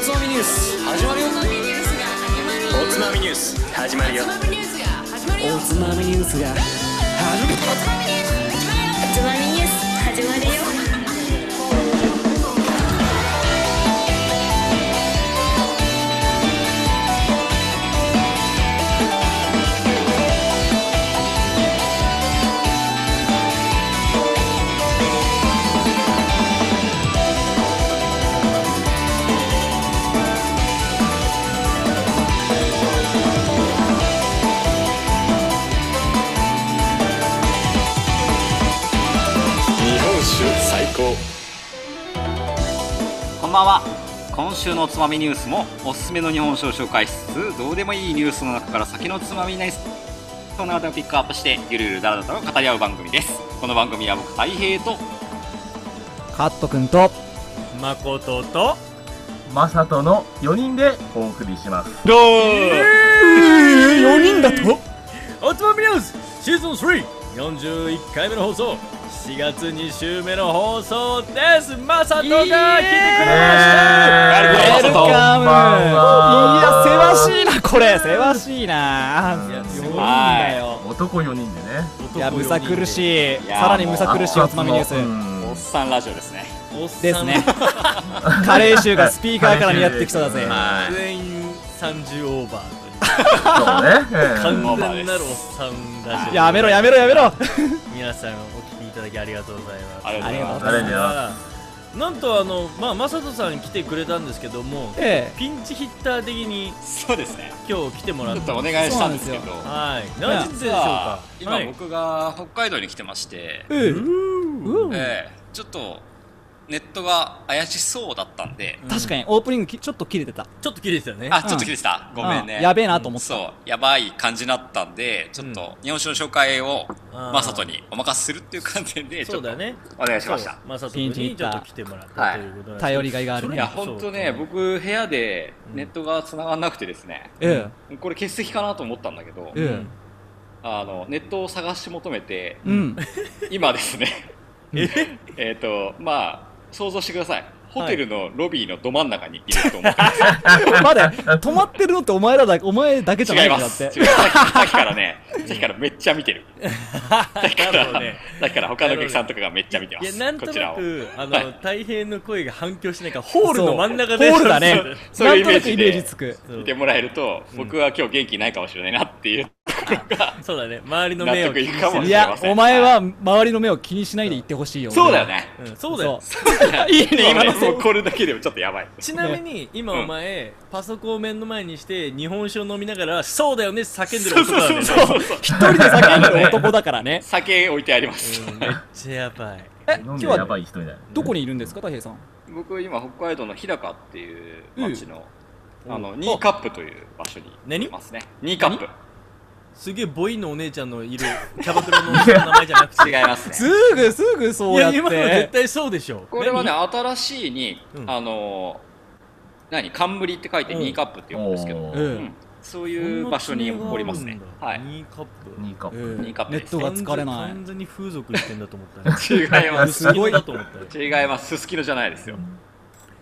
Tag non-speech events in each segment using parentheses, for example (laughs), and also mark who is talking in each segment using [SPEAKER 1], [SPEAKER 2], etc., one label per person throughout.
[SPEAKER 1] つまみニュース始まるよ
[SPEAKER 2] おつまみニュースが始まるよ
[SPEAKER 1] おつまみニュース始まるよ
[SPEAKER 2] おつまみニュースが始まるよ
[SPEAKER 1] おつまみニュースが始まるよ
[SPEAKER 3] つまみニュース始まるよ
[SPEAKER 1] 日本酒最高
[SPEAKER 4] こんばんは今週のおつまみニュースもおすすめの日本酒を紹介しつつどうでもいいニュースの中から先のつまみナイスその話題をピックアップしてゆるゆるだらだらと語り合う番組ですこの番組は僕たい平と
[SPEAKER 5] カットくんと
[SPEAKER 6] 誠と
[SPEAKER 7] マサトの4人でお送りします。
[SPEAKER 4] どう
[SPEAKER 5] 4人だと
[SPEAKER 6] おつまみニュースシーズン341回目の放送7月2週目の放送ですマサトが来てくれました
[SPEAKER 4] や
[SPEAKER 7] え
[SPEAKER 4] るぞ
[SPEAKER 5] ウェ
[SPEAKER 4] マサ
[SPEAKER 5] ルカム
[SPEAKER 7] こんばんはい
[SPEAKER 5] やせわしいなこれせわしいなあ
[SPEAKER 7] いや
[SPEAKER 5] す
[SPEAKER 7] す
[SPEAKER 5] ご
[SPEAKER 7] ご
[SPEAKER 5] い
[SPEAKER 7] い
[SPEAKER 5] ん
[SPEAKER 7] ん
[SPEAKER 5] だ
[SPEAKER 4] だ
[SPEAKER 5] よ
[SPEAKER 7] 男4人でね。
[SPEAKER 5] いやむさ苦
[SPEAKER 6] い
[SPEAKER 5] しい
[SPEAKER 4] や
[SPEAKER 5] さらにむさ苦しいおつまみニュ
[SPEAKER 7] う
[SPEAKER 5] ー
[SPEAKER 4] トおっ
[SPEAKER 7] ん
[SPEAKER 4] さんラジオですね
[SPEAKER 6] おっさん
[SPEAKER 5] スですねカレー臭がスピーカーから似合ってきそうだぜ
[SPEAKER 7] はい。
[SPEAKER 6] 全員30オーバーという
[SPEAKER 7] そうね。
[SPEAKER 4] オ
[SPEAKER 6] 完
[SPEAKER 4] ーバーです
[SPEAKER 6] 全なるおっさんラジオ
[SPEAKER 5] やめろやめろやめろ
[SPEAKER 6] 皆さんお聞きいただきありがとうございます
[SPEAKER 4] ありがとうござ
[SPEAKER 7] あり
[SPEAKER 4] います
[SPEAKER 7] がとうございます
[SPEAKER 6] なんとあのまあマサトさん来てくれたんですけども
[SPEAKER 5] え
[SPEAKER 6] ピンチヒッター的に
[SPEAKER 4] そうですね
[SPEAKER 6] 今日来てもらっ
[SPEAKER 4] ちょ
[SPEAKER 6] た
[SPEAKER 4] っとお願いしたんですけど
[SPEAKER 5] そう
[SPEAKER 6] はい何時でしょうか
[SPEAKER 4] 今、
[SPEAKER 6] はい
[SPEAKER 4] 僕が北海道に来てまして、
[SPEAKER 5] えうん
[SPEAKER 4] えーちょっとネットが怪しそうだったんで、
[SPEAKER 5] 確かにオープニングきちょっと切れてた
[SPEAKER 6] ちょっと綺麗ですよね
[SPEAKER 4] あちょっと切れてた、ごめん
[SPEAKER 5] う
[SPEAKER 4] ね
[SPEAKER 5] やべえなと思って
[SPEAKER 4] そうやばい感じになったんでちょっと日本酒の紹介を
[SPEAKER 6] あー
[SPEAKER 4] マサトにお任せするっていう観点でち
[SPEAKER 6] そ
[SPEAKER 4] ょ
[SPEAKER 6] う
[SPEAKER 4] っと
[SPEAKER 6] だね
[SPEAKER 4] お願いしました
[SPEAKER 6] まさとにちょっと来てもらった、
[SPEAKER 4] はい
[SPEAKER 6] ということなんです
[SPEAKER 5] 頼りがいがある
[SPEAKER 6] そ
[SPEAKER 4] い
[SPEAKER 5] ね
[SPEAKER 6] れ
[SPEAKER 4] や本当ね僕部屋で
[SPEAKER 6] うん
[SPEAKER 4] ネットが繋がんなくてですね
[SPEAKER 5] え
[SPEAKER 4] これ欠席かなと思ったんだけど
[SPEAKER 5] ええ
[SPEAKER 4] あのネットを探し求めて
[SPEAKER 5] えうん
[SPEAKER 4] 今ですね (laughs) えっとまあ想像してくださいホテルのロビーのど真ん中にいると思って
[SPEAKER 6] (laughs)
[SPEAKER 4] ます
[SPEAKER 5] まだ止まってるのってお前らだお前だけじゃな
[SPEAKER 4] 違い
[SPEAKER 5] いん
[SPEAKER 4] ま
[SPEAKER 5] だっ
[SPEAKER 4] す。
[SPEAKER 5] て
[SPEAKER 4] 違うさっきからね、さっきからめっちゃ見てる。 (laughs) だか
[SPEAKER 6] なるほど
[SPEAKER 4] ら、
[SPEAKER 6] ね
[SPEAKER 4] (laughs) だから他のお客さんとかがめっちゃ見てま
[SPEAKER 6] いや
[SPEAKER 4] す。
[SPEAKER 6] なんと
[SPEAKER 4] こちら
[SPEAKER 6] な
[SPEAKER 4] を。
[SPEAKER 6] くあ
[SPEAKER 4] は
[SPEAKER 6] の
[SPEAKER 4] い
[SPEAKER 6] 大平の声が反響しないからホールの真ん中で
[SPEAKER 5] そうホールだね
[SPEAKER 4] そう
[SPEAKER 5] ないん
[SPEAKER 4] うイメー
[SPEAKER 5] となく
[SPEAKER 4] ジ
[SPEAKER 5] イメージ
[SPEAKER 4] で
[SPEAKER 5] つく
[SPEAKER 6] そう
[SPEAKER 4] 見てもらえると、僕は今日元気ないかもしれないなっていう、
[SPEAKER 6] そうだね周りの目を気にし
[SPEAKER 4] 納得
[SPEAKER 6] て
[SPEAKER 4] いくかも
[SPEAKER 5] い
[SPEAKER 4] しれな
[SPEAKER 5] やお前は周りの目を気にしないで言ってほしいよ
[SPEAKER 4] そうだよね。
[SPEAKER 6] うんそうだよ
[SPEAKER 5] そういいね今
[SPEAKER 4] 今
[SPEAKER 5] の
[SPEAKER 4] ね、
[SPEAKER 5] せ
[SPEAKER 4] もうこれだけでもちょっとやばい。
[SPEAKER 6] ちなみに今お前、パソコンを目の前にして日本酒を飲みながらそうだよね叫んでる男なんだよね
[SPEAKER 5] 一人で叫んでる男だからね
[SPEAKER 4] 酒置いてあります。
[SPEAKER 6] うんめっちゃやばい (laughs)
[SPEAKER 5] え
[SPEAKER 7] 飲ん
[SPEAKER 5] 今日
[SPEAKER 7] でや
[SPEAKER 5] は
[SPEAKER 7] ばい人みたいな。
[SPEAKER 5] どこにいるんですかた平さん
[SPEAKER 4] 僕今北海道の日高っていう町の、あの、ニーカップという場所にいますね。ニーカップ。
[SPEAKER 6] すげえボイのお姉ちゃんのいる (laughs) キャバクラの女の名前じゃなくて
[SPEAKER 4] 違いますね。
[SPEAKER 5] すぐすぐそ
[SPEAKER 6] いう
[SPEAKER 5] や
[SPEAKER 6] や
[SPEAKER 5] っ
[SPEAKER 6] 今の絶
[SPEAKER 5] て
[SPEAKER 6] 対そうでしょ
[SPEAKER 4] これはね新しいに、
[SPEAKER 6] うん
[SPEAKER 4] あの何冠って書いて
[SPEAKER 6] うん
[SPEAKER 4] ニーカップって呼ぶんですけど、
[SPEAKER 5] う
[SPEAKER 7] う
[SPEAKER 4] うんんそういう場所におりますねはい
[SPEAKER 6] 2カップ
[SPEAKER 7] 2カッ
[SPEAKER 5] う
[SPEAKER 7] プ。
[SPEAKER 5] んネ
[SPEAKER 4] いいカップ
[SPEAKER 5] ットが疲れな
[SPEAKER 6] 完全に風俗してんだと思ったね
[SPEAKER 4] (laughs) 違いま
[SPEAKER 5] い
[SPEAKER 4] す
[SPEAKER 5] すごい
[SPEAKER 6] だと
[SPEAKER 4] (laughs)
[SPEAKER 6] 思ったよ
[SPEAKER 4] 違いますすすきのじゃないですよ、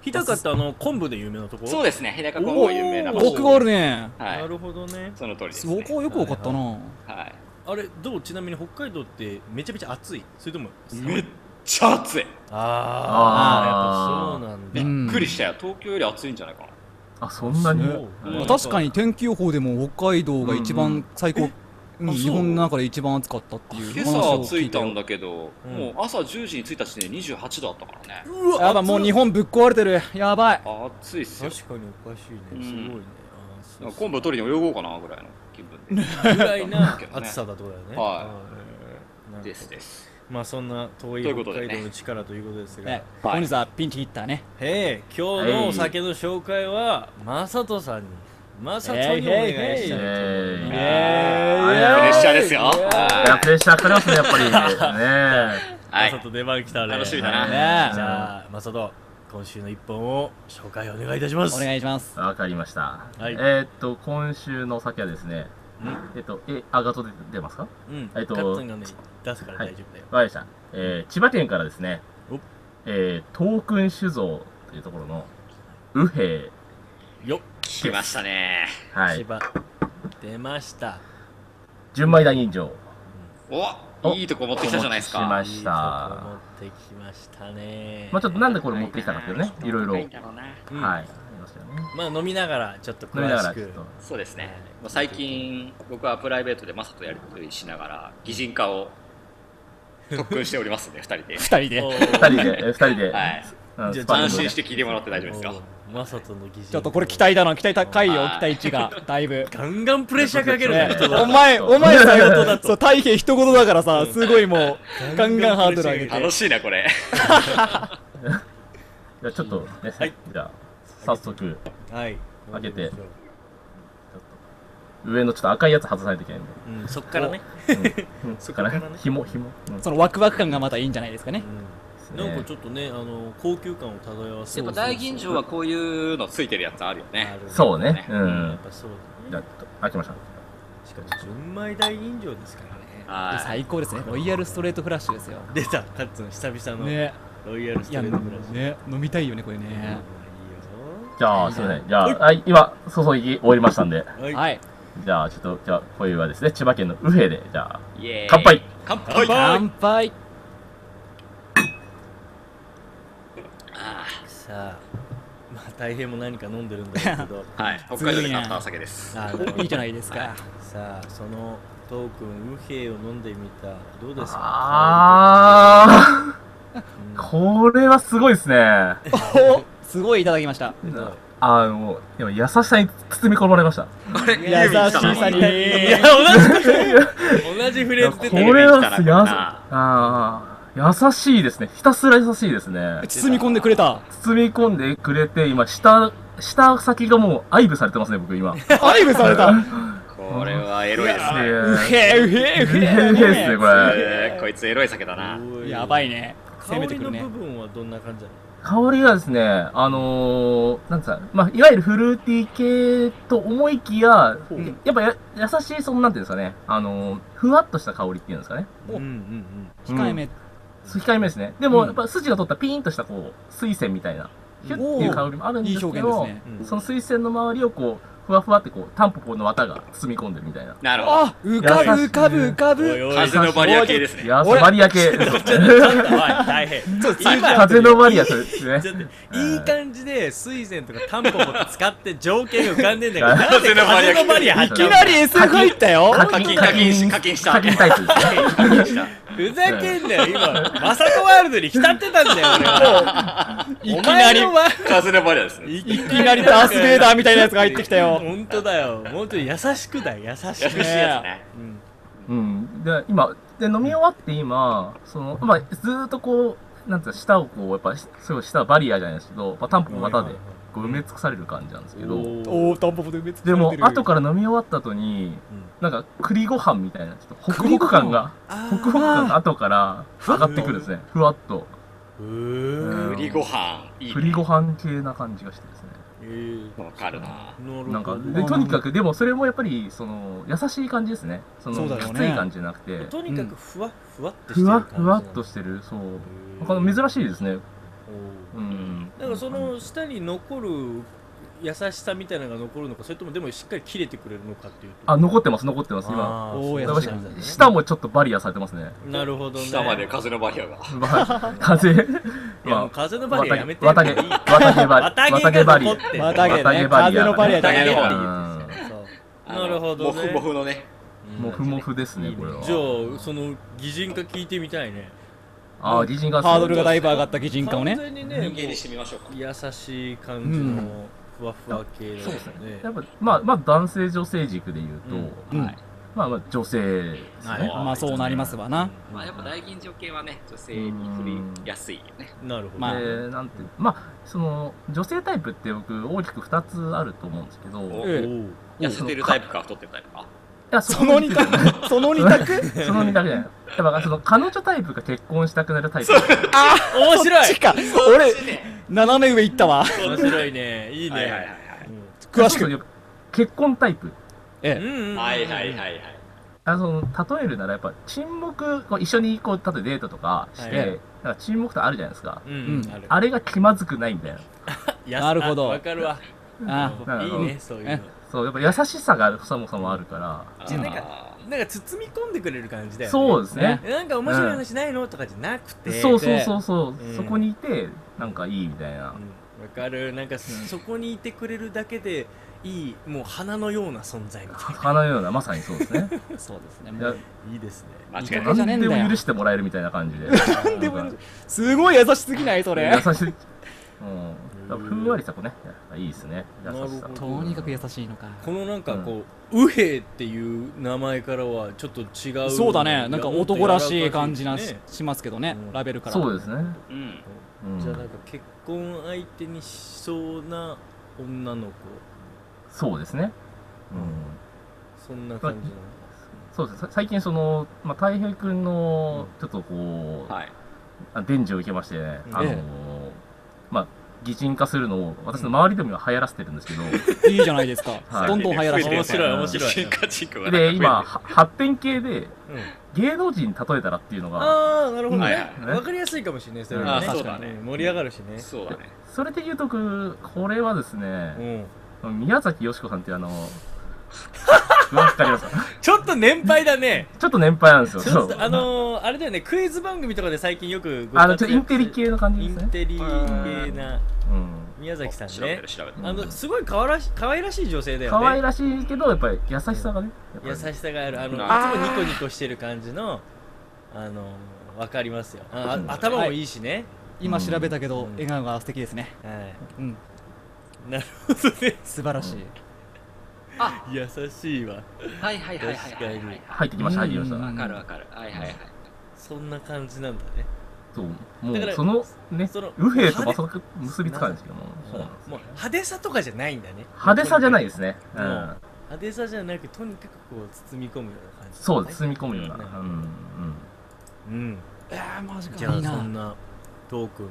[SPEAKER 6] 日高ってあの昆布で有名なとこ
[SPEAKER 4] そうですね日高昆
[SPEAKER 5] お
[SPEAKER 4] 布
[SPEAKER 5] ー
[SPEAKER 4] 有名な場所
[SPEAKER 5] 僕があるね
[SPEAKER 4] は
[SPEAKER 6] ないるほどね
[SPEAKER 4] その通りです、
[SPEAKER 5] そ
[SPEAKER 4] ね、
[SPEAKER 5] こはよくわかったな
[SPEAKER 4] はい
[SPEAKER 6] あれどうちなみに北海道ってめちゃめちゃ暑いそれとも
[SPEAKER 4] めっちゃ暑い
[SPEAKER 6] あ
[SPEAKER 7] あー
[SPEAKER 6] あやっぱそうなんだ
[SPEAKER 4] び
[SPEAKER 5] うん
[SPEAKER 4] っくりしたよ東京より暑いんじゃないかな
[SPEAKER 7] あ、そんなに
[SPEAKER 6] そう
[SPEAKER 4] うん
[SPEAKER 6] うん
[SPEAKER 5] 確かに天気予報でも北海道が一
[SPEAKER 7] うんう
[SPEAKER 5] 番最高うん
[SPEAKER 4] あそう
[SPEAKER 5] 日本の中で一番暑かったっていう
[SPEAKER 4] 今
[SPEAKER 5] 話を
[SPEAKER 4] 朝着
[SPEAKER 5] 聞い
[SPEAKER 4] いた
[SPEAKER 5] て
[SPEAKER 4] んだけど、
[SPEAKER 6] うん
[SPEAKER 4] もう朝10時に着いた時点で28度あったからね
[SPEAKER 6] うわ
[SPEAKER 5] やばいもう日本ぶっ壊れてるやばい
[SPEAKER 4] 暑いっすよ
[SPEAKER 6] 確かにおかしいね
[SPEAKER 4] うん
[SPEAKER 6] すごいねあーそうそ
[SPEAKER 4] 昆
[SPEAKER 6] う
[SPEAKER 4] 布取りに泳ごうかなぐらいの気分で、
[SPEAKER 6] ぐらいな暑さだとだよね
[SPEAKER 4] は
[SPEAKER 6] うんなんか
[SPEAKER 4] ですです
[SPEAKER 6] まあそんな遠い
[SPEAKER 4] ということ
[SPEAKER 6] 北
[SPEAKER 4] でね
[SPEAKER 6] 海道の力ということですが
[SPEAKER 5] ね本日はピンチヒッターね
[SPEAKER 6] へえ今日のお酒の紹介はマサトさんにマサトにお願いし
[SPEAKER 7] え
[SPEAKER 6] たい
[SPEAKER 7] ーい
[SPEAKER 5] イエーイ
[SPEAKER 4] プレッシャーですよは
[SPEAKER 7] やプレッシャーかかりますね、やっぱり。ね
[SPEAKER 4] は
[SPEAKER 6] マ
[SPEAKER 4] い
[SPEAKER 6] サト出番来たね
[SPEAKER 4] 楽しみだ
[SPEAKER 6] は
[SPEAKER 4] な、
[SPEAKER 6] い
[SPEAKER 5] ね
[SPEAKER 6] じゃあマサト今週の一本を紹介お願いいたします
[SPEAKER 5] お願いします
[SPEAKER 7] わかりました。
[SPEAKER 6] はい
[SPEAKER 7] えーっと、今週のお酒はですね、えっと、え、あがとで出ますかわ
[SPEAKER 6] うん
[SPEAKER 7] えっと
[SPEAKER 6] カットンがね出すから大丈夫だよ
[SPEAKER 7] かりました。えー、千葉県からですね
[SPEAKER 6] お、
[SPEAKER 7] えー、東君酒造というところの、右兵
[SPEAKER 6] よっ
[SPEAKER 4] 来ましたね。
[SPEAKER 7] はい。
[SPEAKER 6] 芝出ました
[SPEAKER 7] 純米大人情。
[SPEAKER 4] お、
[SPEAKER 7] お
[SPEAKER 4] いいとこ持ってきたじゃないです
[SPEAKER 7] お持ちし
[SPEAKER 4] か。
[SPEAKER 7] ました
[SPEAKER 6] いいとこ持ってきましたね
[SPEAKER 7] まあちょっとなんでこれ持ってきたかっていうね、いろいろ。はい。
[SPEAKER 6] うん
[SPEAKER 7] ありますよね。
[SPEAKER 6] まあ飲みながらちょっと
[SPEAKER 7] 飲みな
[SPEAKER 6] 詳
[SPEAKER 7] が
[SPEAKER 6] し
[SPEAKER 7] らちょっ
[SPEAKER 6] く
[SPEAKER 7] と。
[SPEAKER 4] そうですね。もう最近僕はプライベートでマサとやりとりしながら擬人化を特訓しておりますんで二
[SPEAKER 5] (laughs)
[SPEAKER 4] 人で。
[SPEAKER 8] 二人で
[SPEAKER 6] お
[SPEAKER 8] ち
[SPEAKER 6] ー
[SPEAKER 7] 二人で、え二人 (laughs) で。
[SPEAKER 4] はい。
[SPEAKER 7] うん
[SPEAKER 6] じゃ
[SPEAKER 7] ス
[SPEAKER 6] あ
[SPEAKER 7] パーリン
[SPEAKER 4] 安
[SPEAKER 7] グ
[SPEAKER 4] 心して聞いてもらって大丈夫ですか。
[SPEAKER 6] おーマサトの疑似
[SPEAKER 8] ょっとこれ期待だな期待高いよ
[SPEAKER 4] はい
[SPEAKER 8] 期待値がだいぶ
[SPEAKER 6] ガンガンプレッシャーかける
[SPEAKER 8] ね
[SPEAKER 6] ね人だ
[SPEAKER 8] お前お前さ
[SPEAKER 6] 人だと
[SPEAKER 8] そう大平一言だからさすごいもうガンガンハードル上げて
[SPEAKER 4] 楽しいなこれ。
[SPEAKER 7] じゃあちょっとね、
[SPEAKER 6] はい
[SPEAKER 7] じゃあ、早速、
[SPEAKER 6] はい
[SPEAKER 7] 開けて上のちょっと赤いやつ外さないといけないんで。
[SPEAKER 6] うんそっからね
[SPEAKER 7] うん
[SPEAKER 6] そこからね
[SPEAKER 7] 紐、紐。うん
[SPEAKER 8] そのワクワク感がまたいいんじゃないですかね
[SPEAKER 7] ね
[SPEAKER 6] なんかちょっとねあの高級感を漂わせ
[SPEAKER 4] やっぱ大吟醸はこういうのついてるやつあるよね。
[SPEAKER 7] そうね。う
[SPEAKER 6] うんやっ
[SPEAKER 7] ん。
[SPEAKER 6] ぱそう
[SPEAKER 7] じゃ
[SPEAKER 6] だ
[SPEAKER 7] あ、ちょっと開
[SPEAKER 6] ね
[SPEAKER 7] きました。
[SPEAKER 6] しかも純米大吟醸ですからね
[SPEAKER 4] はい。
[SPEAKER 8] 最高ですねロイヤルストレートフラッシュですよ
[SPEAKER 6] 出たカッツン久々の
[SPEAKER 8] ね
[SPEAKER 6] ロイヤルス
[SPEAKER 8] い
[SPEAKER 6] トレ
[SPEAKER 8] や
[SPEAKER 6] ートブラシ
[SPEAKER 8] ね飲みたいよねこれね
[SPEAKER 6] い
[SPEAKER 7] じゃあ、すいません。じゃあ、はい、今、注ぎ終わりましたんで。
[SPEAKER 6] いよはい
[SPEAKER 8] はい
[SPEAKER 7] じゃあ、ちょっと、じゃあ、こういうはですね、千葉県の右辺で、じゃあ、
[SPEAKER 4] イエーイ
[SPEAKER 7] 乾杯。
[SPEAKER 4] 乾杯。
[SPEAKER 8] 乾杯
[SPEAKER 6] さあまあ大変も何か飲んでるんだろ
[SPEAKER 8] (laughs)
[SPEAKER 6] うけど
[SPEAKER 4] はい。北海道で買ったお酒です。
[SPEAKER 6] あーなるほど
[SPEAKER 8] いいじゃないですか
[SPEAKER 6] さあそのトークンウヘイを飲んでみたどうですか
[SPEAKER 7] あ
[SPEAKER 6] うん
[SPEAKER 7] ー、 (laughs) これはすごいですね。
[SPEAKER 8] おすごいいただきました
[SPEAKER 7] あの、もうでも優しさに包み込まれました。
[SPEAKER 4] あれ
[SPEAKER 8] 優しさに
[SPEAKER 6] いや同じ同じフレーズ出
[SPEAKER 7] こ
[SPEAKER 6] てる
[SPEAKER 7] れは
[SPEAKER 4] テレビ見てた
[SPEAKER 7] や
[SPEAKER 4] ら
[SPEAKER 7] さあー優しいですね。ひたすら優しいですね。
[SPEAKER 8] 包み込んでくれた
[SPEAKER 7] 包み込んでくれて、今、下、下先がもう愛撫されてますね、僕今。う
[SPEAKER 8] アイブされたう
[SPEAKER 4] これはエロいですね。
[SPEAKER 8] へうへうへ
[SPEAKER 7] へうへですね、これ。
[SPEAKER 4] えーこいつエロい酒だな。
[SPEAKER 8] やば
[SPEAKER 6] い
[SPEAKER 8] いね
[SPEAKER 6] 香
[SPEAKER 8] 攻めて
[SPEAKER 6] り
[SPEAKER 8] く
[SPEAKER 6] の
[SPEAKER 8] るね
[SPEAKER 6] 部分はどんな感じなの
[SPEAKER 7] 香りがですね、あのー、なんつうか、まあ、いわゆるフルーティー系と思いきや、
[SPEAKER 6] ほう
[SPEAKER 7] やっぱや優しい、その、なんていうんですかね、あのー、ふわっとした香りっていうんですかね。
[SPEAKER 8] お
[SPEAKER 6] うんうん
[SPEAKER 8] 控えめ
[SPEAKER 7] 控えめですね。でも、やっぱ筋が取ったピーンとした、こう、水仙みたいな、ヒュッっていう香りもあるん
[SPEAKER 8] い
[SPEAKER 7] で
[SPEAKER 8] い
[SPEAKER 7] す
[SPEAKER 8] 表
[SPEAKER 7] け
[SPEAKER 8] 現です
[SPEAKER 7] ど、
[SPEAKER 8] ね
[SPEAKER 6] うんうん
[SPEAKER 7] その水仙の周りをこう、ふわふわってこう、タンポポの綿が包み込んでるみたいな。
[SPEAKER 4] なるほど。
[SPEAKER 8] あ浮かぶ浮かぶ浮かぶ
[SPEAKER 6] おいおい
[SPEAKER 4] 風のバリア系です
[SPEAKER 7] い
[SPEAKER 4] ね。
[SPEAKER 7] やー、
[SPEAKER 8] 俺
[SPEAKER 7] バリア系。
[SPEAKER 6] はい大変
[SPEAKER 8] ちょっと通じ合って
[SPEAKER 7] 風
[SPEAKER 8] る
[SPEAKER 7] のバリアそうですね
[SPEAKER 6] ち。ょっといい感じで水仙とかタンポポって使って条件が浮かんでんだけ
[SPEAKER 8] (laughs)
[SPEAKER 6] どなんで風のバリア張っ
[SPEAKER 8] い
[SPEAKER 6] ちゃ
[SPEAKER 8] き
[SPEAKER 6] う
[SPEAKER 8] なり SF 入ったよ
[SPEAKER 4] 課金課金し課金した。
[SPEAKER 7] 課金タイプですね。
[SPEAKER 4] 課金した。
[SPEAKER 6] ふざけんなよ今
[SPEAKER 8] (laughs)
[SPEAKER 6] マサトワールドに浸ってたんだよ俺は
[SPEAKER 8] い
[SPEAKER 6] お
[SPEAKER 8] きな
[SPEAKER 6] 前
[SPEAKER 8] り
[SPEAKER 6] のワ
[SPEAKER 4] 風のバリアですね。
[SPEAKER 6] い
[SPEAKER 8] いきなりダース・ベイダーみたいなやつが入ってきたよ
[SPEAKER 6] (laughs) 本当だよもうちょい優しくだよ優し
[SPEAKER 4] 優しい
[SPEAKER 6] く
[SPEAKER 4] やつね。
[SPEAKER 7] う
[SPEAKER 6] うん
[SPEAKER 7] ん。で、今、で、飲み終わって今、その、まあ、ずーっとこう、なんていうか、舌をこう、やっぱ、すごい舌はバリアじゃないですけど、まあ、タンポポ股で、こう、埋め尽くされる感じなんですけど、
[SPEAKER 8] おおタンポポで埋め尽くされて
[SPEAKER 7] で
[SPEAKER 8] る
[SPEAKER 7] も、後から飲み終わった後に、なんか、栗ご飯みたいな、ちょっと、ホクホク感が、ホクホク感が後から、上がってくるんですね。ふわっと。うん
[SPEAKER 4] 栗ご飯いいね。
[SPEAKER 7] 栗ご飯系な感じがしてですね。
[SPEAKER 4] わかるな。
[SPEAKER 7] なんか、
[SPEAKER 8] う
[SPEAKER 7] で
[SPEAKER 8] ん
[SPEAKER 7] とにかく、でもそれもやっぱり、その、優しい感じですね。その、
[SPEAKER 8] そうだ
[SPEAKER 7] き
[SPEAKER 8] よね
[SPEAKER 7] つい感じじゃなくて、
[SPEAKER 6] とにかくふわっふわってして
[SPEAKER 7] ふ
[SPEAKER 6] る
[SPEAKER 7] わ
[SPEAKER 6] 感じ
[SPEAKER 7] ふわっとしてる、そう。この珍しいですね。うん。
[SPEAKER 6] なんかその下に残る優しさみたいなのが残るのかそれともでもしっかり切れてくれるのかっていうと
[SPEAKER 7] あ、残ってます、残ってます、今。
[SPEAKER 6] あー
[SPEAKER 8] おー
[SPEAKER 6] そう
[SPEAKER 8] 優
[SPEAKER 6] な
[SPEAKER 8] しい
[SPEAKER 6] んだね
[SPEAKER 7] 舌もちょっとバリアされてます
[SPEAKER 6] (laughs)
[SPEAKER 7] ね。 (laughs)
[SPEAKER 6] なるほどね
[SPEAKER 4] 下まで風のバリアが。
[SPEAKER 7] まあ風。
[SPEAKER 6] いやも
[SPEAKER 7] ま
[SPEAKER 6] う風の
[SPEAKER 7] あ、
[SPEAKER 6] バリアやめて
[SPEAKER 7] わたげ、わたげ
[SPEAKER 6] (laughs)
[SPEAKER 7] バリア。
[SPEAKER 6] 綿毛が残ってる
[SPEAKER 8] わたげ
[SPEAKER 7] わた
[SPEAKER 8] ね
[SPEAKER 7] げバリ
[SPEAKER 8] 風
[SPEAKER 7] ア
[SPEAKER 8] のバリアじゃない
[SPEAKER 4] わた
[SPEAKER 8] よ
[SPEAKER 7] う
[SPEAKER 4] げの
[SPEAKER 7] ん
[SPEAKER 6] そう
[SPEAKER 4] あの
[SPEAKER 6] なるほど
[SPEAKER 4] モフモ
[SPEAKER 6] ね
[SPEAKER 4] フのね。
[SPEAKER 6] うん
[SPEAKER 7] もふもふです
[SPEAKER 6] い
[SPEAKER 7] ね、
[SPEAKER 6] い
[SPEAKER 7] これは。
[SPEAKER 6] じゃあその擬人化聞いてみたいね
[SPEAKER 7] あー、擬人が
[SPEAKER 8] ハードルがだいぶ上がった擬人化をね
[SPEAKER 6] 完全にね
[SPEAKER 4] 人間にしてみましょうか
[SPEAKER 6] もう。優しい感じのふわふわ系だよね
[SPEAKER 7] やっぱ、まあ、まあ、男性女性軸で言う
[SPEAKER 8] う
[SPEAKER 7] と、
[SPEAKER 8] ん
[SPEAKER 4] はい
[SPEAKER 7] まあ、まあ、女性です
[SPEAKER 6] は
[SPEAKER 7] ね。
[SPEAKER 8] まあそうなりますわな
[SPEAKER 4] まあやっぱ大吟醸系はね、女性に振りやすいよね。
[SPEAKER 6] なるほど
[SPEAKER 8] まあ
[SPEAKER 7] で、なんて、まあ、その、女性タイプって僕、大きく2つあると思うんですけど、
[SPEAKER 4] お
[SPEAKER 7] い
[SPEAKER 8] ええ
[SPEAKER 4] 痩せてるタイプか太ってるタイプか。
[SPEAKER 7] や、
[SPEAKER 8] その二択その二択
[SPEAKER 7] (laughs) その二択じゃない。だからその彼女タイプか結婚したくなるタイプ。
[SPEAKER 6] 面白
[SPEAKER 8] そ
[SPEAKER 6] い
[SPEAKER 8] っちか俺斜め上行ったわ
[SPEAKER 6] 面白いねいい
[SPEAKER 4] はいはいはいは
[SPEAKER 6] ね
[SPEAKER 8] 詳しく
[SPEAKER 7] 結婚タイプ。
[SPEAKER 6] う
[SPEAKER 8] ええ
[SPEAKER 6] んうん
[SPEAKER 4] い。はいはいはいはい。
[SPEAKER 7] あその例えるならやっぱ沈黙こう一緒にこう例えばデートとかして、
[SPEAKER 8] はい
[SPEAKER 7] なんか沈黙ってあるじゃないですか。
[SPEAKER 6] うんうん
[SPEAKER 8] うん
[SPEAKER 6] ある
[SPEAKER 7] あれが気まずくないみたいな。
[SPEAKER 6] や
[SPEAKER 8] なるほど
[SPEAKER 6] あわかるわ
[SPEAKER 8] あ
[SPEAKER 7] なんか
[SPEAKER 6] いいねそういうの
[SPEAKER 7] そうやっぱ優しさがそもそもあるから
[SPEAKER 6] じゃあなんかなんか包み込んでくれる感じだよね
[SPEAKER 7] そうですね
[SPEAKER 6] なんか面白い話ないのとかじゃなくて
[SPEAKER 7] そうそうそうそう、
[SPEAKER 6] うん
[SPEAKER 7] そこにいてなんかいいみたいな、
[SPEAKER 6] うんわかるなんかそこにいてくれるだけでいいもう花のような存在みたい
[SPEAKER 7] 魚のようなまさにそうで
[SPEAKER 8] (laughs)
[SPEAKER 7] すね
[SPEAKER 8] そうですね
[SPEAKER 7] いや
[SPEAKER 6] ないいですね
[SPEAKER 4] 間違いない
[SPEAKER 8] いいじゃねえ
[SPEAKER 7] 何
[SPEAKER 8] んだ
[SPEAKER 7] で
[SPEAKER 8] よ
[SPEAKER 7] も許してもらえるみたいな感じで
[SPEAKER 6] なんでもいい
[SPEAKER 8] すごい優しすぎないそれ
[SPEAKER 7] 優
[SPEAKER 8] (laughs)
[SPEAKER 7] しい、うん、だからふんわりした子ねいいですね優し
[SPEAKER 6] な
[SPEAKER 7] さ
[SPEAKER 6] るほど
[SPEAKER 8] とにかく優しいのか
[SPEAKER 6] このなんかこう、右兵っていう名前からはちょっと違う
[SPEAKER 8] そうだねなんか男らしい感じなし,、
[SPEAKER 6] ね
[SPEAKER 8] しますけどね
[SPEAKER 6] うん
[SPEAKER 8] ラベルから
[SPEAKER 7] そうですね、
[SPEAKER 4] うん。
[SPEAKER 7] うん、
[SPEAKER 6] じゃあなんか結婚相手にしそうな女の子
[SPEAKER 7] そうですね、うん
[SPEAKER 6] そんな感じの
[SPEAKER 7] そうですねさ最近その、まあ、太平君のちょっとこう、
[SPEAKER 4] はい。
[SPEAKER 7] あ伝授を受けましてね、あの
[SPEAKER 8] ええ
[SPEAKER 7] ーまあ擬人化するのを私の周りでも今流行らせてるんですけど、
[SPEAKER 8] いいじゃないですか、
[SPEAKER 7] はい
[SPEAKER 8] どんどん流行らせて
[SPEAKER 6] 面白い面
[SPEAKER 7] 面
[SPEAKER 6] 白い
[SPEAKER 4] 進化チークは
[SPEAKER 7] で今は発展系で
[SPEAKER 6] うん
[SPEAKER 7] 芸能人に例えたらっていうのが
[SPEAKER 6] ああなるほど
[SPEAKER 4] はい
[SPEAKER 6] ね
[SPEAKER 4] は
[SPEAKER 6] わ、かりやすいかもしれないそれは
[SPEAKER 4] あ
[SPEAKER 6] ね
[SPEAKER 4] ーそうだね
[SPEAKER 6] ん盛り上がるしね
[SPEAKER 4] そうだね。
[SPEAKER 7] それで言うとくこれはですね、
[SPEAKER 6] ん
[SPEAKER 7] 宮崎美子さんっていうあのわかりますか
[SPEAKER 6] ちょっと年配だね
[SPEAKER 7] (laughs) ちょっと年配なんですよ
[SPEAKER 6] ちょ
[SPEAKER 7] そ
[SPEAKER 6] っ
[SPEAKER 7] う
[SPEAKER 6] とあのー、あれだよねクイズ番組とかで最近よくご
[SPEAKER 7] あの
[SPEAKER 6] 活躍
[SPEAKER 7] ちょっとインテリ系の感じ
[SPEAKER 6] イ
[SPEAKER 7] です
[SPEAKER 6] ン
[SPEAKER 7] ね、
[SPEAKER 6] テリ系な
[SPEAKER 7] うん、
[SPEAKER 6] 宮崎さん
[SPEAKER 4] 調べて
[SPEAKER 6] ね
[SPEAKER 4] る調べてる。
[SPEAKER 6] あのすごい可愛らし可愛らしい女性だよね
[SPEAKER 7] 可愛らしいけどやっぱり優しさがねやっぱり
[SPEAKER 6] 優しさがあるあのい
[SPEAKER 4] あ
[SPEAKER 6] つもニコニコしてる感じのあのわかりますよあ
[SPEAKER 7] うん
[SPEAKER 6] あ頭もいいしね、
[SPEAKER 8] 今調べたけど、
[SPEAKER 6] うん
[SPEAKER 8] 笑顔が素敵ですね
[SPEAKER 6] はい
[SPEAKER 8] うん
[SPEAKER 6] なるほどね
[SPEAKER 8] 素晴らしい、
[SPEAKER 6] 優しいわ
[SPEAKER 4] はいはいはいは
[SPEAKER 6] 確
[SPEAKER 4] い
[SPEAKER 6] か
[SPEAKER 4] はい
[SPEAKER 6] に
[SPEAKER 4] はい。
[SPEAKER 7] 入ってきました入ってきました、
[SPEAKER 8] うん
[SPEAKER 4] わかるわかる。はいはいはい。
[SPEAKER 6] そんな感じなんだね
[SPEAKER 7] そう
[SPEAKER 6] だ
[SPEAKER 7] も
[SPEAKER 6] から
[SPEAKER 7] うそのね
[SPEAKER 6] その
[SPEAKER 7] 右兵とまさか結びつかないんですけどもそうなんです
[SPEAKER 6] もう派手さとかじゃないんだね
[SPEAKER 7] 派手さじゃない
[SPEAKER 6] も
[SPEAKER 7] ですね、
[SPEAKER 6] う
[SPEAKER 7] うんん、
[SPEAKER 6] う派手さじゃなくとにかくこう包み込むような感じ
[SPEAKER 7] そう包み込むような、うん
[SPEAKER 6] うん
[SPEAKER 8] えー、マジか
[SPEAKER 6] じゃ
[SPEAKER 8] い
[SPEAKER 6] あ
[SPEAKER 8] い
[SPEAKER 6] そん
[SPEAKER 8] な
[SPEAKER 6] なトークンの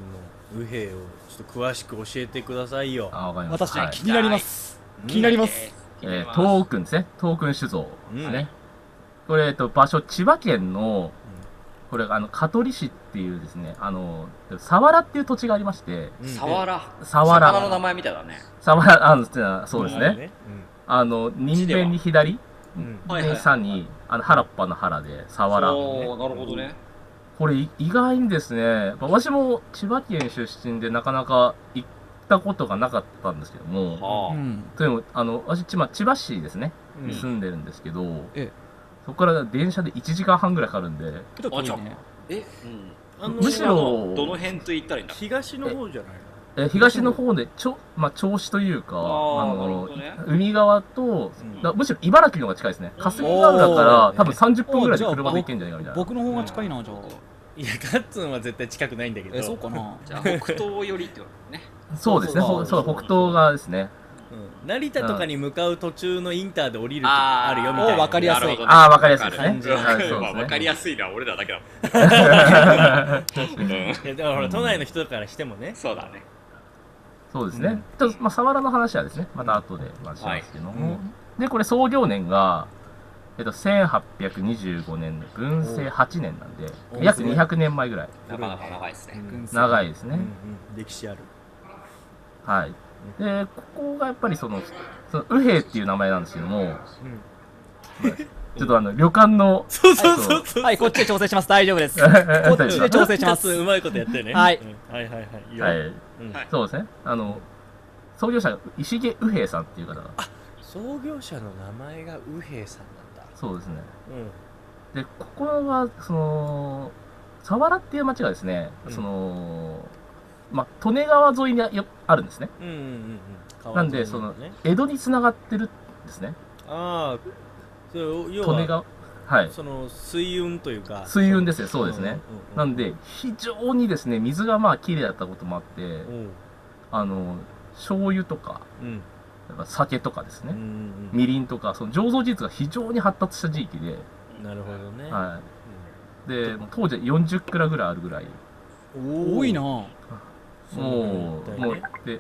[SPEAKER 6] 右兵をちょっと詳しく教えてくださいよ
[SPEAKER 7] あわかりまし
[SPEAKER 8] 私、
[SPEAKER 7] た、はい
[SPEAKER 8] 気になります気になります、
[SPEAKER 7] えー、トークンですねトークン酒造です
[SPEAKER 6] う
[SPEAKER 7] ね、これ、えっと、場所千葉県の
[SPEAKER 6] うん
[SPEAKER 7] これあの香取市っていうですねあの佐原っていう土地がありまして
[SPEAKER 6] うん
[SPEAKER 4] サワラ。
[SPEAKER 7] 佐原
[SPEAKER 4] 魚の名前みたいだね。
[SPEAKER 7] 佐原あのっていうのはそうですね、あの人弁に左
[SPEAKER 6] うんうん
[SPEAKER 4] はいはい
[SPEAKER 7] でさにあの原っぱの原で佐原
[SPEAKER 4] おーなるほどね。
[SPEAKER 7] これい意外にですね、やっぱ私も千葉県出身でなかなか行ったことがなかったんですけども、
[SPEAKER 8] う
[SPEAKER 4] は
[SPEAKER 8] ん、
[SPEAKER 7] というのも、あの、私千葉、千葉市ですね、
[SPEAKER 6] うん
[SPEAKER 7] 住んでるんですけど、
[SPEAKER 8] ええ
[SPEAKER 7] そこから電車で1時間半ぐらいかかるんで、
[SPEAKER 8] ちょっと
[SPEAKER 4] あ
[SPEAKER 8] い
[SPEAKER 4] ちょ
[SPEAKER 8] いね
[SPEAKER 4] あ。え、うん。
[SPEAKER 6] あの
[SPEAKER 7] むしろ
[SPEAKER 4] どの辺と言ったらいいんだ
[SPEAKER 6] 東の方じゃない
[SPEAKER 7] え東の方でちょ、まあ、銚子というか、あ
[SPEAKER 4] あーなるほ
[SPEAKER 7] の
[SPEAKER 4] どね、
[SPEAKER 7] 海側と、
[SPEAKER 6] うん
[SPEAKER 7] だむしろ茨城の方が近いですね。霞ヶ浦か
[SPEAKER 6] お
[SPEAKER 7] ら
[SPEAKER 6] ー
[SPEAKER 7] 多分30分ぐらい
[SPEAKER 8] おーじ
[SPEAKER 7] で
[SPEAKER 8] ゃあ
[SPEAKER 7] 車で行けんじゃないかみたいな。
[SPEAKER 8] 僕の方が近いなじゃあ
[SPEAKER 6] いやガッツンは絶対近くないんだけど
[SPEAKER 8] えそうかな
[SPEAKER 4] じゃあ、北東寄りってことね。
[SPEAKER 7] そうですね、
[SPEAKER 8] そ
[SPEAKER 7] そうう
[SPEAKER 8] そ
[SPEAKER 7] そうう、北東側ですね。
[SPEAKER 6] うん成田とかに向かう途中のインターで降りると
[SPEAKER 4] (laughs) あ
[SPEAKER 6] あ
[SPEAKER 4] ー
[SPEAKER 6] るよみたい
[SPEAKER 8] お
[SPEAKER 6] な
[SPEAKER 8] わかりやすい
[SPEAKER 4] なるほどね
[SPEAKER 7] ああ、わかりやすいですね。
[SPEAKER 6] 感じ
[SPEAKER 7] はいそうですね
[SPEAKER 4] まあわかりやすいのは俺らだけだもん。うん
[SPEAKER 6] いやだからほら都内の人からしてもね
[SPEAKER 4] そうだね。
[SPEAKER 7] そうです
[SPEAKER 6] う
[SPEAKER 7] ね
[SPEAKER 6] ん。
[SPEAKER 7] ちょっと、まあ、サワラの話はですね、また後で、まあ、しますけども、
[SPEAKER 6] はい
[SPEAKER 7] で、これ創業年が、えっと、1825年の文政8年なんで
[SPEAKER 6] お、
[SPEAKER 7] 約
[SPEAKER 6] すごい
[SPEAKER 7] 200年前ぐらい。
[SPEAKER 4] なかなか長いですね。
[SPEAKER 7] 長いです
[SPEAKER 6] うんう
[SPEAKER 7] ね。
[SPEAKER 6] ん歴史ある
[SPEAKER 7] はい。で、ここがやっぱりその、その、右兵っていう名前なんですけども、
[SPEAKER 6] うん
[SPEAKER 7] ちょっとあの、旅館の、
[SPEAKER 6] そうそうそうそう
[SPEAKER 8] はいこっちで調整します大丈夫
[SPEAKER 7] (laughs)
[SPEAKER 8] ですこ
[SPEAKER 7] こ
[SPEAKER 8] っちで調整しま
[SPEAKER 6] ガッツン
[SPEAKER 8] す
[SPEAKER 6] うまいことやったよね
[SPEAKER 8] はい
[SPEAKER 6] うんはいはいはいいいよ
[SPEAKER 7] はい。
[SPEAKER 6] うん
[SPEAKER 4] はい
[SPEAKER 7] そうですね。あの、創業者が石毛右兵さんっていう方が、
[SPEAKER 6] 創業者の名前が右兵さんなんだ
[SPEAKER 7] そうですね。
[SPEAKER 6] うん
[SPEAKER 7] でここはその佐原っていう町がですね、
[SPEAKER 6] うん
[SPEAKER 7] そのまあ利根川沿いにあよあるんですね
[SPEAKER 6] うんうんうんうん
[SPEAKER 7] なんでその
[SPEAKER 6] 川沿いね
[SPEAKER 7] 江戸に繋がってるんですね
[SPEAKER 6] ああそれ要
[SPEAKER 7] 利根
[SPEAKER 6] は
[SPEAKER 7] 川はい
[SPEAKER 6] その水運というか
[SPEAKER 7] 水運ですねそうですね、
[SPEAKER 6] うんうんうん
[SPEAKER 7] なんで非常にですね水がまあ綺麗だったこともあって、
[SPEAKER 6] うん
[SPEAKER 7] あの醤油とか
[SPEAKER 6] うん
[SPEAKER 7] やっぱ酒とかです
[SPEAKER 6] うんう
[SPEAKER 7] ね、
[SPEAKER 6] ん
[SPEAKER 7] みりんとかその醸造技術が非常に発達した地域で、
[SPEAKER 6] うんなるほどね
[SPEAKER 7] は
[SPEAKER 6] う
[SPEAKER 7] い、でもう当時は40蔵ぐらいあるぐらい
[SPEAKER 6] ん
[SPEAKER 8] 多いなぁ
[SPEAKER 6] そう
[SPEAKER 7] も
[SPEAKER 6] だ
[SPEAKER 7] う、
[SPEAKER 6] よね
[SPEAKER 7] もう、で、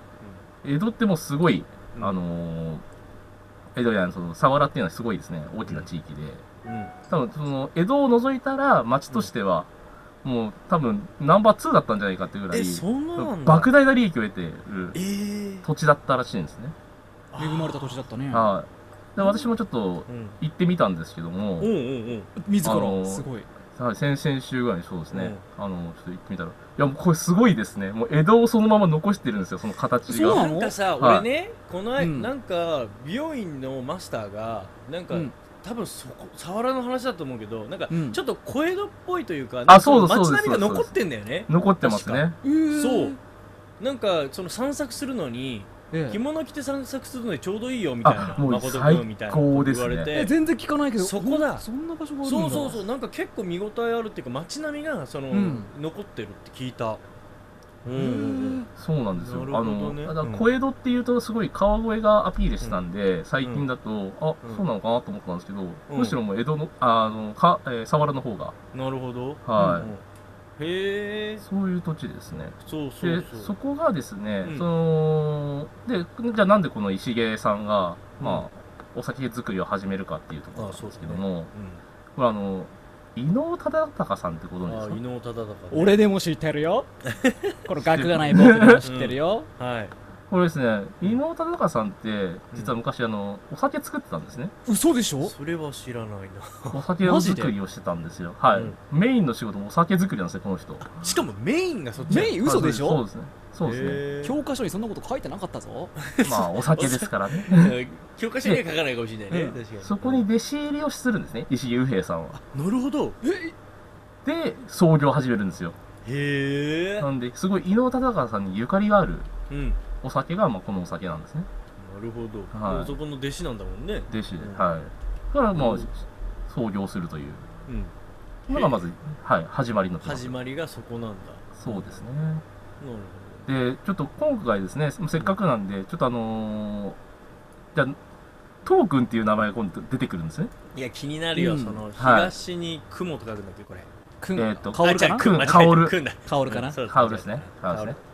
[SPEAKER 7] 江戸ってもうすごい、
[SPEAKER 6] うん
[SPEAKER 7] あのー、江戸やその、佐原っていうのはすごいですね、大きな地域で。
[SPEAKER 6] うん
[SPEAKER 7] 多分、その、江戸を除いたら、町としては、もう、多分、ナンバー2だったんじゃないかっていうぐらい、
[SPEAKER 6] えそんななんだ
[SPEAKER 7] 莫大な利益を得てる
[SPEAKER 6] ええ
[SPEAKER 7] 土地だったらしいんですね。
[SPEAKER 5] 恵まれた土地だったね
[SPEAKER 7] はい。で、私もちょっと
[SPEAKER 6] うん
[SPEAKER 7] 行ってみたんですけども、
[SPEAKER 6] うんうん
[SPEAKER 5] 自
[SPEAKER 7] あの
[SPEAKER 5] ら
[SPEAKER 7] ー
[SPEAKER 5] すごい
[SPEAKER 7] はい、先々週ぐらいにそうですね、あのちょっと行ってみたら、いや、もうこれすごいですね、もう江戸をそのまま残してるんですよ、その形
[SPEAKER 5] そう
[SPEAKER 7] が。
[SPEAKER 5] な
[SPEAKER 6] な
[SPEAKER 5] の
[SPEAKER 6] んかさ、
[SPEAKER 7] はい
[SPEAKER 6] 俺ねこの間、
[SPEAKER 5] うん
[SPEAKER 6] なんか美容院のマスターがなんか、
[SPEAKER 5] うん
[SPEAKER 6] 多分そこサワラの話だと思うけどなんか、
[SPEAKER 5] うん
[SPEAKER 6] ちょっと小江戸っぽいというかなん
[SPEAKER 7] あ
[SPEAKER 6] か
[SPEAKER 7] そうそう
[SPEAKER 6] 街
[SPEAKER 7] そう
[SPEAKER 6] 並みが
[SPEAKER 7] そう
[SPEAKER 6] 残ってんだよね
[SPEAKER 7] 残ってますね。
[SPEAKER 6] そうなんかその散策するのに
[SPEAKER 5] え
[SPEAKER 6] 着
[SPEAKER 5] え
[SPEAKER 6] 物着て散策するのにちょうどいいよみたいな
[SPEAKER 7] あ、もう
[SPEAKER 6] 誠
[SPEAKER 7] 最
[SPEAKER 6] 君みたいな
[SPEAKER 7] 高です
[SPEAKER 6] 言われ
[SPEAKER 7] ね。
[SPEAKER 5] え
[SPEAKER 6] て
[SPEAKER 5] 全然聞かないけど
[SPEAKER 6] そこだ
[SPEAKER 5] そんな場所があるんだ
[SPEAKER 6] そうそうそうなんか結構見応えあるっていうか街並みがその、
[SPEAKER 5] うん
[SPEAKER 6] 残ってるって聞いたうんう
[SPEAKER 5] へえ
[SPEAKER 6] ん
[SPEAKER 7] そうなんですよ。
[SPEAKER 6] なるほ
[SPEAKER 7] あ
[SPEAKER 6] どね
[SPEAKER 7] の、だから
[SPEAKER 6] うん
[SPEAKER 7] 小江戸っていうとすごい川越がアピールしてたんで、最近だと、あ、
[SPEAKER 6] うん
[SPEAKER 7] そうなのかなと思ったんですけど、
[SPEAKER 6] ん
[SPEAKER 7] むしろもう江戸の、あの、か、えー、佐原の方が、
[SPEAKER 6] うんなるほど
[SPEAKER 7] はい、
[SPEAKER 6] うんへえ
[SPEAKER 7] そういう土地ですね。
[SPEAKER 6] そうそ
[SPEAKER 7] で
[SPEAKER 6] う、そう
[SPEAKER 7] そこがですね、
[SPEAKER 6] うん
[SPEAKER 7] その、で、じゃあなんでこの石毛さんが、まあ、お酒作りを始めるかっていうところなんですけども、これあの、伊能忠敬さんってご
[SPEAKER 6] うん、
[SPEAKER 7] 存知で
[SPEAKER 6] あ
[SPEAKER 7] す
[SPEAKER 6] あ
[SPEAKER 7] か
[SPEAKER 6] 伊能忠敬ね
[SPEAKER 5] 俺でも知ってるよこの額がない僕でも知ってるよ
[SPEAKER 6] はい
[SPEAKER 7] これですね、伊能忠敬さんって、実は昔、あの、お酒作ってたんですね。
[SPEAKER 5] 嘘でしょ
[SPEAKER 6] それは知らないな
[SPEAKER 7] お酒を作りをしてたんですよ。はい、
[SPEAKER 6] うん
[SPEAKER 7] メインの仕事もお酒作りなんですよ、この人。
[SPEAKER 6] しかもメインがそっち
[SPEAKER 5] メイン嘘でし
[SPEAKER 7] そう
[SPEAKER 5] ょ
[SPEAKER 7] ですね。そうですね。
[SPEAKER 6] へー
[SPEAKER 5] 教科書にそんなこと書いてなかったぞ
[SPEAKER 7] まあ、お酒ですから
[SPEAKER 6] (laughs)
[SPEAKER 7] ね。
[SPEAKER 6] 教科書には書かないかもしれないね、確かに
[SPEAKER 7] そこに弟子入りをするんですね、石井右平さんは。
[SPEAKER 6] なるほど
[SPEAKER 7] で、創業を始めるんですよ。
[SPEAKER 6] へえ
[SPEAKER 7] なんで、すごい伊能忠敬さんにゆかりがある
[SPEAKER 6] うんな
[SPEAKER 7] お酒が、まあ、このお酒なんですね。
[SPEAKER 6] るほど、
[SPEAKER 7] はい
[SPEAKER 6] もうそこの弟子なんだもんね
[SPEAKER 7] 弟子で。
[SPEAKER 6] うん
[SPEAKER 7] はい。から、まあ、
[SPEAKER 6] うん
[SPEAKER 7] 創業するという
[SPEAKER 6] うん
[SPEAKER 7] のが、まず、はい、始まりのところ
[SPEAKER 6] 始まりがそこなんだな
[SPEAKER 7] そうですね。
[SPEAKER 6] るほど
[SPEAKER 7] で、ちょっと今回ですね、せっかくなんで、ちょっとあのー、じゃあ、トークンっていう名前が今度出てくるんですね。
[SPEAKER 6] いや気になるよ、
[SPEAKER 5] うん
[SPEAKER 6] その東に雲と書くんだっけこれ
[SPEAKER 5] く
[SPEAKER 7] えー
[SPEAKER 5] ん
[SPEAKER 7] と
[SPEAKER 5] 薫
[SPEAKER 6] あじ
[SPEAKER 5] か
[SPEAKER 6] ゃあ
[SPEAKER 5] な
[SPEAKER 7] くん
[SPEAKER 6] 雲間違えた
[SPEAKER 7] 薫
[SPEAKER 6] 雲だ
[SPEAKER 5] 薫かな
[SPEAKER 6] そうそう
[SPEAKER 7] カウルですね。カウルですね。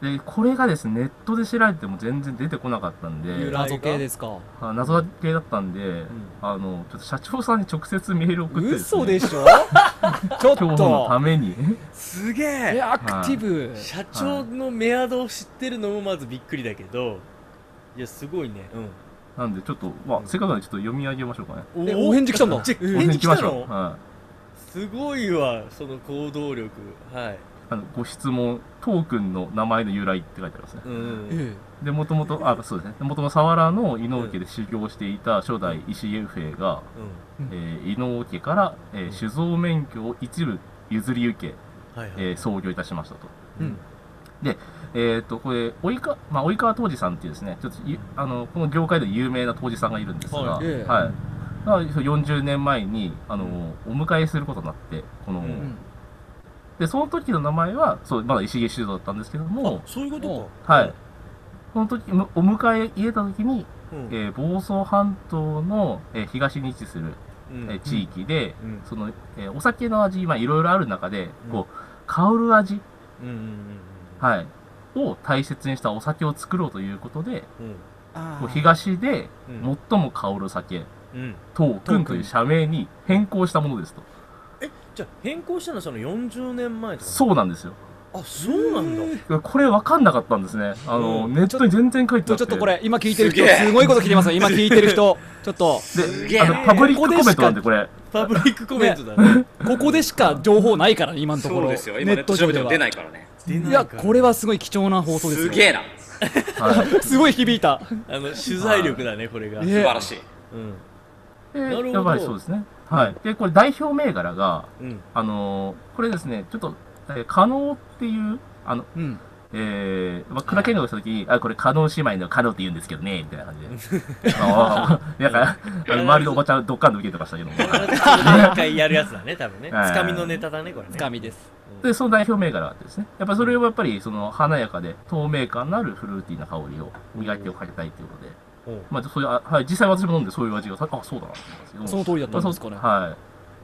[SPEAKER 7] で、これがですね、ネットで調べても全然出てこなかったん
[SPEAKER 6] 由
[SPEAKER 7] で、
[SPEAKER 6] 来
[SPEAKER 5] 謎系ですか
[SPEAKER 7] あ謎系だったんで、あの、ちょっと社長さんに直接メール送ってですね、
[SPEAKER 5] 嘘でしょちょ
[SPEAKER 7] 今
[SPEAKER 5] っ
[SPEAKER 7] 日のた
[SPEAKER 5] と
[SPEAKER 7] めに。
[SPEAKER 6] すげ
[SPEAKER 5] え
[SPEAKER 6] え
[SPEAKER 5] アクティブ
[SPEAKER 6] 社長のメアドを知ってるのもまずびっくりだけどいやすごいねう
[SPEAKER 7] なんで、ちょっと、まあ、せっかくなんでちょっと読み上げましょうかね。
[SPEAKER 6] ん
[SPEAKER 5] えお返事来たんだ
[SPEAKER 6] ちょ
[SPEAKER 5] え
[SPEAKER 6] 返事来
[SPEAKER 7] ま
[SPEAKER 6] た
[SPEAKER 7] しょう。
[SPEAKER 6] の
[SPEAKER 7] は
[SPEAKER 6] すごいわその行動力はい
[SPEAKER 7] い。あの、ご質問、トークンの名前の由来って書いてありますね。
[SPEAKER 6] うんうんうん
[SPEAKER 5] え
[SPEAKER 7] で、もともと、あ、そうですね。もともと佐原の伊能家で修行していた初代石井平が、
[SPEAKER 5] うん
[SPEAKER 7] えー伊能家から、えー酒造免許を一部譲り受け、
[SPEAKER 6] はいはい
[SPEAKER 7] えー創業いたしましたと。
[SPEAKER 5] うん
[SPEAKER 7] で、えっ、と、これ、及川、まあ、及川当時さんっていうですね、ちょっとゆ、あの、この業界で有名な当時さんがいるんですが、
[SPEAKER 6] は
[SPEAKER 7] はいい。
[SPEAKER 5] ええ
[SPEAKER 7] まあ40年前に、あの、お迎えすることになって、この、
[SPEAKER 6] う
[SPEAKER 5] えうんん
[SPEAKER 7] で、その時の名前は、そう、まだ石毛酒造だったんですけども、
[SPEAKER 6] そういうことか
[SPEAKER 7] はい。その時、むお迎え入れた時に、
[SPEAKER 6] うん
[SPEAKER 7] えー房総半島の、えー東に位置する、
[SPEAKER 6] うん
[SPEAKER 7] えー地域で、
[SPEAKER 6] うん
[SPEAKER 7] その、えーお酒の味、まあ、いろいろある中で、
[SPEAKER 6] うん
[SPEAKER 7] こう、香る味、
[SPEAKER 6] うんうん
[SPEAKER 7] はい、を大切にしたお酒を作ろうということで、
[SPEAKER 6] うんうん
[SPEAKER 5] あ
[SPEAKER 7] こう
[SPEAKER 5] ー
[SPEAKER 7] 東で
[SPEAKER 6] うん
[SPEAKER 7] 最も香る酒、
[SPEAKER 6] うん
[SPEAKER 7] 東君という社名に変更したものですと。
[SPEAKER 6] じゃあ変更したのはその40年前とか
[SPEAKER 7] そうなんですよ。
[SPEAKER 6] あそうなんだ
[SPEAKER 7] これ分かんなかったんですね。あの、
[SPEAKER 6] う
[SPEAKER 7] ネットに全然書いて
[SPEAKER 5] ち
[SPEAKER 7] な
[SPEAKER 5] ょ
[SPEAKER 7] く
[SPEAKER 5] ちょ
[SPEAKER 7] て。
[SPEAKER 5] っとこれ今聞いてる人すごいこと聞いてますよ今聞いてる人ちょっと
[SPEAKER 7] で、あの、パブリックコメントなんで、これ。
[SPEAKER 6] パブリックコメントだね
[SPEAKER 5] ここでしか情報ないからね今のところ
[SPEAKER 4] そうですよ今ネット調べても出ないからね
[SPEAKER 6] 出
[SPEAKER 5] い
[SPEAKER 6] な
[SPEAKER 5] や
[SPEAKER 6] から
[SPEAKER 5] これはすごい貴重な放送です
[SPEAKER 4] す
[SPEAKER 5] よ
[SPEAKER 4] げえな
[SPEAKER 7] はい。
[SPEAKER 5] すごい響いた
[SPEAKER 6] あの取材力だねこれが
[SPEAKER 5] ね
[SPEAKER 4] 素晴らしい
[SPEAKER 6] う
[SPEAKER 7] で
[SPEAKER 6] んなるほど
[SPEAKER 7] やっぱりそうですね。はい。で、これ代表銘柄が、
[SPEAKER 6] うん
[SPEAKER 7] あのーこれですね、ちょっと、えー、可能っていう、あの、
[SPEAKER 5] うん
[SPEAKER 7] えー、まあ、クラケンがしたときに、あ、これ、加納姉妹の加納って言うんですけどね、みたいな感
[SPEAKER 5] (laughs)
[SPEAKER 7] じで。ああ、なんか、あの周りのおばちゃん、どっかんで受けてましたけども。
[SPEAKER 6] 一回やるやつだね多分ねつ
[SPEAKER 7] はい
[SPEAKER 6] かみのネタだねこれね
[SPEAKER 5] つかみです
[SPEAKER 7] で、その代表銘柄があってですね。やっぱそれをやっぱり、その、華やかで、透明感のあるフルーティーな香りを、磨いてをかけたいということで。
[SPEAKER 6] うん
[SPEAKER 7] まあ、そういう、あはい、実際私も飲んでそういう味が、あ、そうだな、と思ったんです
[SPEAKER 5] そ
[SPEAKER 7] けど。
[SPEAKER 5] の通りだったんですかね
[SPEAKER 7] は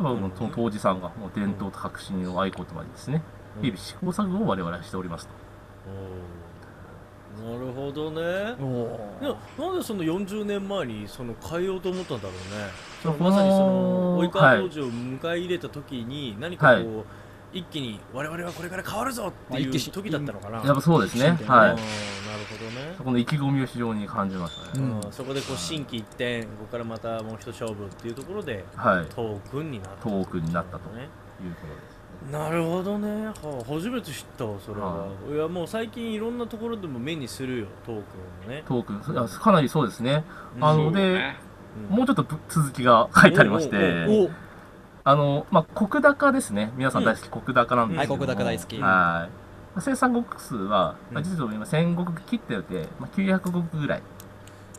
[SPEAKER 7] い。まあ、もうその当時さんが、もう伝統と革新を合言葉にですね、
[SPEAKER 6] うん
[SPEAKER 7] 日々試行錯誤を我々はしておりますと。
[SPEAKER 6] おーなるほどね
[SPEAKER 5] おお
[SPEAKER 6] いやなんでその40年前にその変えようと思ったんだろうね
[SPEAKER 7] そこ
[SPEAKER 6] ま
[SPEAKER 7] の
[SPEAKER 6] さにその及川
[SPEAKER 7] はい
[SPEAKER 6] 道場を迎え入れた時に何かこう、一気に我々はこれから変わるぞってい
[SPEAKER 5] まあ
[SPEAKER 6] う
[SPEAKER 5] 一気に
[SPEAKER 6] 時だったのかな。
[SPEAKER 7] やっぱそうですね。
[SPEAKER 5] 新
[SPEAKER 6] あーな
[SPEAKER 7] は
[SPEAKER 6] る
[SPEAKER 7] い。
[SPEAKER 6] ほどね
[SPEAKER 7] そ。この意気込みを非常に感じましたね。
[SPEAKER 5] う
[SPEAKER 6] う
[SPEAKER 5] ん
[SPEAKER 6] んそこでこう心機一転、ここからまたもう一勝負っていうところで、
[SPEAKER 7] はい。
[SPEAKER 6] トークンになった。
[SPEAKER 7] トークになったと
[SPEAKER 6] ね。
[SPEAKER 7] いうことです。
[SPEAKER 6] なるほどね、はあ、初めて知ったわそれは、、
[SPEAKER 7] はい
[SPEAKER 6] やもう最近いろんなところでも目にするよトークンをね
[SPEAKER 7] トークン、あかなりそうですね。
[SPEAKER 6] うん
[SPEAKER 7] あの、
[SPEAKER 4] そう
[SPEAKER 7] で、
[SPEAKER 4] ね
[SPEAKER 7] もうちょっとぶ続きが書いてありまし
[SPEAKER 6] お
[SPEAKER 7] て、
[SPEAKER 6] お
[SPEAKER 7] あの、まあ、国高ですね。皆さん大好き、国高なんですけども、
[SPEAKER 5] はい国高大好き
[SPEAKER 7] はい。生産国数は、ま
[SPEAKER 6] う
[SPEAKER 7] あ、
[SPEAKER 6] ん
[SPEAKER 7] 実は今1000国切ってて、まあ、900国ぐらい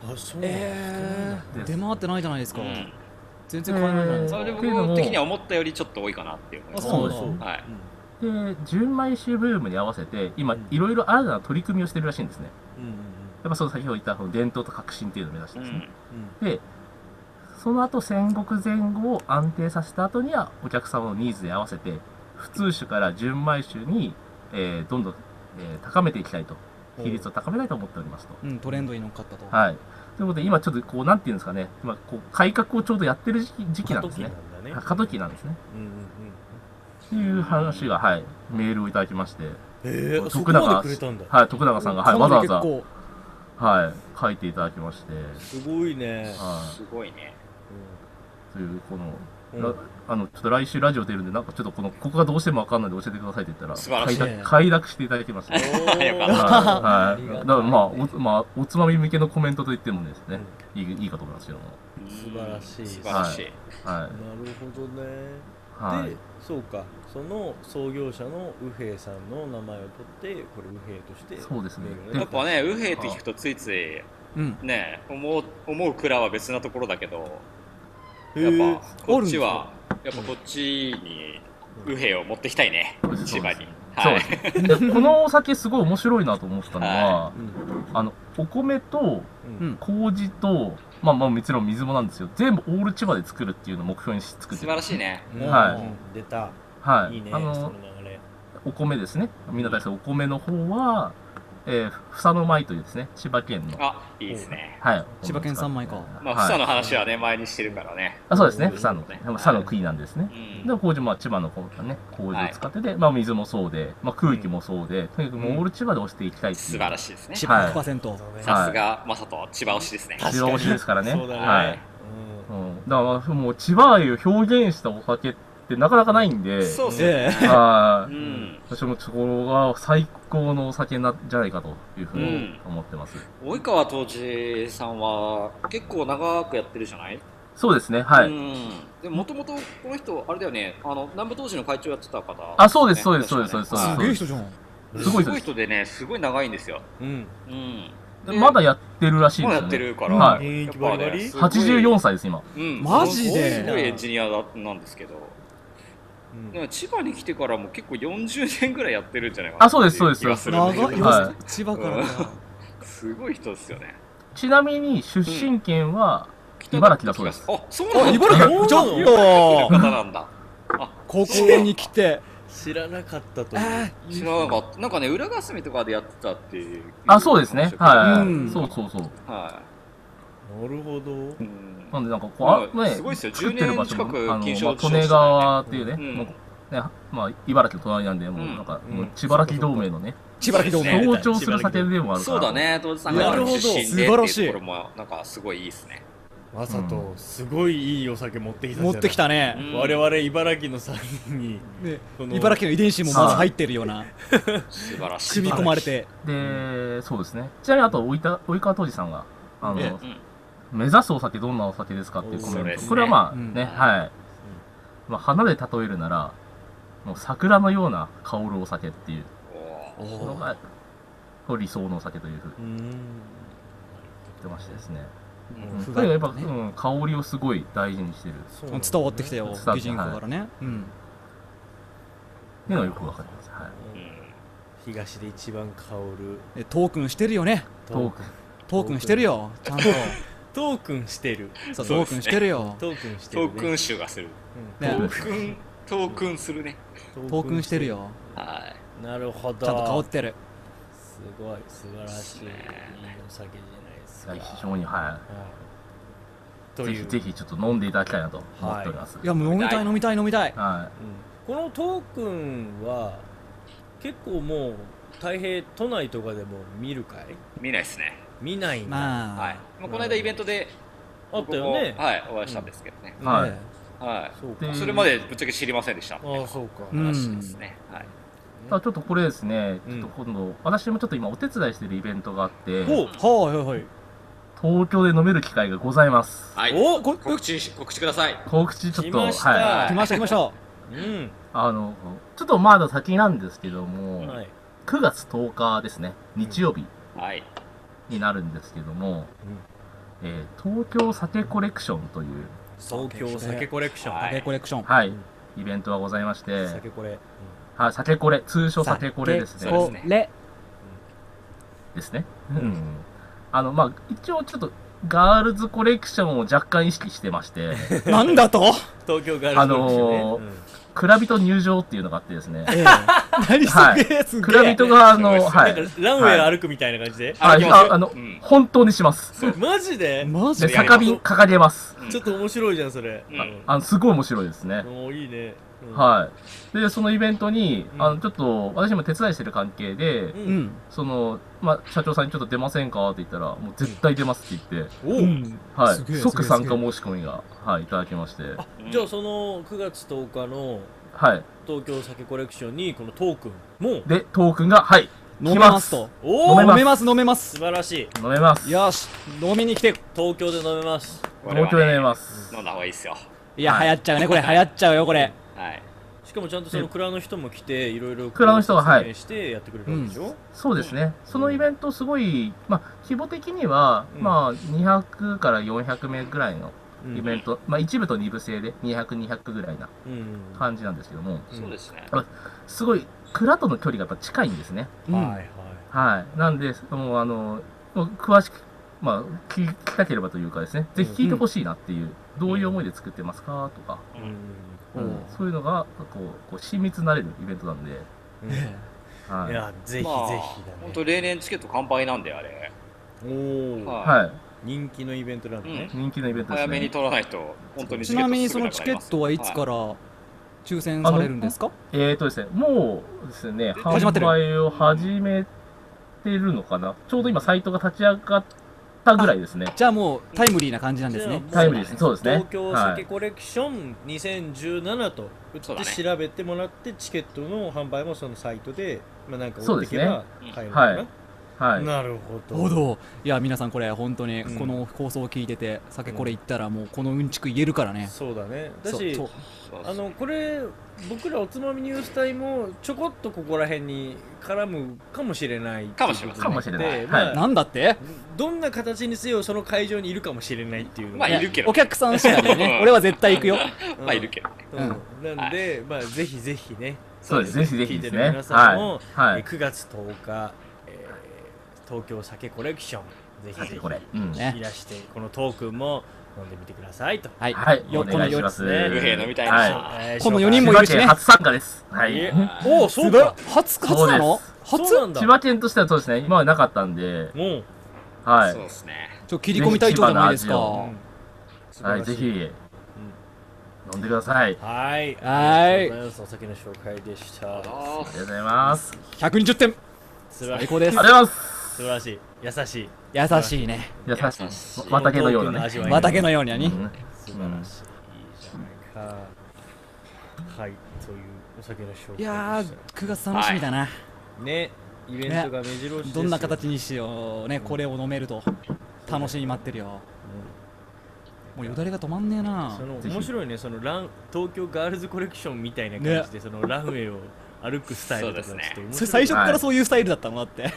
[SPEAKER 6] おあそうなんだ
[SPEAKER 5] えー、
[SPEAKER 7] です
[SPEAKER 5] 出回ってないじゃないですか、
[SPEAKER 4] うん
[SPEAKER 5] 全然買えないじゃないです
[SPEAKER 4] そ
[SPEAKER 5] か、
[SPEAKER 4] れで
[SPEAKER 7] けれど
[SPEAKER 4] 僕
[SPEAKER 7] も
[SPEAKER 4] 的には思ったよりちょっと多いかなっていう思います
[SPEAKER 5] あそうなんだ
[SPEAKER 7] そうです
[SPEAKER 4] はい
[SPEAKER 7] で、純米酒ブームに合わせて、今
[SPEAKER 6] うん、
[SPEAKER 7] いろいろ新たな取り組みをしてるらしいんですね。
[SPEAKER 6] うんうん
[SPEAKER 7] やっぱその先ほど言ったその伝統と革新っていうのを目指して
[SPEAKER 4] う
[SPEAKER 7] です
[SPEAKER 4] ん
[SPEAKER 7] ね。で、その後戦国前後を安定させた後には、お客様のニーズに合わせて、普通酒から純米酒に、えーどんどん、えー高めていきたいと。
[SPEAKER 6] うん
[SPEAKER 7] 比率を高めたいと思っておりますと。
[SPEAKER 5] うん、トレンドに乗っかったと、
[SPEAKER 7] はい。ということで、今ちょっとこう、なんていうんですかね、今こう、改革をちょうどやってる時期時期なんですね。
[SPEAKER 6] なんだね
[SPEAKER 7] あ過渡期なんですね。
[SPEAKER 6] うんうんう
[SPEAKER 7] ってい
[SPEAKER 6] ん
[SPEAKER 7] う話が、はい、メールをいただきまして、
[SPEAKER 6] えー、そこ
[SPEAKER 7] 徳
[SPEAKER 6] ま
[SPEAKER 7] 永
[SPEAKER 6] でくれたんだ
[SPEAKER 7] はい、徳永さんが、はい、
[SPEAKER 5] か
[SPEAKER 7] わざ
[SPEAKER 5] な
[SPEAKER 7] わ
[SPEAKER 5] り
[SPEAKER 7] ざ、
[SPEAKER 5] 結構
[SPEAKER 7] はい、書いていただきまして、
[SPEAKER 6] すごいね、
[SPEAKER 7] はい、
[SPEAKER 4] すごいね
[SPEAKER 7] という、この、
[SPEAKER 6] うん
[SPEAKER 7] らあの、ちょっと来週ラジオ出るんで、なんかちょっとこの、ここがどうしてもわかんないんで教えてくださいって言ったら、
[SPEAKER 4] 素晴らしい
[SPEAKER 7] 快諾快諾していただきました。はい、
[SPEAKER 6] おー
[SPEAKER 4] よかっ
[SPEAKER 7] は
[SPEAKER 4] (laughs)
[SPEAKER 5] あり
[SPEAKER 7] い。
[SPEAKER 5] が
[SPEAKER 7] だ
[SPEAKER 5] た
[SPEAKER 7] か
[SPEAKER 5] い
[SPEAKER 7] らまあ、お、まあ、おつまみ向けのコメントと言ってもですね、いい、いいかと思いますけども。
[SPEAKER 6] 素晴らしい
[SPEAKER 4] 素晴らしい
[SPEAKER 7] はい
[SPEAKER 6] な。るほどね、
[SPEAKER 7] はい
[SPEAKER 6] で。そうかその創業者の右平さんの名前を取ってこれ右平として
[SPEAKER 7] そうですね
[SPEAKER 6] メールを
[SPEAKER 7] で
[SPEAKER 4] やっぱね右兵って聞くとついつい
[SPEAKER 5] うん
[SPEAKER 4] ね思う思う蔵は別なところだけど
[SPEAKER 6] へ
[SPEAKER 4] や
[SPEAKER 6] ー
[SPEAKER 4] っぱこっちはやっぱこっちに右兵を持ってきたいね
[SPEAKER 7] そうです
[SPEAKER 4] 千葉に
[SPEAKER 7] そう
[SPEAKER 4] はい
[SPEAKER 7] ですね。でこのお酒すごい面白いなと思ったのは、
[SPEAKER 6] うん
[SPEAKER 7] あの、お米と
[SPEAKER 6] うん
[SPEAKER 5] うん
[SPEAKER 7] 麹と、まあまあもちろん水もなんですよ。全部オール千葉で作るっていうのを目標にし作って
[SPEAKER 4] 素晴
[SPEAKER 7] る。
[SPEAKER 4] らしいね
[SPEAKER 6] うん
[SPEAKER 7] はい
[SPEAKER 6] うん出た
[SPEAKER 7] はい。
[SPEAKER 6] いいね
[SPEAKER 7] あ
[SPEAKER 6] その
[SPEAKER 7] の、
[SPEAKER 6] 流れ
[SPEAKER 7] お米ですね。みんな大好きなお米の方は、えー、房の米というですね、千葉県の。
[SPEAKER 4] あいいですね
[SPEAKER 7] はい。
[SPEAKER 5] 千葉県産米か
[SPEAKER 4] まあ
[SPEAKER 7] は
[SPEAKER 4] 房
[SPEAKER 7] い、
[SPEAKER 4] の話はね前にしてるからね
[SPEAKER 7] あそうですね、
[SPEAKER 6] うん
[SPEAKER 7] 房の。房の国なんですね
[SPEAKER 4] う。ん
[SPEAKER 7] で、麹もまあ千葉の方のね、麹を使ってて、まあ水もそうで、まあ空気もそうで、とにかくもうオール千葉で押していきたいっていう。
[SPEAKER 4] 素晴らしいですね
[SPEAKER 5] 千
[SPEAKER 7] は
[SPEAKER 5] 葉
[SPEAKER 7] い
[SPEAKER 5] 100%、
[SPEAKER 4] さすがマサト千葉推しですね
[SPEAKER 7] 千葉推しですからね。
[SPEAKER 6] そうだね、
[SPEAKER 7] はい。うん、だからもう千葉愛を表現したお酒ってなかなかないんで、
[SPEAKER 4] そうっす
[SPEAKER 6] え
[SPEAKER 4] ね
[SPEAKER 7] は
[SPEAKER 4] う
[SPEAKER 7] い。
[SPEAKER 4] ん
[SPEAKER 7] 私もそこが最高のお酒なじゃないかというふうに思ってます。
[SPEAKER 4] 及川当時さんは結構長くやってるじゃない
[SPEAKER 7] そうですね、はい。
[SPEAKER 4] うんでもともとこの人あれだよねあの南部当時の会長やってた方
[SPEAKER 7] あそうです
[SPEAKER 4] ね
[SPEAKER 7] そうですそうです
[SPEAKER 4] 確
[SPEAKER 5] す
[SPEAKER 4] か
[SPEAKER 5] げ
[SPEAKER 4] ね
[SPEAKER 5] え人じゃん
[SPEAKER 4] はい
[SPEAKER 7] す
[SPEAKER 4] す
[SPEAKER 7] ごい人で
[SPEAKER 4] ごい
[SPEAKER 7] す
[SPEAKER 4] 人でねすごい長いんですよ
[SPEAKER 6] うん
[SPEAKER 4] うん
[SPEAKER 7] で
[SPEAKER 4] で
[SPEAKER 7] まだやってるらしいん
[SPEAKER 4] ま
[SPEAKER 7] で
[SPEAKER 4] だ
[SPEAKER 7] す
[SPEAKER 4] や
[SPEAKER 7] よね。
[SPEAKER 4] ってるから、
[SPEAKER 7] はい
[SPEAKER 4] やっ
[SPEAKER 6] 現役
[SPEAKER 4] ぱ
[SPEAKER 6] バリバ
[SPEAKER 4] ね
[SPEAKER 6] リ
[SPEAKER 4] すごい
[SPEAKER 7] 84歳です、今。
[SPEAKER 4] うん
[SPEAKER 5] マジです
[SPEAKER 4] ごいエンジニアなんですけど
[SPEAKER 6] うん
[SPEAKER 4] でも千葉に来てからも結構40年ぐらいやってるんじゃないかな
[SPEAKER 7] あそうです
[SPEAKER 4] ってい気が
[SPEAKER 7] そ
[SPEAKER 4] るんだ
[SPEAKER 5] 長
[SPEAKER 4] け
[SPEAKER 5] い
[SPEAKER 4] ど
[SPEAKER 5] よ、
[SPEAKER 7] は
[SPEAKER 5] 千葉からか
[SPEAKER 4] すごい人ですよね
[SPEAKER 7] ちなみに出身県は茨城だそうです。
[SPEAKER 4] あそうなんだ
[SPEAKER 5] 茨城ちょっと
[SPEAKER 4] 方なんだあ
[SPEAKER 5] ここに来て
[SPEAKER 6] 知らなかったと
[SPEAKER 5] え
[SPEAKER 6] 思う
[SPEAKER 5] ー
[SPEAKER 4] 知らなかったなんかね裏霞とかでやってたっていう
[SPEAKER 7] あ、そうですね。
[SPEAKER 5] う
[SPEAKER 7] はい。
[SPEAKER 5] ん
[SPEAKER 7] そうそうそう。
[SPEAKER 4] は
[SPEAKER 6] なるほど
[SPEAKER 4] いうん
[SPEAKER 7] なんで、なんかこう、
[SPEAKER 4] まあ
[SPEAKER 7] あね、
[SPEAKER 4] すごいっすよ
[SPEAKER 7] 作ってる場所も
[SPEAKER 4] 10年近く
[SPEAKER 7] あの、まあ、
[SPEAKER 4] 禁止を
[SPEAKER 7] 利根川っていうね、
[SPEAKER 4] うん
[SPEAKER 7] もうねまあ、茨城の隣なんで、もう、なんか、もう千葉城同盟のね、
[SPEAKER 5] 千葉同
[SPEAKER 4] そう
[SPEAKER 5] 盟
[SPEAKER 7] 同調する酒でもあるから。
[SPEAKER 4] そうだ。ね、当時さんが
[SPEAKER 5] なるほど
[SPEAKER 4] 出身でっていうところもなんかすごいいいですね。
[SPEAKER 6] わざとすごいいいお酒持ってきたじゃ
[SPEAKER 5] 持
[SPEAKER 6] ない
[SPEAKER 5] ってきたね
[SPEAKER 4] うん
[SPEAKER 6] 我々茨城の3人に
[SPEAKER 5] で
[SPEAKER 6] この
[SPEAKER 5] 茨城の遺伝子もまず入ってるような
[SPEAKER 4] 素晴らしい。
[SPEAKER 5] 組み込まれて
[SPEAKER 7] で、そうですね。ちなみに、あと、おいた及川当時さんが、あの、
[SPEAKER 5] ええ
[SPEAKER 4] うん
[SPEAKER 7] 目指すお酒どんなお酒ですかっていうコメ
[SPEAKER 4] そう
[SPEAKER 7] ント。
[SPEAKER 4] ですね
[SPEAKER 7] これはまあ、
[SPEAKER 5] うん
[SPEAKER 7] ね、はい。まあ、花で例えるなら、もう桜のような香るお酒っていう
[SPEAKER 4] おー
[SPEAKER 7] のが、こう理想のお酒というふうに
[SPEAKER 6] うーん
[SPEAKER 7] 言ってましてですね。
[SPEAKER 4] うん
[SPEAKER 7] うん、と
[SPEAKER 5] ふが
[SPEAKER 7] にかくやっぱ、
[SPEAKER 5] ね
[SPEAKER 7] うん、香りをすごい大事にしてるっ
[SPEAKER 6] そうなんだね
[SPEAKER 5] 伝わってきたよ
[SPEAKER 7] 伝わった
[SPEAKER 5] 美人子からねうん
[SPEAKER 7] ていうのがよくわかります。はい。
[SPEAKER 4] うん
[SPEAKER 6] 東で一番香る
[SPEAKER 5] でトークンしてるよね
[SPEAKER 7] トーク。
[SPEAKER 5] トークンしてるよちゃんと
[SPEAKER 6] トークンしてる
[SPEAKER 5] そ
[SPEAKER 4] そ
[SPEAKER 5] う
[SPEAKER 4] う
[SPEAKER 5] トー
[SPEAKER 4] ですね
[SPEAKER 5] クンしてるよ
[SPEAKER 6] トークンしてる
[SPEAKER 4] ト
[SPEAKER 6] ね
[SPEAKER 4] ークン集がする。ト
[SPEAKER 5] ね
[SPEAKER 4] ークン、トークンするね。
[SPEAKER 6] うん
[SPEAKER 5] トークンしてるよ
[SPEAKER 4] は
[SPEAKER 6] なるほど
[SPEAKER 5] ちゃんと香ってる
[SPEAKER 6] すごい素晴らしいいい
[SPEAKER 4] ね
[SPEAKER 6] お酒じゃないですか
[SPEAKER 7] はい非常に、は
[SPEAKER 6] はい
[SPEAKER 7] い。
[SPEAKER 6] と
[SPEAKER 7] ぜ
[SPEAKER 6] い
[SPEAKER 7] ひ
[SPEAKER 6] う
[SPEAKER 7] ぜひちょっと飲んでいただきたいなと思っております。
[SPEAKER 5] いやもう飲みたい飲みたい飲みたい
[SPEAKER 7] はい
[SPEAKER 6] うんこのトークンは結構もう太平都内とかでも見るかい
[SPEAKER 4] 見ないですね。
[SPEAKER 6] 見ないんだ、
[SPEAKER 5] まあ、
[SPEAKER 4] はい。まあ、この間イベントで、
[SPEAKER 6] あったよね
[SPEAKER 4] 僕もはい、お会いしたんですけどね。
[SPEAKER 7] はい
[SPEAKER 6] ね
[SPEAKER 4] は
[SPEAKER 6] そうか
[SPEAKER 7] で
[SPEAKER 4] い。それまでぶっちゃけ知りませんでした。
[SPEAKER 6] ああそうか、
[SPEAKER 5] うん
[SPEAKER 4] 話ですね。はい。
[SPEAKER 7] あちょっとこれですね、
[SPEAKER 6] う
[SPEAKER 7] ち
[SPEAKER 6] ん
[SPEAKER 7] ょっと今度、私もちょっと今お手伝いしてるイベントがあって、
[SPEAKER 6] ほう
[SPEAKER 5] はいはいはい。
[SPEAKER 7] 東京で飲める機会がございます。
[SPEAKER 4] はい。
[SPEAKER 6] おこ
[SPEAKER 4] 告知し、告知ください。
[SPEAKER 7] 告知ちょっ
[SPEAKER 6] 来
[SPEAKER 7] と、
[SPEAKER 6] ました
[SPEAKER 7] はい。
[SPEAKER 5] 来ました来ました。
[SPEAKER 6] うん
[SPEAKER 7] あの、ちょっとまだ先なんですけども、
[SPEAKER 6] はい
[SPEAKER 7] 9月10日ですね、日曜日
[SPEAKER 4] はい。
[SPEAKER 7] になるんですけども、えー東京酒コレクションという、
[SPEAKER 6] 東京酒コレクション、
[SPEAKER 4] はい
[SPEAKER 5] 酒コレクション。
[SPEAKER 7] はい、イベントがございまして、
[SPEAKER 6] 酒コレ、うん
[SPEAKER 7] はい、酒コレ、通称酒コレです
[SPEAKER 4] 酒
[SPEAKER 7] ね。
[SPEAKER 4] コレ
[SPEAKER 5] これ。
[SPEAKER 7] ですね。うん。あの、まあ、一応ちょっと、ガールズコレクションを若干意識してまして、
[SPEAKER 5] なんだと
[SPEAKER 6] 東京ガールズコレクションね、
[SPEAKER 7] あのー
[SPEAKER 6] うん
[SPEAKER 7] クラビト入場っていうのがあってですね、
[SPEAKER 5] ええ何すげえす
[SPEAKER 7] ク
[SPEAKER 5] げ
[SPEAKER 7] ラビ
[SPEAKER 5] え。
[SPEAKER 7] トが、あの、は
[SPEAKER 6] なん
[SPEAKER 7] い、
[SPEAKER 6] かランウェイ歩くみたいな感じで、
[SPEAKER 7] あ
[SPEAKER 4] 歩きますよ
[SPEAKER 7] ああの
[SPEAKER 4] うん
[SPEAKER 7] 本当にします。
[SPEAKER 6] マジで、
[SPEAKER 5] マジ
[SPEAKER 7] で、
[SPEAKER 5] で
[SPEAKER 4] や
[SPEAKER 7] 酒
[SPEAKER 4] ります
[SPEAKER 7] 瓶掲げます。
[SPEAKER 6] ちょっと面白いじゃんそれ、
[SPEAKER 4] うん
[SPEAKER 7] あの、すごい面白いですね。
[SPEAKER 6] おーいいね、うん
[SPEAKER 7] はい。で、そのイベントに、
[SPEAKER 6] うん
[SPEAKER 7] あの、ちょっと、私も手伝いしてる関係で
[SPEAKER 6] う、、
[SPEAKER 5] うんん。
[SPEAKER 7] その、まあ、社長さんにちょっと出ませんかって言ったら、もう絶対出ますって言って、
[SPEAKER 6] おう
[SPEAKER 5] うん。
[SPEAKER 7] は
[SPEAKER 5] すげ
[SPEAKER 7] い。
[SPEAKER 5] え
[SPEAKER 7] 即
[SPEAKER 5] すげえ
[SPEAKER 7] 参加申し込みが、はい、いただきまして、
[SPEAKER 6] じゃあその9月10日の
[SPEAKER 7] はい。
[SPEAKER 6] 東京酒コレクションにこのトークンも
[SPEAKER 7] で、トークンが、はい、
[SPEAKER 5] 飲めますと。
[SPEAKER 6] お
[SPEAKER 7] 飲
[SPEAKER 6] お
[SPEAKER 7] めます
[SPEAKER 5] 飲めます飲めます
[SPEAKER 6] 素。晴らしい
[SPEAKER 7] 飲めます。
[SPEAKER 5] よし、飲みに来て。
[SPEAKER 6] 東京で飲めます
[SPEAKER 4] これは
[SPEAKER 7] 東京
[SPEAKER 4] ね
[SPEAKER 7] で飲めます。
[SPEAKER 4] 飲んだ方がいいですよ。
[SPEAKER 5] いや、
[SPEAKER 7] はい
[SPEAKER 5] 流行っちゃうね、これ流行っちゃうよ、これ。
[SPEAKER 4] はい。
[SPEAKER 6] しかもちゃんとその蔵の人も来ていろいろ
[SPEAKER 7] 蔵の人がはい
[SPEAKER 6] 説明してやってくれるわけでしょ、
[SPEAKER 7] そうですね。そのイベント、すごい、まあ、規模的には、
[SPEAKER 6] うん
[SPEAKER 7] まあ、200から400名ぐらいの
[SPEAKER 6] うん
[SPEAKER 7] イベント、まあ、一部と二部制で200、200ぐらいな
[SPEAKER 6] うん
[SPEAKER 7] 感じなんですけども、
[SPEAKER 6] うん
[SPEAKER 4] そうですね。
[SPEAKER 7] すごい、蔵との距離がやっぱ近いんですね。
[SPEAKER 5] うん
[SPEAKER 6] はいはい
[SPEAKER 7] はい。なんで、もうあの、もう詳しく、まあ、聞きたければというかですね、ぜひ聞いてほしいなっていう、どういう思いで作ってますかとか、
[SPEAKER 6] うん
[SPEAKER 7] うんそういうのが、こう、こう親密になれるイベントなんで、
[SPEAKER 6] うん
[SPEAKER 7] はいい。
[SPEAKER 6] やぜひぜひ
[SPEAKER 4] ま
[SPEAKER 6] だ
[SPEAKER 4] あ
[SPEAKER 6] ね、
[SPEAKER 4] 本当例年チケット完売なんで、あれ。
[SPEAKER 6] おー
[SPEAKER 4] は
[SPEAKER 7] はい。
[SPEAKER 6] 人気のイベントなんだね、
[SPEAKER 7] 人気のイベントですね。
[SPEAKER 4] 早めに取らないと、本当にチ
[SPEAKER 5] ち
[SPEAKER 4] ケッ
[SPEAKER 5] な
[SPEAKER 4] ト
[SPEAKER 5] みに
[SPEAKER 4] す
[SPEAKER 5] そ
[SPEAKER 4] ぐ
[SPEAKER 5] の
[SPEAKER 4] なく
[SPEAKER 5] チ
[SPEAKER 4] な
[SPEAKER 5] ケ
[SPEAKER 4] ります
[SPEAKER 5] ットはいつから抽選されるんですか
[SPEAKER 7] えーとですね、もうですね、
[SPEAKER 5] 始まっ
[SPEAKER 7] 販
[SPEAKER 5] てる
[SPEAKER 7] 売を始めてるのかな、ちょうど今、サイトが立ち上がったぐらいですね。
[SPEAKER 5] じゃあもうタイムリーな感じなんです
[SPEAKER 6] じゃあ
[SPEAKER 5] ね
[SPEAKER 6] も。
[SPEAKER 7] タイムリーですねそうですね
[SPEAKER 6] 東京酒コレクション2017と打っ
[SPEAKER 4] そうだね
[SPEAKER 6] て調べてもらって、チケットの販売もそのサイトで、まあ、なんか追っていけば
[SPEAKER 4] そうですね
[SPEAKER 6] 買えるのかな、
[SPEAKER 7] はい。はい。
[SPEAKER 6] なるほど。
[SPEAKER 5] おどいや皆さんこれ本当に
[SPEAKER 6] うん
[SPEAKER 5] この放送を聞いてて酒これ言ったらもうこのうんちく言えるからね
[SPEAKER 6] そうだね。だ
[SPEAKER 5] そう
[SPEAKER 6] し
[SPEAKER 5] と、
[SPEAKER 4] そうそう
[SPEAKER 6] あの、これ、僕らおつまみニュース隊も、ちょこっとここら辺に絡むかもしれない。
[SPEAKER 4] かもしれません
[SPEAKER 7] かもしれない
[SPEAKER 6] で
[SPEAKER 7] はい
[SPEAKER 6] まあ、
[SPEAKER 5] なんだって
[SPEAKER 6] どんな形にせよ、その会場にいるかもしれないっていうの
[SPEAKER 4] まあ
[SPEAKER 6] が
[SPEAKER 4] いるけど
[SPEAKER 5] お客さん次第でね俺は絶対行くよ
[SPEAKER 4] まあ、いるけどね。
[SPEAKER 6] ど。うんなんで、まあ、ぜひぜひね。
[SPEAKER 7] そうですぜひぜひですね
[SPEAKER 6] 聞いてる皆さんも、
[SPEAKER 7] は
[SPEAKER 6] えー
[SPEAKER 7] い。
[SPEAKER 6] 9月10日、えー東京酒コレクションぜひぜ
[SPEAKER 7] これ。うん。
[SPEAKER 5] ね
[SPEAKER 6] ひいらしてこのトークンも飲んでみてくださいと、
[SPEAKER 5] はい
[SPEAKER 7] はい。
[SPEAKER 5] よ
[SPEAKER 7] お
[SPEAKER 5] この
[SPEAKER 7] 願いし
[SPEAKER 5] よ
[SPEAKER 7] ます。
[SPEAKER 6] ね
[SPEAKER 4] 右兵飲みたい
[SPEAKER 7] は
[SPEAKER 4] な。
[SPEAKER 6] えー
[SPEAKER 5] こ
[SPEAKER 6] 紹
[SPEAKER 5] の
[SPEAKER 6] 介
[SPEAKER 5] 四人
[SPEAKER 7] い。千
[SPEAKER 5] もい
[SPEAKER 7] 葉
[SPEAKER 5] るしね
[SPEAKER 7] 県初参加です。はい。
[SPEAKER 6] え
[SPEAKER 7] 千
[SPEAKER 6] おおそう
[SPEAKER 5] すごい
[SPEAKER 6] か
[SPEAKER 5] 初初なの初
[SPEAKER 6] そうなんだ
[SPEAKER 7] 葉県としてはそうですね、今までなかったんで、
[SPEAKER 6] もう、
[SPEAKER 7] は
[SPEAKER 4] そう
[SPEAKER 7] い。
[SPEAKER 4] ですね。
[SPEAKER 5] ちょ切り込み隊長じゃないですか
[SPEAKER 7] ぜひ千葉の
[SPEAKER 5] は
[SPEAKER 7] 味はい。
[SPEAKER 6] 素晴らし
[SPEAKER 7] ぜ
[SPEAKER 6] い
[SPEAKER 7] ひ、飲んでください。あ
[SPEAKER 6] はい
[SPEAKER 5] ーい
[SPEAKER 6] ありがとうござますお酒の紹介でした
[SPEAKER 7] り
[SPEAKER 4] あ
[SPEAKER 7] がとうございます。
[SPEAKER 5] 120点
[SPEAKER 6] 素晴ら
[SPEAKER 5] 最高です
[SPEAKER 7] ありがとうございます。
[SPEAKER 6] 素晴らしい優しい
[SPEAKER 5] 優しいね
[SPEAKER 7] じゃあ、
[SPEAKER 4] 優
[SPEAKER 7] さ
[SPEAKER 4] しい
[SPEAKER 7] 綿毛のような
[SPEAKER 6] トークンの
[SPEAKER 7] ね。
[SPEAKER 6] 味わい
[SPEAKER 5] 畑のようには
[SPEAKER 7] う
[SPEAKER 5] に
[SPEAKER 7] ん
[SPEAKER 6] 素晴らしい、いいじゃないかはいというお酒の紹介でした
[SPEAKER 5] いやー9月楽しみだな
[SPEAKER 6] ねイベントが目白押しですよ
[SPEAKER 5] どんな形にしようねこれを飲めると楽しみに待ってるよもうよだれが止まんねえな
[SPEAKER 6] その
[SPEAKER 7] ぜひ
[SPEAKER 6] 面白いねそのラン東京ガールズコレクションみたいな感じで、そのランウェイを歩くスタイルとかち
[SPEAKER 4] そ
[SPEAKER 6] ょ
[SPEAKER 4] う
[SPEAKER 6] っ
[SPEAKER 4] ですね
[SPEAKER 6] と面
[SPEAKER 5] そ
[SPEAKER 6] 白
[SPEAKER 5] れ最
[SPEAKER 6] い
[SPEAKER 5] 初からそういうスタイルだったのだって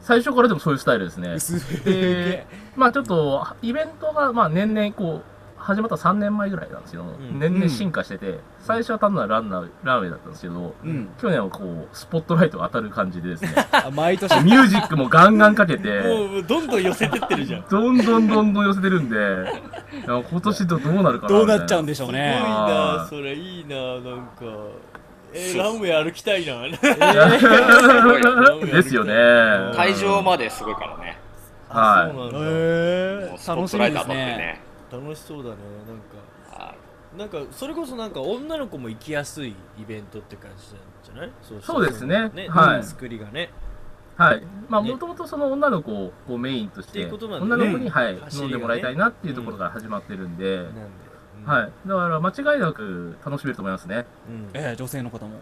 [SPEAKER 7] 最初からでもそういうスタイルですね。
[SPEAKER 5] (laughs) 薄
[SPEAKER 7] で、まあちょっと、イベントが、まあ年々こう、始まった3年前ぐらいなんですけど、
[SPEAKER 6] ん
[SPEAKER 7] 年々進化してて、最初は単なるランナー、ランウェイだったんですけど、
[SPEAKER 5] うん
[SPEAKER 7] 去年はこう、スポットライトが当たる感じでですね、
[SPEAKER 5] あ毎年
[SPEAKER 7] (laughs) ミュージックもガンガンかけて、
[SPEAKER 6] もうどんどん寄せてってるじゃん
[SPEAKER 7] どんどんどんどん寄せてるんで、いや今年どどうなるかな
[SPEAKER 5] どうなっちゃうん
[SPEAKER 7] で
[SPEAKER 5] でしょう
[SPEAKER 6] すごい
[SPEAKER 5] ね
[SPEAKER 6] な
[SPEAKER 7] あー
[SPEAKER 6] それいいななんかえーランウェイ歩きたいな
[SPEAKER 4] すごい
[SPEAKER 6] ランウェイ歩きた
[SPEAKER 7] で
[SPEAKER 6] い
[SPEAKER 7] すよね。
[SPEAKER 4] 会場まですごいからね。
[SPEAKER 6] あそうなんだ、
[SPEAKER 5] へ
[SPEAKER 4] もう
[SPEAKER 5] ー
[SPEAKER 4] スポ
[SPEAKER 5] 楽
[SPEAKER 4] ッ
[SPEAKER 5] し
[SPEAKER 4] トラ
[SPEAKER 5] み
[SPEAKER 4] イ
[SPEAKER 5] で
[SPEAKER 4] ト当たっ
[SPEAKER 5] す
[SPEAKER 4] て
[SPEAKER 5] ね
[SPEAKER 4] ね。
[SPEAKER 6] 楽しそうだねなんか
[SPEAKER 4] はい
[SPEAKER 6] なんかそれこそなんか女の子も行きやすいイベントって感じなんじゃないそう
[SPEAKER 7] そうですね
[SPEAKER 6] ね、
[SPEAKER 7] はい
[SPEAKER 6] 作りがね
[SPEAKER 7] はい。まあ、
[SPEAKER 6] ね
[SPEAKER 7] もともとその女の子をこうメインとし
[SPEAKER 6] ってい
[SPEAKER 7] て、
[SPEAKER 6] うことなんでね
[SPEAKER 7] 女の子に、はい、
[SPEAKER 6] 走
[SPEAKER 7] 飲
[SPEAKER 6] りがね
[SPEAKER 7] んでもらいたいなっていうところから始まってるんで、
[SPEAKER 6] なんで、うん
[SPEAKER 7] はい。だから、間違いなく楽しめると思いますね。
[SPEAKER 6] うんそう
[SPEAKER 5] ええ女性の方も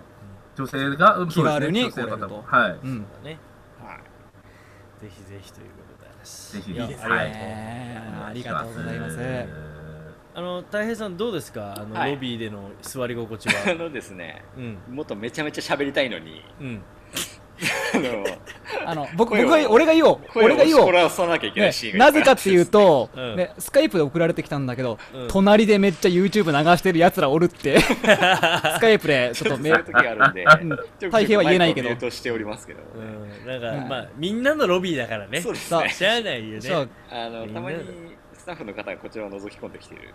[SPEAKER 7] 女性が、うん
[SPEAKER 5] 気軽に
[SPEAKER 7] そうですね女性の方も。
[SPEAKER 5] 来
[SPEAKER 7] はい。
[SPEAKER 5] うん
[SPEAKER 6] だねはいぜひぜひということで
[SPEAKER 7] ぜひぜひ
[SPEAKER 6] いや
[SPEAKER 7] いいですね
[SPEAKER 6] ありがとう
[SPEAKER 5] ええありがとうございます
[SPEAKER 6] あのたい平さんどうですかあの、
[SPEAKER 4] はい
[SPEAKER 6] ロビーでの座り心地
[SPEAKER 4] あ
[SPEAKER 6] は (laughs)
[SPEAKER 4] のですね、
[SPEAKER 6] うん
[SPEAKER 4] もっとめちゃめちゃ喋りたいのに、
[SPEAKER 6] うん
[SPEAKER 4] あの、
[SPEAKER 5] あの僕
[SPEAKER 4] 声を
[SPEAKER 5] 僕が俺が言おう
[SPEAKER 4] (laughs) 声を
[SPEAKER 5] 俺が
[SPEAKER 4] 押し
[SPEAKER 5] 言おう
[SPEAKER 4] 殺さなきゃいけな
[SPEAKER 5] ね
[SPEAKER 4] いシーン、が
[SPEAKER 5] ない
[SPEAKER 4] っぱいあ
[SPEAKER 5] ぜか
[SPEAKER 4] っ
[SPEAKER 5] っていうと、
[SPEAKER 6] うん
[SPEAKER 5] ね、スカイプで送られてきたんだけど、
[SPEAKER 6] うん
[SPEAKER 5] 隣でめっちゃ YouTube 流してるやつらおるってスカイプでちょっと
[SPEAKER 4] そう
[SPEAKER 5] め
[SPEAKER 4] いう時があるんで、ちょっと
[SPEAKER 5] 大平は言えないけど
[SPEAKER 4] マイクをミュートしておりますけど、
[SPEAKER 6] う
[SPEAKER 4] ね
[SPEAKER 6] ん、なんか、
[SPEAKER 5] うん
[SPEAKER 6] まあみんなのロビーだからね
[SPEAKER 4] そうです
[SPEAKER 5] そう
[SPEAKER 4] ね。
[SPEAKER 6] しゃあないよね
[SPEAKER 5] そう
[SPEAKER 4] あの、たま
[SPEAKER 6] みんな
[SPEAKER 4] にスタッフの方がこちらを覗き込んできている。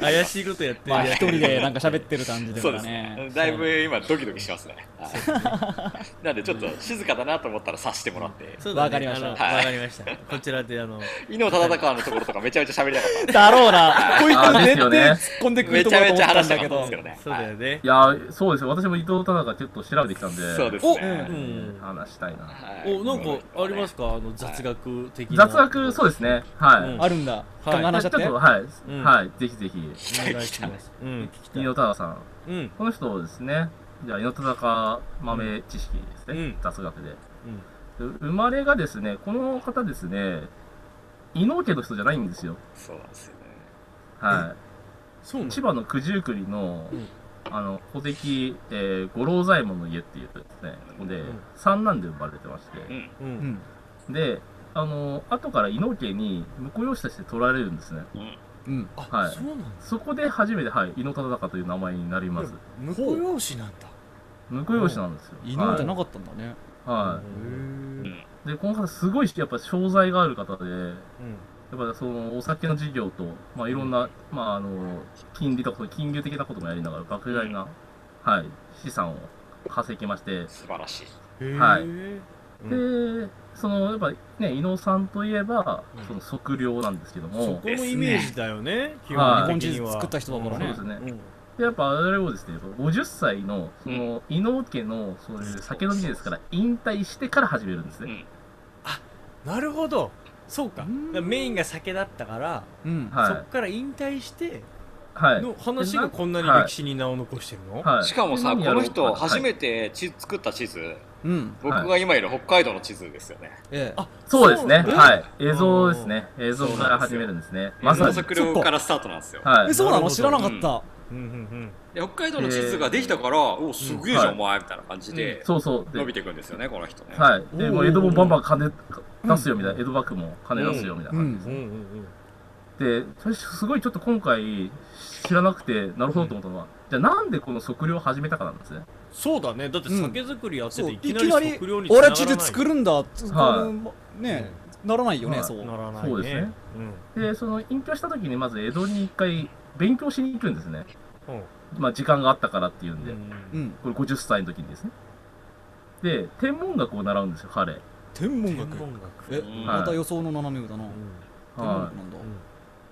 [SPEAKER 6] 怪しいことやってる
[SPEAKER 5] まあ
[SPEAKER 6] や
[SPEAKER 5] 一
[SPEAKER 6] つ
[SPEAKER 5] 人でなんか喋ってる感じだ
[SPEAKER 4] そ
[SPEAKER 5] か
[SPEAKER 4] うで
[SPEAKER 5] ら
[SPEAKER 4] す
[SPEAKER 5] ね
[SPEAKER 4] ね。だいぶ今ドキドキしてますね。
[SPEAKER 5] (laughs)
[SPEAKER 4] はいなんでちょっと静かだなと思ったら察してもらって。
[SPEAKER 6] そうだね
[SPEAKER 5] わかりました
[SPEAKER 6] あの
[SPEAKER 4] はい
[SPEAKER 6] わかりました (laughs) こちらであの
[SPEAKER 4] 伊能忠敬のところとかめちゃめちゃ喋りたかったんで。
[SPEAKER 5] だろうなこい
[SPEAKER 7] あー
[SPEAKER 5] つ
[SPEAKER 7] です
[SPEAKER 5] 絶
[SPEAKER 7] よ
[SPEAKER 5] 対突
[SPEAKER 7] ね
[SPEAKER 5] っ込んでくる
[SPEAKER 4] め
[SPEAKER 5] と
[SPEAKER 4] ち
[SPEAKER 5] こ
[SPEAKER 4] ゃめ
[SPEAKER 5] だと思
[SPEAKER 4] ちゃ
[SPEAKER 5] ったん
[SPEAKER 4] 話したか
[SPEAKER 5] だけ
[SPEAKER 4] ったんで
[SPEAKER 5] ど
[SPEAKER 4] すけどね。
[SPEAKER 6] そうだよね
[SPEAKER 7] いやー、そうですよ。私も伊藤田中ちょっと調べてきたんで、
[SPEAKER 4] そうです
[SPEAKER 6] お
[SPEAKER 4] ね。
[SPEAKER 6] うん
[SPEAKER 7] 話したいな。
[SPEAKER 4] はい
[SPEAKER 6] おなんかありますかあの雑学的な
[SPEAKER 7] 雑学、そううですね。はい。
[SPEAKER 6] うん
[SPEAKER 5] あるんだガンガン話しちゃっ
[SPEAKER 7] ちょっと、
[SPEAKER 5] て
[SPEAKER 7] はい、
[SPEAKER 6] うん
[SPEAKER 7] はい、ぜひぜひ、
[SPEAKER 4] 聞きたい
[SPEAKER 6] お願い
[SPEAKER 4] 聞き
[SPEAKER 6] した
[SPEAKER 4] い
[SPEAKER 6] ますうん聞きた
[SPEAKER 7] 井
[SPEAKER 6] い
[SPEAKER 7] 野忠さん。
[SPEAKER 6] うんうん
[SPEAKER 7] この人ですね、じゃあ、井野忠敬豆知識ですね、
[SPEAKER 6] うん
[SPEAKER 7] 雑学で。う生まれがですね、この方ですね、伊能家の人じゃないんですよ。
[SPEAKER 4] そうなんですよね。
[SPEAKER 7] は。
[SPEAKER 6] そうないの
[SPEAKER 7] 千葉の九十九里の、
[SPEAKER 6] うん
[SPEAKER 7] あの、戸籍、えー、五郎左衛門の家っていうですね、ここで、
[SPEAKER 6] うん
[SPEAKER 7] 三男で生まれてまして、
[SPEAKER 4] うん
[SPEAKER 6] う
[SPEAKER 5] うんん
[SPEAKER 7] で、あの、後から伊能家に婿養子として取られるんですね。
[SPEAKER 5] うん
[SPEAKER 6] あ
[SPEAKER 7] はい
[SPEAKER 6] そうなんだ
[SPEAKER 7] そこで初めて、はい、伊能忠敬という名前になります。
[SPEAKER 5] 婿養子なんだ
[SPEAKER 7] 婿養子なんですよ。
[SPEAKER 5] 犬じゃ
[SPEAKER 7] は
[SPEAKER 5] なかったんだね
[SPEAKER 7] い。はい
[SPEAKER 6] うん
[SPEAKER 7] で、この方すごいやっぱ商材がある方で、や
[SPEAKER 6] う
[SPEAKER 7] っ
[SPEAKER 6] ん
[SPEAKER 7] ぱそのお酒の事業と、まあいろんな、まああの、金利とか、金融的なこともやりながら、莫大な、はい、資産を稼ぎまして、
[SPEAKER 4] 素晴らしい。
[SPEAKER 7] はい
[SPEAKER 6] うん
[SPEAKER 7] で、その、やっぱね、伊野さんといえば
[SPEAKER 6] うん、
[SPEAKER 7] その測量なんですけど
[SPEAKER 6] そ
[SPEAKER 7] も
[SPEAKER 6] こ、のイメージだよね基
[SPEAKER 7] はい
[SPEAKER 6] 本
[SPEAKER 5] 日本
[SPEAKER 6] 的に
[SPEAKER 5] 人
[SPEAKER 6] は
[SPEAKER 5] 作った人だから
[SPEAKER 7] そう
[SPEAKER 5] ね
[SPEAKER 7] ですね。
[SPEAKER 6] うん
[SPEAKER 7] で、やっぱあれをですね、50歳の、その、伊野家の、そういう酒のビジネスから引退してから始めるんですね。
[SPEAKER 6] なるほどそうか
[SPEAKER 5] うん
[SPEAKER 6] だからメインが酒だったから
[SPEAKER 5] うん
[SPEAKER 6] そ
[SPEAKER 7] は
[SPEAKER 6] っから引退して
[SPEAKER 7] い。はい。
[SPEAKER 6] の話がこんなに歴史に名を残してるの
[SPEAKER 7] はい。
[SPEAKER 4] しかもさ、この人初
[SPEAKER 7] て、
[SPEAKER 4] めて地図作った地図、
[SPEAKER 5] うん
[SPEAKER 4] 僕が今いる北海道の地図ですよね。
[SPEAKER 5] ええ
[SPEAKER 6] あ
[SPEAKER 7] そうですね。
[SPEAKER 6] そう
[SPEAKER 7] はい。映像ですね。映像から始めるんですね。まさに。
[SPEAKER 4] 測量からスタートなんですよ。
[SPEAKER 7] は
[SPEAKER 5] え
[SPEAKER 7] い。
[SPEAKER 5] そうなの知らなかった
[SPEAKER 6] うんうん
[SPEAKER 4] で北海道の地図ができたから、おすげえじゃん、
[SPEAKER 7] はい
[SPEAKER 4] お前みたいな感じで、
[SPEAKER 7] そうそう。で
[SPEAKER 4] 伸びていくんですよね、この人ね。
[SPEAKER 7] はい。で、もう江戸もバンバン金出すよみたいな。江戸幕府も金出すよみたいな感じ
[SPEAKER 6] うんうんうん
[SPEAKER 7] で。で、それすごいちょっと今回知らなくて、なるほどと思ったのは、じゃあなんでこの測量を始めたかなんですね。
[SPEAKER 6] そうだねだって酒造りやって
[SPEAKER 5] そ
[SPEAKER 6] て
[SPEAKER 5] う
[SPEAKER 6] い
[SPEAKER 5] い
[SPEAKER 6] き
[SPEAKER 5] き
[SPEAKER 6] な
[SPEAKER 5] な
[SPEAKER 6] り
[SPEAKER 5] り
[SPEAKER 6] 測量に
[SPEAKER 5] 俺は地図作るんだ
[SPEAKER 7] は
[SPEAKER 5] ねならないよね
[SPEAKER 7] はい
[SPEAKER 5] そう
[SPEAKER 6] ならないね
[SPEAKER 7] そうですねで、その隠居した時にまず江戸に一回勉強しに行くんですね。
[SPEAKER 6] うんうん
[SPEAKER 7] まあ時間があったからっていうん
[SPEAKER 6] う
[SPEAKER 7] で。
[SPEAKER 5] うんん
[SPEAKER 7] これ50歳の時にですね。で、天文学を習うんですよ、彼。
[SPEAKER 5] 天文学
[SPEAKER 6] 天文学
[SPEAKER 5] え
[SPEAKER 4] うん
[SPEAKER 5] また予想の斜め上だな天文
[SPEAKER 7] は
[SPEAKER 5] 学なんだ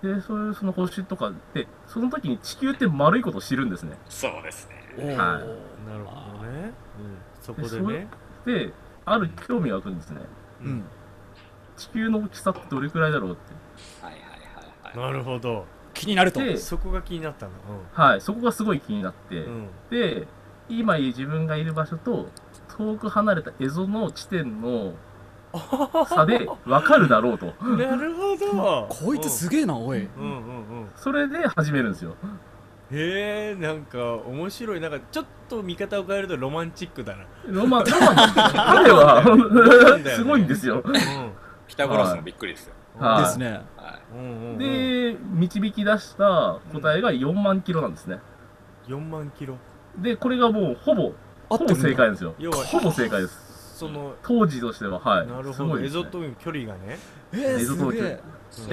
[SPEAKER 7] い。で、そういうその星とかで、その時に地球って丸いことを知るんですね。
[SPEAKER 4] そうですね。
[SPEAKER 5] おー
[SPEAKER 7] は
[SPEAKER 6] なるほどねうんそこで
[SPEAKER 7] でそ
[SPEAKER 6] ね
[SPEAKER 7] れで、ある興味が湧くんですね。
[SPEAKER 5] うん
[SPEAKER 7] 地球の大きさってどれくらいだろうって。
[SPEAKER 4] はいはいはいはい。
[SPEAKER 6] なるほど
[SPEAKER 5] 気になると
[SPEAKER 7] で
[SPEAKER 6] そこが気になったんだ
[SPEAKER 7] はい、そこがすごい気になって。
[SPEAKER 6] うんうん
[SPEAKER 7] で、今自分がいる場所と、遠く離れた蝦夷の地点の差で分かるだろうと。
[SPEAKER 6] なるほど
[SPEAKER 5] (laughs) こいつすげえなおい
[SPEAKER 6] うんうんうんうん
[SPEAKER 7] それで始めるんですよ。
[SPEAKER 6] へえんか面白いなんかちょっと見方を変えるとロマンチックだな
[SPEAKER 7] ロ
[SPEAKER 6] (laughs)
[SPEAKER 7] マン、ロマンなんですよ彼は、すごいんですよ。
[SPEAKER 4] ピタゴラスもびっくりですよ。
[SPEAKER 7] はい
[SPEAKER 5] ですね
[SPEAKER 4] は
[SPEAKER 6] うんうんうん
[SPEAKER 7] で、導き出した答えが4万キロなんですね。
[SPEAKER 6] 4万キロ
[SPEAKER 7] で、これがもうほぼ、ほ
[SPEAKER 5] 合って
[SPEAKER 7] ぼ
[SPEAKER 5] る
[SPEAKER 7] 正解ですよ。
[SPEAKER 6] 要は
[SPEAKER 7] ほぼ正解です。
[SPEAKER 6] その
[SPEAKER 7] 当時としては、はい。
[SPEAKER 6] なる
[SPEAKER 7] す
[SPEAKER 6] ほ
[SPEAKER 7] ご
[SPEAKER 6] ど
[SPEAKER 7] い
[SPEAKER 6] エ
[SPEAKER 7] です、ね。
[SPEAKER 6] ゾとの距離がね
[SPEAKER 5] えー、すげえ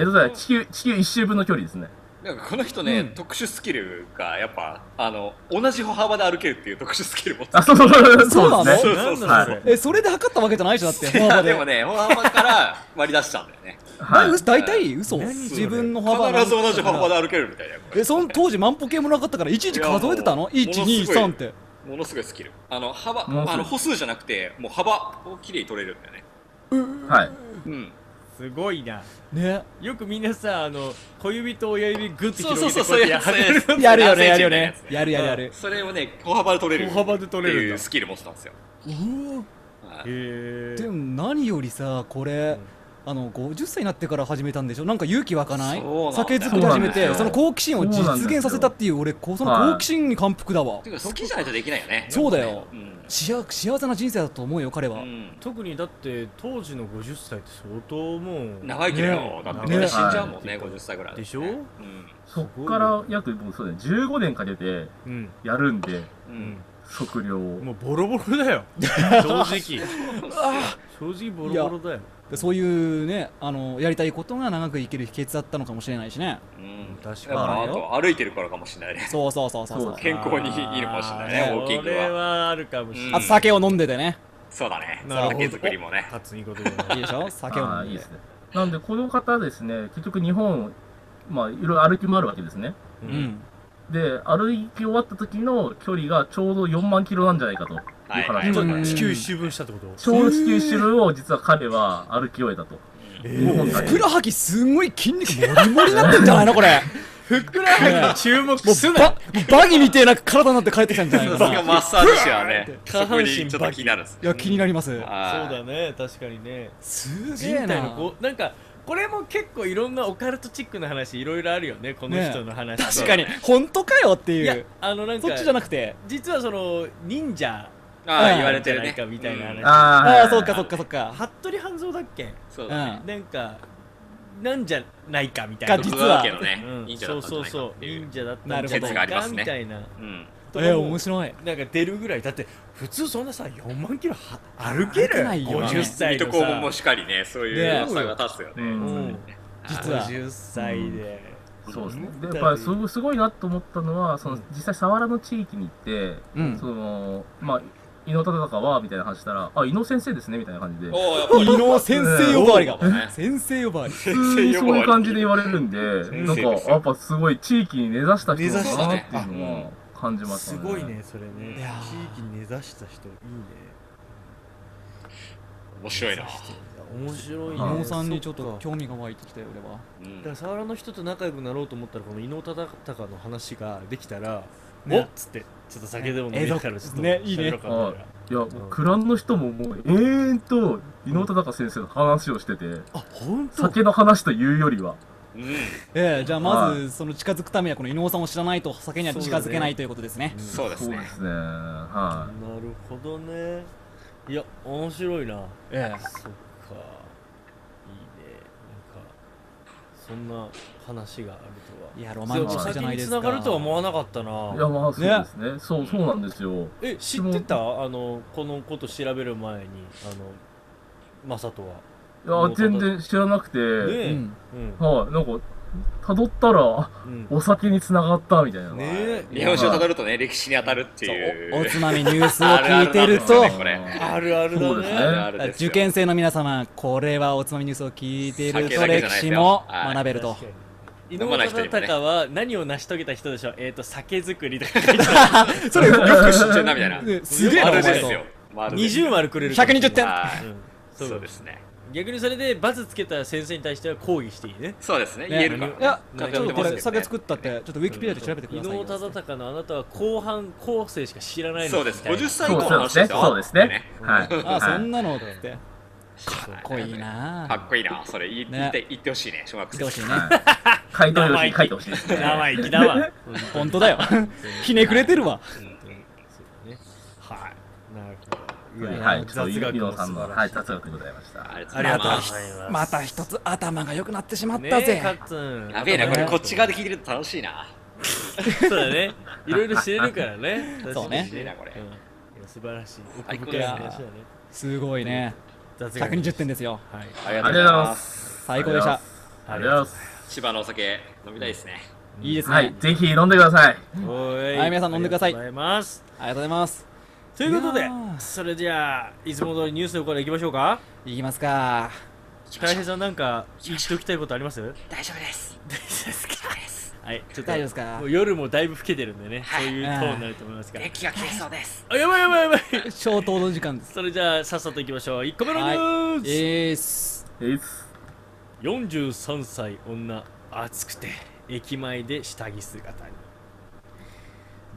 [SPEAKER 6] (laughs)
[SPEAKER 7] 江戸時代、地球、地球一周分の距離ですね。
[SPEAKER 4] い。なんかこの人ね、
[SPEAKER 5] うん
[SPEAKER 4] 特殊スキルがやっぱあの同じ歩幅で歩けるっていう特殊スキル持って
[SPEAKER 7] あ、そうそうそうそうです
[SPEAKER 4] そ
[SPEAKER 7] ね。
[SPEAKER 4] うそうそう、
[SPEAKER 7] は
[SPEAKER 6] なんだろう
[SPEAKER 7] い。
[SPEAKER 5] えそれで測ったわけじゃないでしょだって
[SPEAKER 4] い
[SPEAKER 5] 歩
[SPEAKER 4] や
[SPEAKER 5] 幅
[SPEAKER 4] で
[SPEAKER 5] で
[SPEAKER 4] もね歩幅から割り出したんだよね
[SPEAKER 7] はい。
[SPEAKER 5] だ大体嘘
[SPEAKER 6] 何それ
[SPEAKER 5] 自分の幅
[SPEAKER 4] 必ず同じ歩幅
[SPEAKER 5] だ
[SPEAKER 4] で歩けるみたいなこれ
[SPEAKER 5] えその当時万歩計もなかったからいちいち数えてたの
[SPEAKER 4] いやもう
[SPEAKER 5] 123って
[SPEAKER 4] ものすごいスキルあの幅
[SPEAKER 7] ものすごい
[SPEAKER 4] あの歩数じゃなくてもう幅をきれいに取れるんだよね
[SPEAKER 7] はい。
[SPEAKER 4] うん
[SPEAKER 6] すごいな
[SPEAKER 5] ね
[SPEAKER 6] よくみんなさあの小指と親指グッて
[SPEAKER 4] そう
[SPEAKER 6] 広
[SPEAKER 4] そうそうそう
[SPEAKER 6] げてこう
[SPEAKER 4] いう
[SPEAKER 6] や
[SPEAKER 4] や
[SPEAKER 6] っ
[SPEAKER 4] つ
[SPEAKER 6] て測る
[SPEAKER 5] やるよねやる
[SPEAKER 4] や
[SPEAKER 5] よね
[SPEAKER 4] つね
[SPEAKER 5] やるやるやる
[SPEAKER 4] それをね歩幅で取れる
[SPEAKER 6] 歩幅で取れ
[SPEAKER 4] っ
[SPEAKER 6] るんだ
[SPEAKER 4] ていうスキル持ってたんですよ
[SPEAKER 5] うわ
[SPEAKER 4] はい
[SPEAKER 6] へえ
[SPEAKER 5] でも何よりさこれ、あの50歳になってから始めたんでしょなんか勇気湧かない
[SPEAKER 4] そうなんだ
[SPEAKER 5] 酒作り始め
[SPEAKER 7] そうなんです
[SPEAKER 5] て
[SPEAKER 7] よ
[SPEAKER 5] その好奇心を実現させたっていう俺こうその好奇心に感服だわ、
[SPEAKER 4] ていうか好きじゃないとできないよね
[SPEAKER 5] そうだよ
[SPEAKER 4] うん
[SPEAKER 5] 幸幸せな人生だと思うよ彼は、
[SPEAKER 4] うん
[SPEAKER 6] 特にだって当時の50歳って相当もう
[SPEAKER 4] 長生きだよ
[SPEAKER 6] ね
[SPEAKER 4] だって
[SPEAKER 6] 長
[SPEAKER 4] ね
[SPEAKER 6] 生
[SPEAKER 4] 死
[SPEAKER 6] き
[SPEAKER 4] んじゃうもんね50歳ぐらいだとね
[SPEAKER 6] でしょ
[SPEAKER 4] うん
[SPEAKER 7] そっから約、もうそうだね、15年かけて
[SPEAKER 6] うん
[SPEAKER 7] やるんで、
[SPEAKER 4] うん
[SPEAKER 7] 測量を。
[SPEAKER 6] もうボロボロ
[SPEAKER 5] (laughs)
[SPEAKER 6] だよ正直正直ボロボロだよ
[SPEAKER 5] でそういうねあのやりたいことが長く生きる秘訣だったのかもしれないしね
[SPEAKER 4] うん
[SPEAKER 6] 確かに
[SPEAKER 4] やっぱあと歩いてるからかもしれないね
[SPEAKER 5] そうそうそうそうそ
[SPEAKER 7] そ
[SPEAKER 5] う
[SPEAKER 7] う
[SPEAKER 4] 健康にいいのかもしれないねウォーキング
[SPEAKER 6] それ
[SPEAKER 4] は
[SPEAKER 6] はあるかもしれな
[SPEAKER 5] あ
[SPEAKER 6] い
[SPEAKER 5] と酒を飲んでてね
[SPEAKER 4] そうだね
[SPEAKER 6] なるほど
[SPEAKER 4] 酒造りもね
[SPEAKER 6] 初にことだ
[SPEAKER 5] いい
[SPEAKER 6] な
[SPEAKER 5] でしょ酒を
[SPEAKER 7] あ
[SPEAKER 5] 飲
[SPEAKER 7] あ
[SPEAKER 5] ん
[SPEAKER 7] い
[SPEAKER 5] で
[SPEAKER 7] いですね。なんで、この方ですね、結局日本を、まあ、いろいろ歩き回るわけですね。
[SPEAKER 6] う
[SPEAKER 5] うんん
[SPEAKER 7] で、歩き終わった時の距離がちょうど4万キロなんじゃないかという
[SPEAKER 4] はい
[SPEAKER 7] 話。
[SPEAKER 4] はい
[SPEAKER 5] うん
[SPEAKER 6] 地球一周分したってこと
[SPEAKER 7] ちょうど地球一周を実は彼は歩き終えたと。日本
[SPEAKER 5] ふ
[SPEAKER 7] だけ
[SPEAKER 5] くらはぎすんごい筋肉もりもりになってんじゃないのこれ
[SPEAKER 6] ふくらはぎに注目
[SPEAKER 5] も
[SPEAKER 6] す
[SPEAKER 5] う
[SPEAKER 6] な
[SPEAKER 5] ババギみてえな体になって帰ってきたんじゃない
[SPEAKER 4] さ
[SPEAKER 5] か
[SPEAKER 4] すが
[SPEAKER 5] な
[SPEAKER 4] マッサージ師はね
[SPEAKER 6] 下
[SPEAKER 4] そ
[SPEAKER 6] 半
[SPEAKER 4] こ
[SPEAKER 6] 身
[SPEAKER 4] にちょっと気になるんです
[SPEAKER 5] いや気になります
[SPEAKER 4] はい
[SPEAKER 6] ね確かにね
[SPEAKER 5] すげ
[SPEAKER 6] 人
[SPEAKER 5] え
[SPEAKER 6] 体
[SPEAKER 5] な
[SPEAKER 6] のこうなんかこれも結構いろんなオカルトチックな話いろいろあるよねこの人の話
[SPEAKER 5] 確かに本当かよって
[SPEAKER 6] い
[SPEAKER 5] い
[SPEAKER 6] や
[SPEAKER 5] う
[SPEAKER 6] あのなんか
[SPEAKER 5] そっちじゃなくて
[SPEAKER 6] 実はその忍者
[SPEAKER 4] あ
[SPEAKER 5] う
[SPEAKER 4] あ
[SPEAKER 5] ん
[SPEAKER 4] 言われて
[SPEAKER 6] じゃ
[SPEAKER 4] る
[SPEAKER 6] ない
[SPEAKER 4] ね
[SPEAKER 6] かみたいな話、
[SPEAKER 4] うん
[SPEAKER 7] あ
[SPEAKER 5] ああ
[SPEAKER 7] ー
[SPEAKER 5] そっ
[SPEAKER 7] はい
[SPEAKER 5] かそっかそっか
[SPEAKER 6] 服部半蔵だっけ
[SPEAKER 4] そう
[SPEAKER 5] う
[SPEAKER 4] だね
[SPEAKER 5] ん
[SPEAKER 6] なんかなんじゃないかみたいな
[SPEAKER 5] が実
[SPEAKER 4] 実
[SPEAKER 5] は
[SPEAKER 4] はけどね
[SPEAKER 6] うん
[SPEAKER 4] 忍者だっ
[SPEAKER 6] そう
[SPEAKER 4] たんじゃ
[SPEAKER 6] そう
[SPEAKER 4] ないか
[SPEAKER 6] そ
[SPEAKER 4] っ
[SPEAKER 6] う
[SPEAKER 4] ていう
[SPEAKER 6] 忍者だったんじゃ
[SPEAKER 4] 説が
[SPEAKER 6] な
[SPEAKER 4] あ
[SPEAKER 6] い
[SPEAKER 4] りま
[SPEAKER 6] か
[SPEAKER 4] すね
[SPEAKER 6] みたいな
[SPEAKER 4] うん
[SPEAKER 5] えー、面白い
[SPEAKER 6] なんか出るぐらいだって普通そんなさ4万キロは歩ける
[SPEAKER 5] 歩けないよね
[SPEAKER 6] 50歳
[SPEAKER 4] 水戸
[SPEAKER 6] の
[SPEAKER 4] 黄門も
[SPEAKER 6] さ
[SPEAKER 4] しっかりねそういう
[SPEAKER 5] ね
[SPEAKER 4] 噂が立つよ
[SPEAKER 7] う
[SPEAKER 4] ね
[SPEAKER 6] うん
[SPEAKER 7] ん。
[SPEAKER 5] 実は
[SPEAKER 6] 50歳で
[SPEAKER 7] そうですね。
[SPEAKER 6] うん
[SPEAKER 7] で、やっぱりすごすごいなと思ったのは、その、実際佐原の地域に行って、
[SPEAKER 5] うん
[SPEAKER 7] その、まあ、伊能忠敬は、みたいな話したら、あ、伊能先生ですね、みたいな感じで。
[SPEAKER 4] おおやっぱ
[SPEAKER 5] 伊能先生呼ばわりが
[SPEAKER 4] そうだね
[SPEAKER 5] 先生呼ばわり
[SPEAKER 4] 先
[SPEAKER 7] 普通に
[SPEAKER 4] 生
[SPEAKER 7] そういう
[SPEAKER 4] 呼ばわ
[SPEAKER 7] 感
[SPEAKER 4] り
[SPEAKER 7] じで言われるんで、なんか、
[SPEAKER 4] 生ですよ
[SPEAKER 7] やっぱすごい地域に根ざした人だなっていう
[SPEAKER 4] 根ざした
[SPEAKER 7] の
[SPEAKER 4] ね
[SPEAKER 7] は感じました
[SPEAKER 6] す
[SPEAKER 7] ね。
[SPEAKER 6] ごいねそれ
[SPEAKER 5] い
[SPEAKER 6] ね
[SPEAKER 5] やー
[SPEAKER 6] 地域に根ざした人いいね
[SPEAKER 4] 面白いな
[SPEAKER 6] 面白いね
[SPEAKER 5] 伊能さんにちょっ
[SPEAKER 6] そ
[SPEAKER 5] と
[SPEAKER 6] か
[SPEAKER 5] 興味が湧いてきたよ俺は
[SPEAKER 4] うん
[SPEAKER 6] だからサワラの人と仲良くなろうと思ったらこの伊能忠敬の話ができたら、
[SPEAKER 5] ね
[SPEAKER 6] おっつってちょっと酒でも飲んできたらちょっと
[SPEAKER 5] ねいいね
[SPEAKER 6] 喋ろうかみたいな
[SPEAKER 7] はいや、もうクランの人ももう永遠と伊能忠敬先生の話をしてて、
[SPEAKER 6] あ本当
[SPEAKER 7] 酒の話というよりは、
[SPEAKER 4] うん
[SPEAKER 5] ええじゃあま
[SPEAKER 7] は
[SPEAKER 5] ずその近づくためにはこの伊能さんを知らないと酒には近づけないということですね
[SPEAKER 4] そうです
[SPEAKER 7] そうで
[SPEAKER 4] ね
[SPEAKER 7] すね。は。
[SPEAKER 6] なるほどねいや面白いな
[SPEAKER 5] ええ
[SPEAKER 6] そっかいいねなんかそんな話があると
[SPEAKER 5] い
[SPEAKER 6] は
[SPEAKER 5] やロマンチックじゃないですか
[SPEAKER 6] お酒に繋がるとは思わなかったない
[SPEAKER 7] いや、まあ、そうですね。そう、そうなんですよ。
[SPEAKER 6] え知ってたあのこのこと調べる前にあのマサトは、
[SPEAKER 7] いや、全然知らなくて、
[SPEAKER 6] ねえ、
[SPEAKER 5] うん
[SPEAKER 6] うん
[SPEAKER 7] はい、なんか、辿ったら、あ
[SPEAKER 6] うん
[SPEAKER 7] お酒に繋がったみたいな。
[SPEAKER 6] ねえ
[SPEAKER 4] 日本酒をたどるとね歴史に当たるって
[SPEAKER 5] そう
[SPEAKER 4] いう
[SPEAKER 5] おおつまみニュースを聞いてると
[SPEAKER 4] あるあるなんですよねこれ
[SPEAKER 6] あるあるだ
[SPEAKER 7] そうですね
[SPEAKER 6] ね。
[SPEAKER 4] あるあるですよ
[SPEAKER 5] 受験生の皆様これはおつまみニュースを聞いている
[SPEAKER 4] 酒
[SPEAKER 5] と
[SPEAKER 4] だけじゃな
[SPEAKER 5] 歴
[SPEAKER 4] いです
[SPEAKER 5] 史
[SPEAKER 4] よ
[SPEAKER 5] も
[SPEAKER 4] はい
[SPEAKER 5] 学べると
[SPEAKER 6] 確かに井上忠敬は何を成し遂げた人でしょうえっ、ー、と、酒造りとか書いて
[SPEAKER 5] (laughs) それよ
[SPEAKER 4] よく知ってんなみたいな
[SPEAKER 5] ねすげえなお
[SPEAKER 4] 丸
[SPEAKER 5] 前
[SPEAKER 4] です
[SPEAKER 5] と
[SPEAKER 4] よ丸です
[SPEAKER 6] 20丸くれるから。
[SPEAKER 5] 120点
[SPEAKER 4] は
[SPEAKER 6] うん
[SPEAKER 4] い
[SPEAKER 6] そう
[SPEAKER 4] そう
[SPEAKER 6] で。
[SPEAKER 4] ですすね
[SPEAKER 6] 逆にそれで罰つけた先生に対しては抗議していいね。
[SPEAKER 4] そうですね
[SPEAKER 5] ね
[SPEAKER 4] 言えるから
[SPEAKER 5] いやち
[SPEAKER 6] な
[SPEAKER 5] ょ
[SPEAKER 6] んかやっ
[SPEAKER 5] っ
[SPEAKER 6] て
[SPEAKER 5] とこ
[SPEAKER 6] ますよ
[SPEAKER 5] れ
[SPEAKER 6] ね
[SPEAKER 5] 酒作ったってちょっとウィキペディアで調べて
[SPEAKER 6] 伊
[SPEAKER 5] ください
[SPEAKER 6] 能
[SPEAKER 5] よ
[SPEAKER 6] 忠敬のあなたは後半後世しか知らないの
[SPEAKER 4] そうです50歳以
[SPEAKER 7] そ
[SPEAKER 4] 降
[SPEAKER 7] う
[SPEAKER 4] の
[SPEAKER 7] そうで
[SPEAKER 4] 話
[SPEAKER 7] す
[SPEAKER 4] で
[SPEAKER 7] ね。
[SPEAKER 4] すよ
[SPEAKER 7] そうですね。はい。
[SPEAKER 5] あそん
[SPEAKER 7] は
[SPEAKER 5] なのってかっこいいな
[SPEAKER 4] かっこいいなそれ言い言
[SPEAKER 5] ね
[SPEAKER 4] って言ってほしいね小学
[SPEAKER 5] 見
[SPEAKER 4] 生
[SPEAKER 5] てほしいね
[SPEAKER 7] い。書いてほしい、書いてほしいですね。
[SPEAKER 6] 生意気
[SPEAKER 5] (laughs)
[SPEAKER 6] だわ。
[SPEAKER 5] 本当だよひねくれてるわ
[SPEAKER 6] そうねはい。なるほど。
[SPEAKER 7] はい、ちょっと、
[SPEAKER 6] 雑
[SPEAKER 7] ゆ
[SPEAKER 6] 学
[SPEAKER 7] の
[SPEAKER 6] も
[SPEAKER 7] さ
[SPEAKER 6] 素
[SPEAKER 7] んの、
[SPEAKER 6] 晴
[SPEAKER 7] は
[SPEAKER 6] ら
[SPEAKER 7] い、
[SPEAKER 6] しい。
[SPEAKER 7] 雑学でございました。
[SPEAKER 4] ありがと
[SPEAKER 6] ありがと
[SPEAKER 4] う
[SPEAKER 6] うご
[SPEAKER 4] ござい
[SPEAKER 6] ざい
[SPEAKER 4] ま
[SPEAKER 6] ますす。
[SPEAKER 5] また一つ頭が良くなってしまっ
[SPEAKER 6] ね
[SPEAKER 5] た
[SPEAKER 6] え、カ
[SPEAKER 5] ぜ
[SPEAKER 6] ッツン。
[SPEAKER 4] やべえなこれこっち側で聞いてると楽しいな
[SPEAKER 6] そうだね。いろいろ知れるからね。
[SPEAKER 5] そうね
[SPEAKER 6] 確かに
[SPEAKER 4] これ
[SPEAKER 6] うんいや素晴らしい。
[SPEAKER 4] 最
[SPEAKER 6] 奥
[SPEAKER 4] 高
[SPEAKER 6] 深い
[SPEAKER 4] だ
[SPEAKER 6] 話
[SPEAKER 4] な
[SPEAKER 6] だね。
[SPEAKER 5] すごいね
[SPEAKER 6] 雑学
[SPEAKER 5] 120点ですよ
[SPEAKER 6] はい。
[SPEAKER 4] あ
[SPEAKER 7] あり
[SPEAKER 4] り
[SPEAKER 7] がとうございますす。
[SPEAKER 5] 最高でした
[SPEAKER 7] ありがとうございます。
[SPEAKER 4] 千葉のお酒飲みたいですね
[SPEAKER 6] ね
[SPEAKER 5] いいですね、
[SPEAKER 7] はい、ぜひ飲んでください。
[SPEAKER 6] はい
[SPEAKER 5] はい皆さん飲んでください
[SPEAKER 6] ありがとうございます
[SPEAKER 5] ありがとうございます
[SPEAKER 6] ということ
[SPEAKER 5] い
[SPEAKER 6] で
[SPEAKER 5] やー
[SPEAKER 6] それじゃあいつも通りニュースの方からいきましょうか
[SPEAKER 5] いきますか
[SPEAKER 6] 大平さんなんか言っておきたいことあります大丈夫です大丈夫です
[SPEAKER 5] 大丈夫で
[SPEAKER 6] はい
[SPEAKER 5] す
[SPEAKER 6] ちょっと
[SPEAKER 5] か
[SPEAKER 6] もう夜もだいぶ更けてるんでね、そういうトーンになると思いますから
[SPEAKER 2] 気が消えそうです。
[SPEAKER 6] あやばいやばいやばい
[SPEAKER 5] 消灯の時間です
[SPEAKER 6] それじゃあさっさと行きましょう1個目のニ
[SPEAKER 5] はい
[SPEAKER 6] ュース、
[SPEAKER 5] えーす
[SPEAKER 7] えいっす
[SPEAKER 6] 43歳女暑くて駅前で下着姿に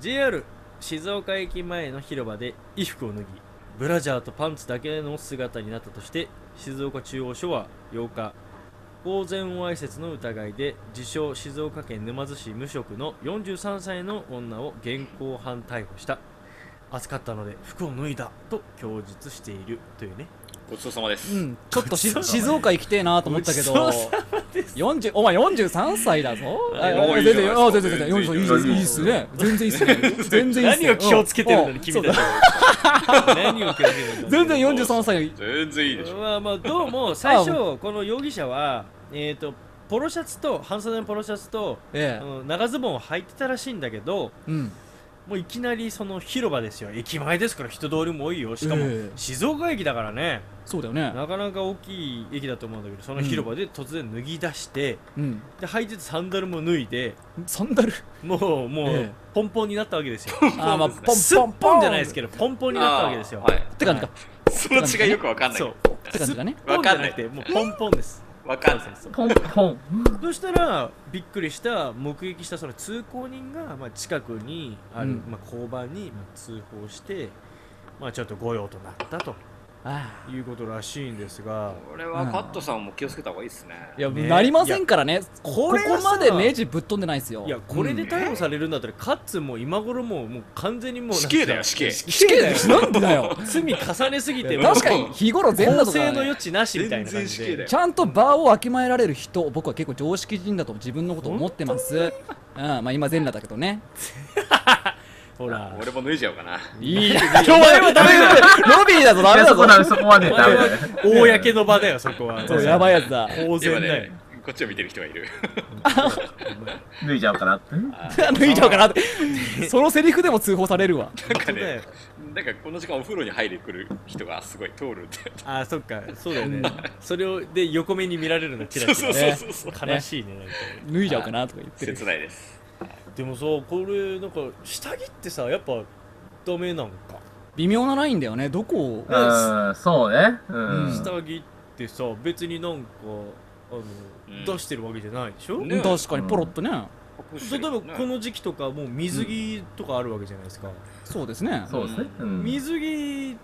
[SPEAKER 6] JR 静岡駅前の広場で衣服を脱ぎブラジャーとパンツだけの姿になったとして静岡中央署は8日公然わいせつの疑いで自称静岡県沼津市無職の43歳の女を現行犯逮捕した暑かったので服を脱いだと供述しているというね
[SPEAKER 4] ごちそうさまです、
[SPEAKER 5] うん、ちょっとし
[SPEAKER 6] ごちそうさま
[SPEAKER 5] 静岡行きてえなと思ったけど
[SPEAKER 6] ごちそ
[SPEAKER 5] 40お前43歳だぞあ
[SPEAKER 4] いやもういいじゃ
[SPEAKER 5] 全
[SPEAKER 4] ないです
[SPEAKER 5] 然
[SPEAKER 4] か
[SPEAKER 5] あ全
[SPEAKER 4] 全然
[SPEAKER 5] 然全然43いいですいいっすね全然いいっすね
[SPEAKER 6] (laughs)
[SPEAKER 5] 全然いいっすね
[SPEAKER 6] 何を気をつけてるのに君たちは何を気をつけてるの
[SPEAKER 5] 全然43歳
[SPEAKER 4] 全然いいでしょ
[SPEAKER 6] まあまあどうも最初この容疑者はえっとポロシャツと半袖のポロシャツとあ
[SPEAKER 5] ええ
[SPEAKER 6] の長ズボンを履いてたらしいんだけど
[SPEAKER 5] うん
[SPEAKER 6] もういきなりその広場ですよ駅前ですから人通りも多いよしかも
[SPEAKER 5] ええ
[SPEAKER 6] 静岡駅だからね
[SPEAKER 5] そうだよね
[SPEAKER 6] なかなか大きい駅だと思うんだけどその広場で突然脱ぎ出して
[SPEAKER 5] うん
[SPEAKER 6] で履いてたサンダルも脱いで
[SPEAKER 5] サンダル
[SPEAKER 6] もうもう
[SPEAKER 5] ええ
[SPEAKER 6] ポンポンになったわけですよ
[SPEAKER 5] あーまあ (laughs) ポン
[SPEAKER 6] すっ
[SPEAKER 5] ポン
[SPEAKER 6] ぽ
[SPEAKER 5] ポ
[SPEAKER 6] ん
[SPEAKER 5] ン
[SPEAKER 6] じゃないですけどポンポンになったわけですよ
[SPEAKER 4] あーはい
[SPEAKER 5] って感じか
[SPEAKER 4] その違いよくわかんない
[SPEAKER 6] そう
[SPEAKER 5] って感じだね
[SPEAKER 4] わかんない
[SPEAKER 6] ポンじゃなくてもうポンポンです
[SPEAKER 4] わかんない
[SPEAKER 7] ポンポン。
[SPEAKER 6] そしたらびっくりした目撃したその通行人が、まあ、近くにある、
[SPEAKER 5] うん
[SPEAKER 6] まあ、交番に、まあ、通報して、まあ、ちょっと御用となったと
[SPEAKER 5] あ
[SPEAKER 6] いうことらしいんですが
[SPEAKER 4] これはカットさんも気をつけた方がいいですね
[SPEAKER 5] あいや
[SPEAKER 6] ね
[SPEAKER 5] なりませんからねここ
[SPEAKER 6] れはさ
[SPEAKER 5] までネジぶっ飛んでないですよ
[SPEAKER 6] いやこれで
[SPEAKER 5] うん
[SPEAKER 6] 逮捕されるんだったら、カッツンもう今頃もうもう完全にもう
[SPEAKER 4] 死刑だよ死刑
[SPEAKER 5] 死刑だよなんでだよ
[SPEAKER 6] 罪重ねすぎてもう
[SPEAKER 5] 確かに日頃全裸
[SPEAKER 6] 公
[SPEAKER 5] とか
[SPEAKER 6] 正
[SPEAKER 5] ね
[SPEAKER 6] の余地なしみたいな感じ
[SPEAKER 4] 全然死刑だ
[SPEAKER 6] で
[SPEAKER 4] よ
[SPEAKER 5] ちゃんと場をわきまえられる人僕は結構常識人だと自分のことを思ってますうんまあ今全裸だけどね
[SPEAKER 6] ほら
[SPEAKER 4] (laughs) 俺も脱いじゃおうかない
[SPEAKER 5] (laughs) いやお前はダメだロビーだとダ
[SPEAKER 7] い
[SPEAKER 5] メ
[SPEAKER 7] や
[SPEAKER 5] だ
[SPEAKER 7] そこだ
[SPEAKER 5] ぞ
[SPEAKER 7] め、そこま
[SPEAKER 6] (laughs)
[SPEAKER 7] でダメだよ。
[SPEAKER 6] 公の場だよそ
[SPEAKER 4] (laughs)
[SPEAKER 6] こは
[SPEAKER 5] そうやばいやつだ
[SPEAKER 6] 公然
[SPEAKER 4] 今
[SPEAKER 6] だ
[SPEAKER 4] ね
[SPEAKER 6] よ
[SPEAKER 4] こっちを見てる人がいる
[SPEAKER 7] 脱いじゃおうかなって。
[SPEAKER 5] 脱いじゃおうかなってそのセリフでも通報される
[SPEAKER 4] な
[SPEAKER 5] わ
[SPEAKER 4] んか
[SPEAKER 6] そうだよ
[SPEAKER 4] ねなんかこの時間お風呂に入りくる人がすごい通るって
[SPEAKER 6] あーそっかそうだよねそれをで横目に見られるのチラチ
[SPEAKER 4] そ
[SPEAKER 6] ラ
[SPEAKER 4] うそうそうそう
[SPEAKER 6] 悲しいねなんか
[SPEAKER 5] 脱いじゃおうかなとか言ってる
[SPEAKER 4] 切ないです
[SPEAKER 6] でもさこれなんか下着ってさやっぱダメなのか
[SPEAKER 5] 微妙なラインだよねどこを
[SPEAKER 7] うん、そうね。うん。
[SPEAKER 6] 下着ってさ別になんかあの、
[SPEAKER 4] うん
[SPEAKER 6] 出してるわけじゃないでしょ、
[SPEAKER 4] ね
[SPEAKER 5] 確かにポロッとね
[SPEAKER 6] 例えばこの時期とかもう水着とかあるわけじゃないですか、
[SPEAKER 5] そうですね
[SPEAKER 7] そうですね。うん。
[SPEAKER 6] 水着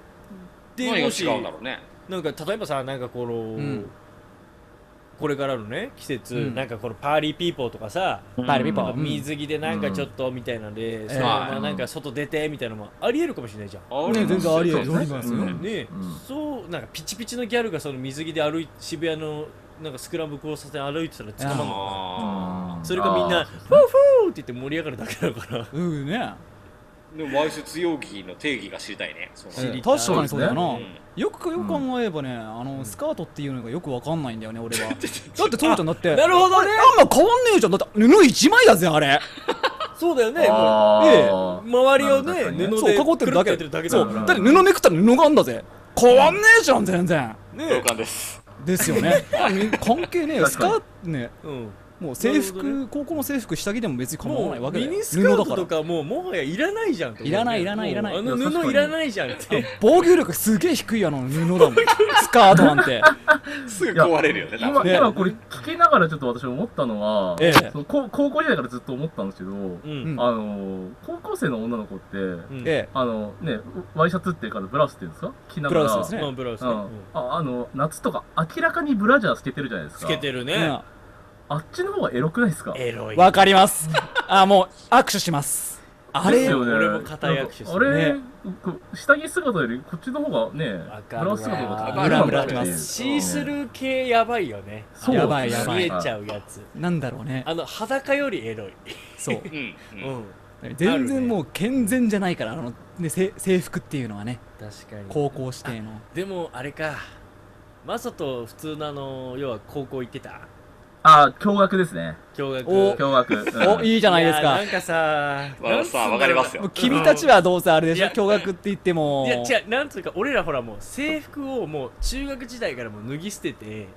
[SPEAKER 4] 何
[SPEAKER 6] で
[SPEAKER 4] が
[SPEAKER 6] もし
[SPEAKER 4] 違うんだろうね
[SPEAKER 6] なんか例えばさなんかこの、
[SPEAKER 5] ん
[SPEAKER 6] これからのね季節、
[SPEAKER 5] うん
[SPEAKER 6] なんかこのパーリーピーポーとかさ、
[SPEAKER 5] パリピポ
[SPEAKER 6] なんか
[SPEAKER 5] うん
[SPEAKER 6] 水着でなんかちょっとみたいなので、
[SPEAKER 5] ん
[SPEAKER 6] そのま
[SPEAKER 4] え
[SPEAKER 6] ま
[SPEAKER 7] え
[SPEAKER 6] なんか外出てみたいなのもありえるかもしれないじゃん。
[SPEAKER 4] あ
[SPEAKER 5] ね全然ありえる
[SPEAKER 7] そうですね
[SPEAKER 5] 全然ありますよ
[SPEAKER 7] うん
[SPEAKER 6] ねえ、
[SPEAKER 7] うん
[SPEAKER 6] そうなんかピチピチのギャルがその水着で歩い渋谷のなんかスクランブル交差点歩いてたら捕まんのか
[SPEAKER 4] あ
[SPEAKER 6] なそれがみんな
[SPEAKER 7] あ
[SPEAKER 6] 「フ
[SPEAKER 7] ー
[SPEAKER 6] ーフー!」って言って盛り上がるだけだから
[SPEAKER 5] うんね
[SPEAKER 4] ーでもわいせつ容疑の定義が知りたいねそう
[SPEAKER 6] 知りたい
[SPEAKER 5] 確かにそうだ
[SPEAKER 4] う
[SPEAKER 5] なんよくよく考えばねあのスカートっていうのがよくわかんないんだよね俺
[SPEAKER 6] (laughs)
[SPEAKER 5] はだって父ちゃんだって
[SPEAKER 6] なるほどね
[SPEAKER 5] あんま変わんねえじゃんだって布一枚だぜあれ
[SPEAKER 6] そうだよねも
[SPEAKER 7] あ
[SPEAKER 6] う、ええ
[SPEAKER 7] ー
[SPEAKER 6] 周りを
[SPEAKER 7] な
[SPEAKER 6] ね
[SPEAKER 7] るほどね
[SPEAKER 6] 布
[SPEAKER 5] そう
[SPEAKER 6] で
[SPEAKER 5] 囲ってるだけ
[SPEAKER 6] くるっとやってるだけだ
[SPEAKER 5] そう
[SPEAKER 6] か
[SPEAKER 5] だ
[SPEAKER 6] ら
[SPEAKER 5] って布めくったら布があんだぜ変わんねえじゃん全然
[SPEAKER 4] 同
[SPEAKER 6] ね
[SPEAKER 4] 感です
[SPEAKER 5] ですよ
[SPEAKER 6] (laughs)
[SPEAKER 5] ね関係ねえよス
[SPEAKER 7] 確かに
[SPEAKER 5] カートね
[SPEAKER 6] うん
[SPEAKER 5] もう制
[SPEAKER 6] なるほ
[SPEAKER 5] 服高校の制服下着でも別に構わない
[SPEAKER 6] も
[SPEAKER 5] わ
[SPEAKER 6] う
[SPEAKER 5] けだ
[SPEAKER 6] ミ
[SPEAKER 5] よ
[SPEAKER 6] ニスカート
[SPEAKER 5] 布だから
[SPEAKER 6] とかもうもはやいらないじゃんと思うね
[SPEAKER 5] いらないいらないいらない
[SPEAKER 6] もうあの布いらないじゃんって
[SPEAKER 5] 防御力すげえ低いあの布
[SPEAKER 6] (laughs)
[SPEAKER 5] だもんスカートなんて
[SPEAKER 4] すぐ壊れるよね多分
[SPEAKER 7] 今、今これ聞きながらちょっと私思ったのは、
[SPEAKER 5] ええ
[SPEAKER 7] その高高校時代からずっと思ったんですけど、
[SPEAKER 6] うん
[SPEAKER 7] あの、高校生の女の子って、
[SPEAKER 6] うん
[SPEAKER 5] え
[SPEAKER 7] あのね、ワイシャツっていうか、ブラウスっていうんですか着なが
[SPEAKER 5] えプ
[SPEAKER 7] ら。
[SPEAKER 5] ロレスですね
[SPEAKER 6] まあブラウス
[SPEAKER 7] う
[SPEAKER 6] ねうんん
[SPEAKER 7] ああの夏とか明らかにブラジャー透けてるじゃないです
[SPEAKER 6] つ
[SPEAKER 7] か
[SPEAKER 6] けてるね
[SPEAKER 5] う
[SPEAKER 7] あっちの方がエロくないですか
[SPEAKER 6] エロい
[SPEAKER 5] んわかりますあもう握手しますあ
[SPEAKER 7] で
[SPEAKER 5] れ
[SPEAKER 7] すよね
[SPEAKER 6] 俺も固い握手して
[SPEAKER 7] あ
[SPEAKER 6] る
[SPEAKER 7] れ、
[SPEAKER 5] ね
[SPEAKER 7] こ下着姿よりこっちの方がね
[SPEAKER 6] わか
[SPEAKER 7] ブ
[SPEAKER 6] るわ
[SPEAKER 7] ラウス姿の方が
[SPEAKER 4] ムラム
[SPEAKER 5] ラってます
[SPEAKER 6] シースルー系やばいよね
[SPEAKER 7] そう
[SPEAKER 5] やばいやば
[SPEAKER 6] 見
[SPEAKER 5] い
[SPEAKER 6] えちゃうやつ
[SPEAKER 5] なんだろうね
[SPEAKER 6] あの裸よりエロい (laughs)
[SPEAKER 5] そう
[SPEAKER 4] うんうん
[SPEAKER 6] うん
[SPEAKER 5] 全然もう健全じゃないからあの、ね、せ制服っていうのはね
[SPEAKER 6] 確か
[SPEAKER 5] 高校指定の
[SPEAKER 6] でもあれかマサと普通のあの要は高校行ってた
[SPEAKER 7] あ、驚愕ですね。
[SPEAKER 6] 驚愕
[SPEAKER 5] お
[SPEAKER 7] 驚愕。
[SPEAKER 5] お
[SPEAKER 7] い。
[SPEAKER 5] いいじゃないです
[SPEAKER 6] や
[SPEAKER 5] か
[SPEAKER 6] なんかさ
[SPEAKER 4] わ
[SPEAKER 6] なんつうんだろう
[SPEAKER 4] わかりますよ
[SPEAKER 5] もう君たちはどうせあれでしょ
[SPEAKER 6] いや
[SPEAKER 5] 驚愕って言っても
[SPEAKER 6] いや違うなんつうか俺らほらもう制服をもう中学時代からもう脱ぎ捨てて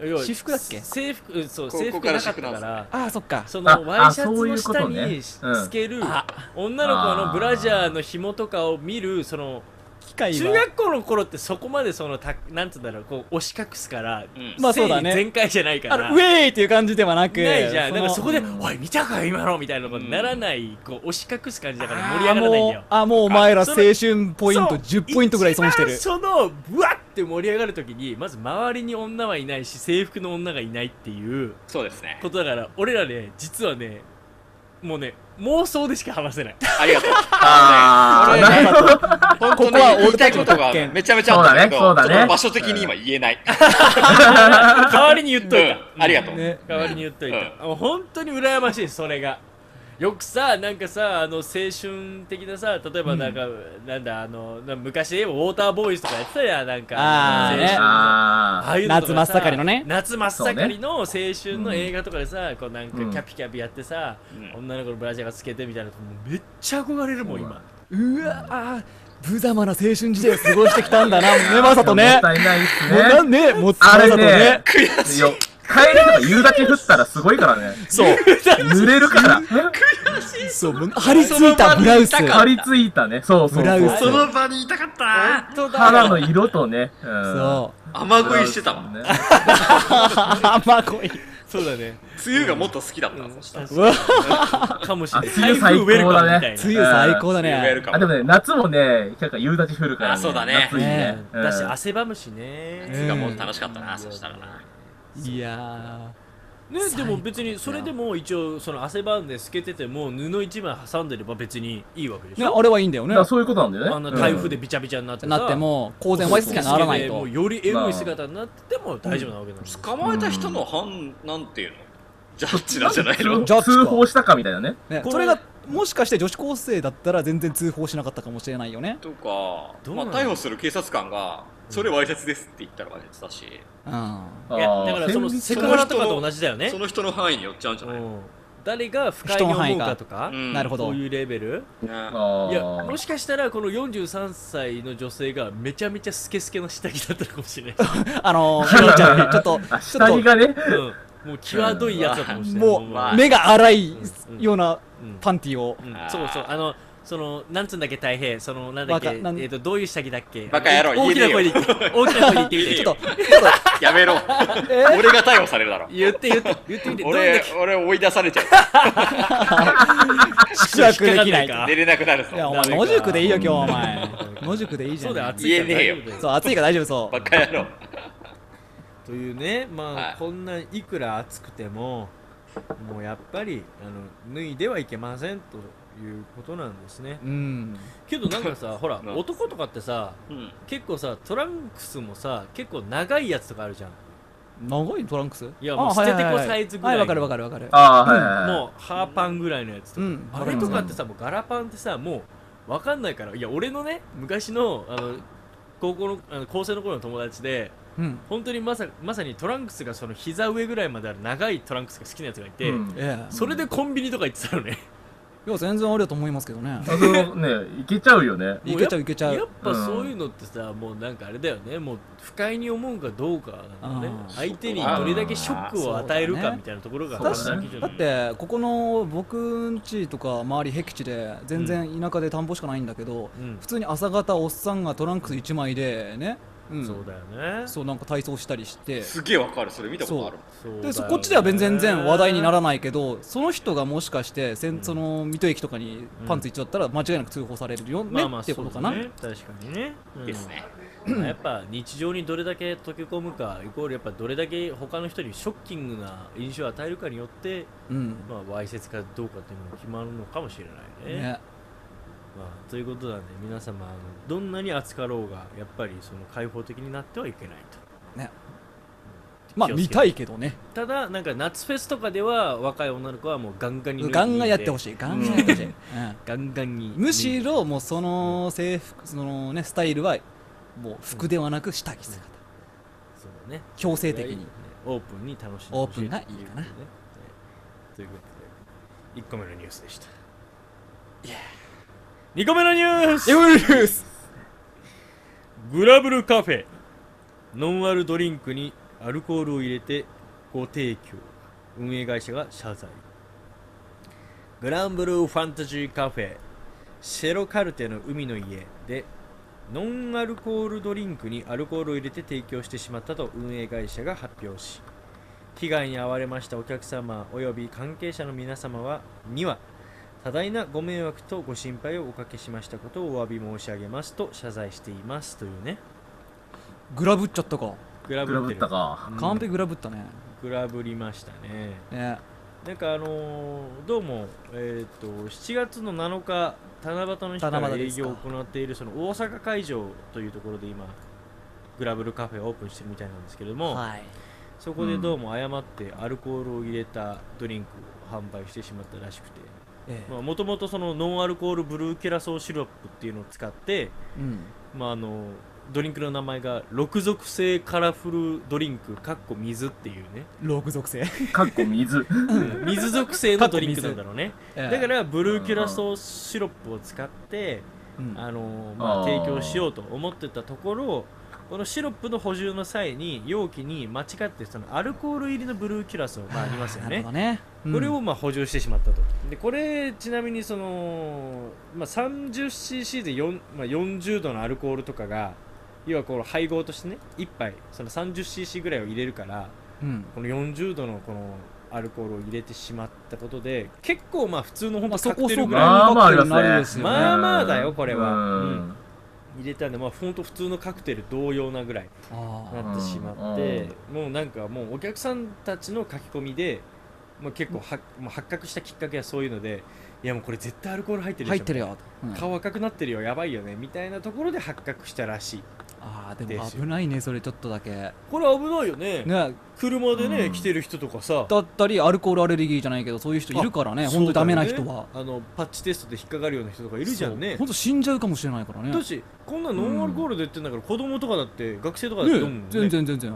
[SPEAKER 6] 要は
[SPEAKER 5] 私服だっけ
[SPEAKER 6] 制服うんそう
[SPEAKER 4] 高
[SPEAKER 6] 制
[SPEAKER 4] 校
[SPEAKER 6] 服
[SPEAKER 4] か
[SPEAKER 6] な
[SPEAKER 4] ら
[SPEAKER 6] かったか
[SPEAKER 4] 私服
[SPEAKER 6] ら
[SPEAKER 5] ああそっか
[SPEAKER 6] そ
[SPEAKER 7] あ
[SPEAKER 6] のワイシャ
[SPEAKER 7] そうい
[SPEAKER 6] ツ
[SPEAKER 7] うこと
[SPEAKER 6] の
[SPEAKER 7] ね
[SPEAKER 6] 下にし
[SPEAKER 7] うん
[SPEAKER 6] つける
[SPEAKER 5] あ
[SPEAKER 6] 女の子のブラジャーの紐とかを見るその
[SPEAKER 5] 機械は
[SPEAKER 6] 中学校の頃ってそこまでそのたなんつうんだろうこう押し隠すから
[SPEAKER 4] うん
[SPEAKER 5] まあそうだね
[SPEAKER 6] 全開じゃないか
[SPEAKER 5] あ
[SPEAKER 6] ら
[SPEAKER 5] のウェーイっていう感じではなく
[SPEAKER 6] ないじゃんだか
[SPEAKER 5] の
[SPEAKER 6] らそこで
[SPEAKER 7] うん
[SPEAKER 6] 「おい見たかよ今の」みたいなことにならないこう押し隠す感じだから盛り
[SPEAKER 5] あ
[SPEAKER 6] 上がらないんだよ
[SPEAKER 5] もうあもうお前ら
[SPEAKER 6] そ
[SPEAKER 5] 青
[SPEAKER 6] れ
[SPEAKER 5] 春ポイント
[SPEAKER 6] そう
[SPEAKER 5] 10ポイントぐらい損してる
[SPEAKER 6] 一番そのブワッて盛り上がるときにまず周りに女はいないし制服の女がいないっていう
[SPEAKER 4] そうですね
[SPEAKER 6] ことだから俺らね実はねもうね妄想でしか話せ
[SPEAKER 5] (laughs)
[SPEAKER 6] ない
[SPEAKER 4] ありがとう
[SPEAKER 7] あー、なるほど。
[SPEAKER 4] 本当
[SPEAKER 5] ここは
[SPEAKER 4] ね言いたい
[SPEAKER 5] 俺たちの
[SPEAKER 4] ことが
[SPEAKER 5] 特権
[SPEAKER 4] めちゃめちゃあったんだけど
[SPEAKER 7] そうだねそうだね
[SPEAKER 4] ちょっと場所的に今言えない
[SPEAKER 6] 代わりに言っといた、
[SPEAKER 4] うんありがとう
[SPEAKER 5] ね
[SPEAKER 6] 代わりに言っといた、もう本当に羨ましいそれがよくさなんかさあの青春的なさ例えばなんか、なんだあのな昔で言えばウォーターボーイズとかやってたやんなんか
[SPEAKER 5] あー
[SPEAKER 6] 青春のさ
[SPEAKER 5] ね
[SPEAKER 7] あ
[SPEAKER 6] ああいうのとかさ
[SPEAKER 5] 夏真っ盛りのね
[SPEAKER 6] 夏真っ盛りの青春の映画とかでさ、こうなんかキ
[SPEAKER 7] うん
[SPEAKER 6] ャピキャピやってさ、
[SPEAKER 4] うん
[SPEAKER 6] 女の子のブラジャーがつけてみたいなとこもうめっちゃ憧れるもん今
[SPEAKER 5] うわあ無様な青春時代を過ごしてきたんだなねまさと
[SPEAKER 7] ー。もっ
[SPEAKER 5] ね
[SPEAKER 7] たいないっす
[SPEAKER 5] もうな
[SPEAKER 7] ね。
[SPEAKER 5] んねもうま
[SPEAKER 7] あ
[SPEAKER 5] さ
[SPEAKER 7] れ
[SPEAKER 5] とね
[SPEAKER 7] ね、よ帰りとか夕だけ降ったらすごいからね。
[SPEAKER 6] (laughs)
[SPEAKER 5] そう
[SPEAKER 7] 濡れるから。
[SPEAKER 5] そうもう張り付いたブラウス
[SPEAKER 7] 張り付いたね。そうそう
[SPEAKER 5] ブラ
[SPEAKER 7] そう
[SPEAKER 5] ウス
[SPEAKER 4] の場にいたかった
[SPEAKER 7] 肌の色とね。うん
[SPEAKER 5] そ
[SPEAKER 4] 雨乞いしてたわ
[SPEAKER 7] ね
[SPEAKER 5] うまあこい
[SPEAKER 6] そうだね
[SPEAKER 4] 梅雨がもっと好きだった
[SPEAKER 6] うん
[SPEAKER 4] そしたら
[SPEAKER 5] うわ
[SPEAKER 6] かもしれない
[SPEAKER 7] あ梅雨最高だね
[SPEAKER 6] 台風ウェルカムみたいな
[SPEAKER 5] 梅雨最高だ
[SPEAKER 4] 梅雨がや
[SPEAKER 5] ね
[SPEAKER 4] るか
[SPEAKER 7] あ、でも
[SPEAKER 4] も
[SPEAKER 7] ね、夏もね、結構夕立ち降るから
[SPEAKER 4] あ
[SPEAKER 7] ね。
[SPEAKER 4] そうだね
[SPEAKER 7] 夏いいね
[SPEAKER 5] ね。
[SPEAKER 7] うん
[SPEAKER 6] だし汗ばむしね
[SPEAKER 4] 梅雨がもう楽しかったなそしたらない
[SPEAKER 5] や
[SPEAKER 6] ね、
[SPEAKER 5] 最
[SPEAKER 6] でも
[SPEAKER 5] 高
[SPEAKER 6] 別にそれでも一応その汗ばんで透けてても布一枚挟んでれば別にいいわけで
[SPEAKER 5] ー
[SPEAKER 6] し
[SPEAKER 5] ね
[SPEAKER 6] ょ、
[SPEAKER 5] あれはいいんだよね
[SPEAKER 7] だからそういうことなんだよね。
[SPEAKER 6] あんな台風でびちゃびちゃになってさ
[SPEAKER 5] なっても公然わいせつにはならないと
[SPEAKER 6] もうよりエグい姿になってても大丈夫なわけなんです
[SPEAKER 4] 捕まえた人の反なんていうのジャッジなんじゃない
[SPEAKER 7] うん
[SPEAKER 4] の
[SPEAKER 5] ジャッジか
[SPEAKER 7] 通報したかみたいなね。
[SPEAKER 5] ね
[SPEAKER 6] これ
[SPEAKER 5] それがもしかして女子高生だったら全然通報しなかったかもしれないよね
[SPEAKER 4] とか
[SPEAKER 6] どう
[SPEAKER 4] ま
[SPEAKER 6] な
[SPEAKER 4] あ
[SPEAKER 6] の
[SPEAKER 4] 逮捕する警察官がそれわいせつですって言ったらわいせつだし
[SPEAKER 5] うん
[SPEAKER 6] いや
[SPEAKER 7] あー
[SPEAKER 6] だからその
[SPEAKER 7] 先日
[SPEAKER 6] セクハラとかと同じだよね
[SPEAKER 4] その人の範囲によっちゃうんじゃない
[SPEAKER 6] うん誰が不快に思うかとか、
[SPEAKER 4] うん
[SPEAKER 5] なるほど
[SPEAKER 6] そういうレベル
[SPEAKER 4] ね
[SPEAKER 7] あ
[SPEAKER 6] いや
[SPEAKER 7] ー
[SPEAKER 6] もしかしたらこの43歳の女性がめちゃめちゃスケスケの下着だったのかもしれない、(laughs)
[SPEAKER 5] あのー、兄ちゃんね、ちょっと、
[SPEAKER 7] あ、
[SPEAKER 5] ち
[SPEAKER 7] 下
[SPEAKER 5] ょ
[SPEAKER 7] 着
[SPEAKER 5] っと、
[SPEAKER 7] がね。
[SPEAKER 6] うん、もう際どいやつだったかもしれない
[SPEAKER 5] も
[SPEAKER 4] まあ
[SPEAKER 5] う、目が荒い
[SPEAKER 6] うん
[SPEAKER 5] ような
[SPEAKER 6] うん
[SPEAKER 5] パンティを。
[SPEAKER 6] うんそうそうあのそのなんつうんだっけ大平そのなんだっけえ
[SPEAKER 5] バカなん
[SPEAKER 6] ー、とどういう下着だっけ
[SPEAKER 4] バカ野郎
[SPEAKER 6] 大きな声で言って大きな声で言ってみて
[SPEAKER 4] い
[SPEAKER 5] ちょ
[SPEAKER 4] よ
[SPEAKER 5] っと、ちょっ
[SPEAKER 4] やめろ俺が逮捕されるだろ
[SPEAKER 6] 言って言って言ってみてどういう
[SPEAKER 4] 俺
[SPEAKER 6] だっけ
[SPEAKER 4] 俺追い出されちゃ
[SPEAKER 5] と、宿泊できな
[SPEAKER 6] (laughs) 引っかかんない
[SPEAKER 5] いと
[SPEAKER 6] か
[SPEAKER 4] う寝れなくなる
[SPEAKER 5] いや、お
[SPEAKER 4] ぞ
[SPEAKER 5] 前、野宿でいいよ、今日、お前
[SPEAKER 6] うん。
[SPEAKER 5] 野宿でいいじゃ
[SPEAKER 6] そう
[SPEAKER 5] ん。
[SPEAKER 6] だよ暑
[SPEAKER 5] い。
[SPEAKER 6] いから
[SPEAKER 4] 言えねえよ
[SPEAKER 6] 大丈夫だよ
[SPEAKER 5] そう、暑いから大丈夫、そ
[SPEAKER 4] バカ野郎
[SPEAKER 6] というねまあ、
[SPEAKER 4] はい
[SPEAKER 6] こんないくら暑くてももうやっぱりあの脱いではいけませんということなんですね
[SPEAKER 5] う。うん。
[SPEAKER 6] けどなんかさほら
[SPEAKER 4] うん
[SPEAKER 6] 男とかってさ
[SPEAKER 4] うん
[SPEAKER 6] 結構さトランクスもさ結構長いやつとかあるじゃん
[SPEAKER 5] 長いトランクス
[SPEAKER 6] いやもう
[SPEAKER 5] あはいは
[SPEAKER 6] 捨て
[SPEAKER 5] いはい
[SPEAKER 6] てこサイズぐらい
[SPEAKER 5] はい、わかるわかるわかる。
[SPEAKER 7] あー、はいはいはい。
[SPEAKER 6] もうハーパンぐらいのやつと
[SPEAKER 5] う
[SPEAKER 6] か、
[SPEAKER 5] ん。
[SPEAKER 6] あれとかってさもうガラパンってさもうわかんないからいや俺のね昔のあの高校のあの高生の頃の友達で
[SPEAKER 5] うん。
[SPEAKER 6] 本当にまさまさにトランクスがその膝上ぐらいまである長いトランクスが好きなやつがいて、
[SPEAKER 7] うん
[SPEAKER 5] ええ。
[SPEAKER 6] それでコンビニとか行ってたのね
[SPEAKER 5] いや、全然ありだと思いますけどね。
[SPEAKER 7] あのね、いけちゃう
[SPEAKER 6] (laughs)
[SPEAKER 7] よね。
[SPEAKER 5] いけちゃう、いけちゃ
[SPEAKER 6] やっ
[SPEAKER 5] う。
[SPEAKER 6] ぱそういうのってさ、もうなんかあれだよねもう不快に思うかどうかなんだよね
[SPEAKER 5] あー
[SPEAKER 6] 相手にどれだけショックを与えるかみたいなところが
[SPEAKER 7] そうだね
[SPEAKER 6] 話だけじゃ
[SPEAKER 5] だ
[SPEAKER 6] ない
[SPEAKER 5] ってここの僕ん家とか周り僻地で全然田舎で田んぼしかないんだけど、
[SPEAKER 6] うん
[SPEAKER 5] 普通に朝方おっさんがトランクス1枚でね、うん、
[SPEAKER 6] そうだよね
[SPEAKER 5] そうなんか体操したりして
[SPEAKER 4] すげえわかるそれ見たことある
[SPEAKER 6] うだよ
[SPEAKER 5] で
[SPEAKER 6] ね
[SPEAKER 5] そこっちでは全然話題にならないけどその人がもしかしてせんその水戸駅とかにパンツ一丁だったら間違いなく通報されるよね
[SPEAKER 6] まあまあ
[SPEAKER 5] ってことかな、
[SPEAKER 6] そうだね確かにね、うん
[SPEAKER 4] ですね
[SPEAKER 6] まあやっぱ日常にどれだけ溶け込むかイコールやっぱどれだけ他の人にショッキングな印象を与えるかによって
[SPEAKER 5] うん
[SPEAKER 6] まあわいせつかどうかっていうのが決まるのかもしれないね
[SPEAKER 5] ね
[SPEAKER 6] まあ、ということなんで皆様あのどんなに扱ろうがやっぱりその開放的になってはいけないと
[SPEAKER 5] まあ
[SPEAKER 6] 気をつけて
[SPEAKER 5] 見たいけどね
[SPEAKER 6] ただなんか夏フェスとかでは若い女の子はもうガンガンに
[SPEAKER 5] ガンガンやってほ
[SPEAKER 6] い
[SPEAKER 5] しいガンガンやってほしい、うん
[SPEAKER 6] ガンガンに
[SPEAKER 5] むしろもうその制服そのねスタイルはもう服ではなく下着姿
[SPEAKER 6] そうだね
[SPEAKER 5] 強制的に
[SPEAKER 6] ねオープンに楽しんで
[SPEAKER 5] オー
[SPEAKER 6] ほし
[SPEAKER 5] プン
[SPEAKER 6] い
[SPEAKER 5] がいい
[SPEAKER 6] ということ
[SPEAKER 5] かな
[SPEAKER 6] でねはいということで1個目のニュースでしたいや2個目のニュースグラブルカフェノンアルドリンクにアルコールを入れてご提供運営会社が謝罪グランブルーファンタジーカフェシェロカルテの海の家でノンアルコールドリンクにアルコールを入れて提供してしまったと運営会社が発表し被害に遭われましたお客様及び関係者の皆様はには多大なご迷惑とご心配をおかけしましたことをお詫び申し上げますと謝罪していますというね
[SPEAKER 5] グラブっちゃったか
[SPEAKER 6] グラ
[SPEAKER 7] グ
[SPEAKER 6] ブ
[SPEAKER 7] ラ
[SPEAKER 6] っ
[SPEAKER 7] ブ
[SPEAKER 6] て
[SPEAKER 7] っ
[SPEAKER 6] る
[SPEAKER 7] たか。
[SPEAKER 6] うん
[SPEAKER 5] 完璧グラブったね
[SPEAKER 6] グラブりましたね
[SPEAKER 5] ね
[SPEAKER 6] なんかあのーどうも、えー、と7月の7日七夕の日から
[SPEAKER 5] 七夕
[SPEAKER 6] 営
[SPEAKER 5] ですか
[SPEAKER 6] 業を行っているその大阪会場というところで今グラブルカフェをオープンしてるみたいなんですけれども、
[SPEAKER 5] い
[SPEAKER 6] そこでどうも誤ってアルコールを入れたドリンクを販売してしまったらしくて
[SPEAKER 5] ええ
[SPEAKER 6] もともとそのノンアルコールブルーケラソーシロップっていうのを使って、
[SPEAKER 5] うん
[SPEAKER 6] まあ、あのドリンクの名前が六属性カラフルドリンクかっこ水っていうね
[SPEAKER 5] 六属性
[SPEAKER 7] かっこ水。
[SPEAKER 6] 水属性のドリンクなんだろう
[SPEAKER 5] (laughs)
[SPEAKER 6] ねだか
[SPEAKER 5] え
[SPEAKER 6] らブルーキュラソーシロップを使って、
[SPEAKER 5] えうん
[SPEAKER 6] あのーまあ、
[SPEAKER 7] あー
[SPEAKER 6] 提供しようと思ってたところこのシロップの補充の際に容器に間違ってそのアルコール入りのブルーキュラソーがありますよ
[SPEAKER 5] なる
[SPEAKER 6] ね
[SPEAKER 5] ほどねうん
[SPEAKER 6] これをまあ補充してしまったとでこれちなみにその、まあ、30cc で、4まあ、40度のアルコールとかが要はこの配合としてね1杯その 30cc ぐらいを入れるから
[SPEAKER 5] うん
[SPEAKER 6] この40度のこのアルコールを入れてしまったことで結構まあ普通の本
[SPEAKER 5] ま
[SPEAKER 6] 当
[SPEAKER 5] あ
[SPEAKER 6] カ
[SPEAKER 5] そ
[SPEAKER 6] ク
[SPEAKER 5] こ
[SPEAKER 6] テ
[SPEAKER 5] そ
[SPEAKER 6] ル
[SPEAKER 5] こ
[SPEAKER 6] ぐらい
[SPEAKER 7] まあまあありますね
[SPEAKER 5] なるですよね
[SPEAKER 6] まあまあだよこれは
[SPEAKER 7] うん
[SPEAKER 6] うん入れたんでまあ本当普通のカクテル同様なぐらい
[SPEAKER 5] ああ
[SPEAKER 6] なってしまってもうなんかもうお客さんたちの書き込みでまあ結構はまあ発覚したきっかけはそういうのでいやもうこれ絶対アルコール入ってるで
[SPEAKER 5] 入
[SPEAKER 6] し
[SPEAKER 5] っ
[SPEAKER 6] ょ
[SPEAKER 5] てるよ、うん
[SPEAKER 6] 顔赤くなってるよやばいよねみたいなところで発覚したらしい
[SPEAKER 5] ああでも危ないねそれちょっとだけ
[SPEAKER 6] これ危ないよね
[SPEAKER 5] ね
[SPEAKER 6] 車でね、
[SPEAKER 7] うん
[SPEAKER 6] 来てる人とかさ
[SPEAKER 5] だったりアルコールアレルギーじゃないけどそういう人いるからね本当にダメな人は
[SPEAKER 6] そうだよねあのパッチテストで引っかかるような人とかい
[SPEAKER 5] い
[SPEAKER 6] るじゃんね
[SPEAKER 5] 本当死んじゃうかもしれないからね
[SPEAKER 6] だしこんなノンアルコールで言ってんだから、子供とかだって学生とかだって飲むもん
[SPEAKER 5] ね
[SPEAKER 6] ね
[SPEAKER 5] 全然全然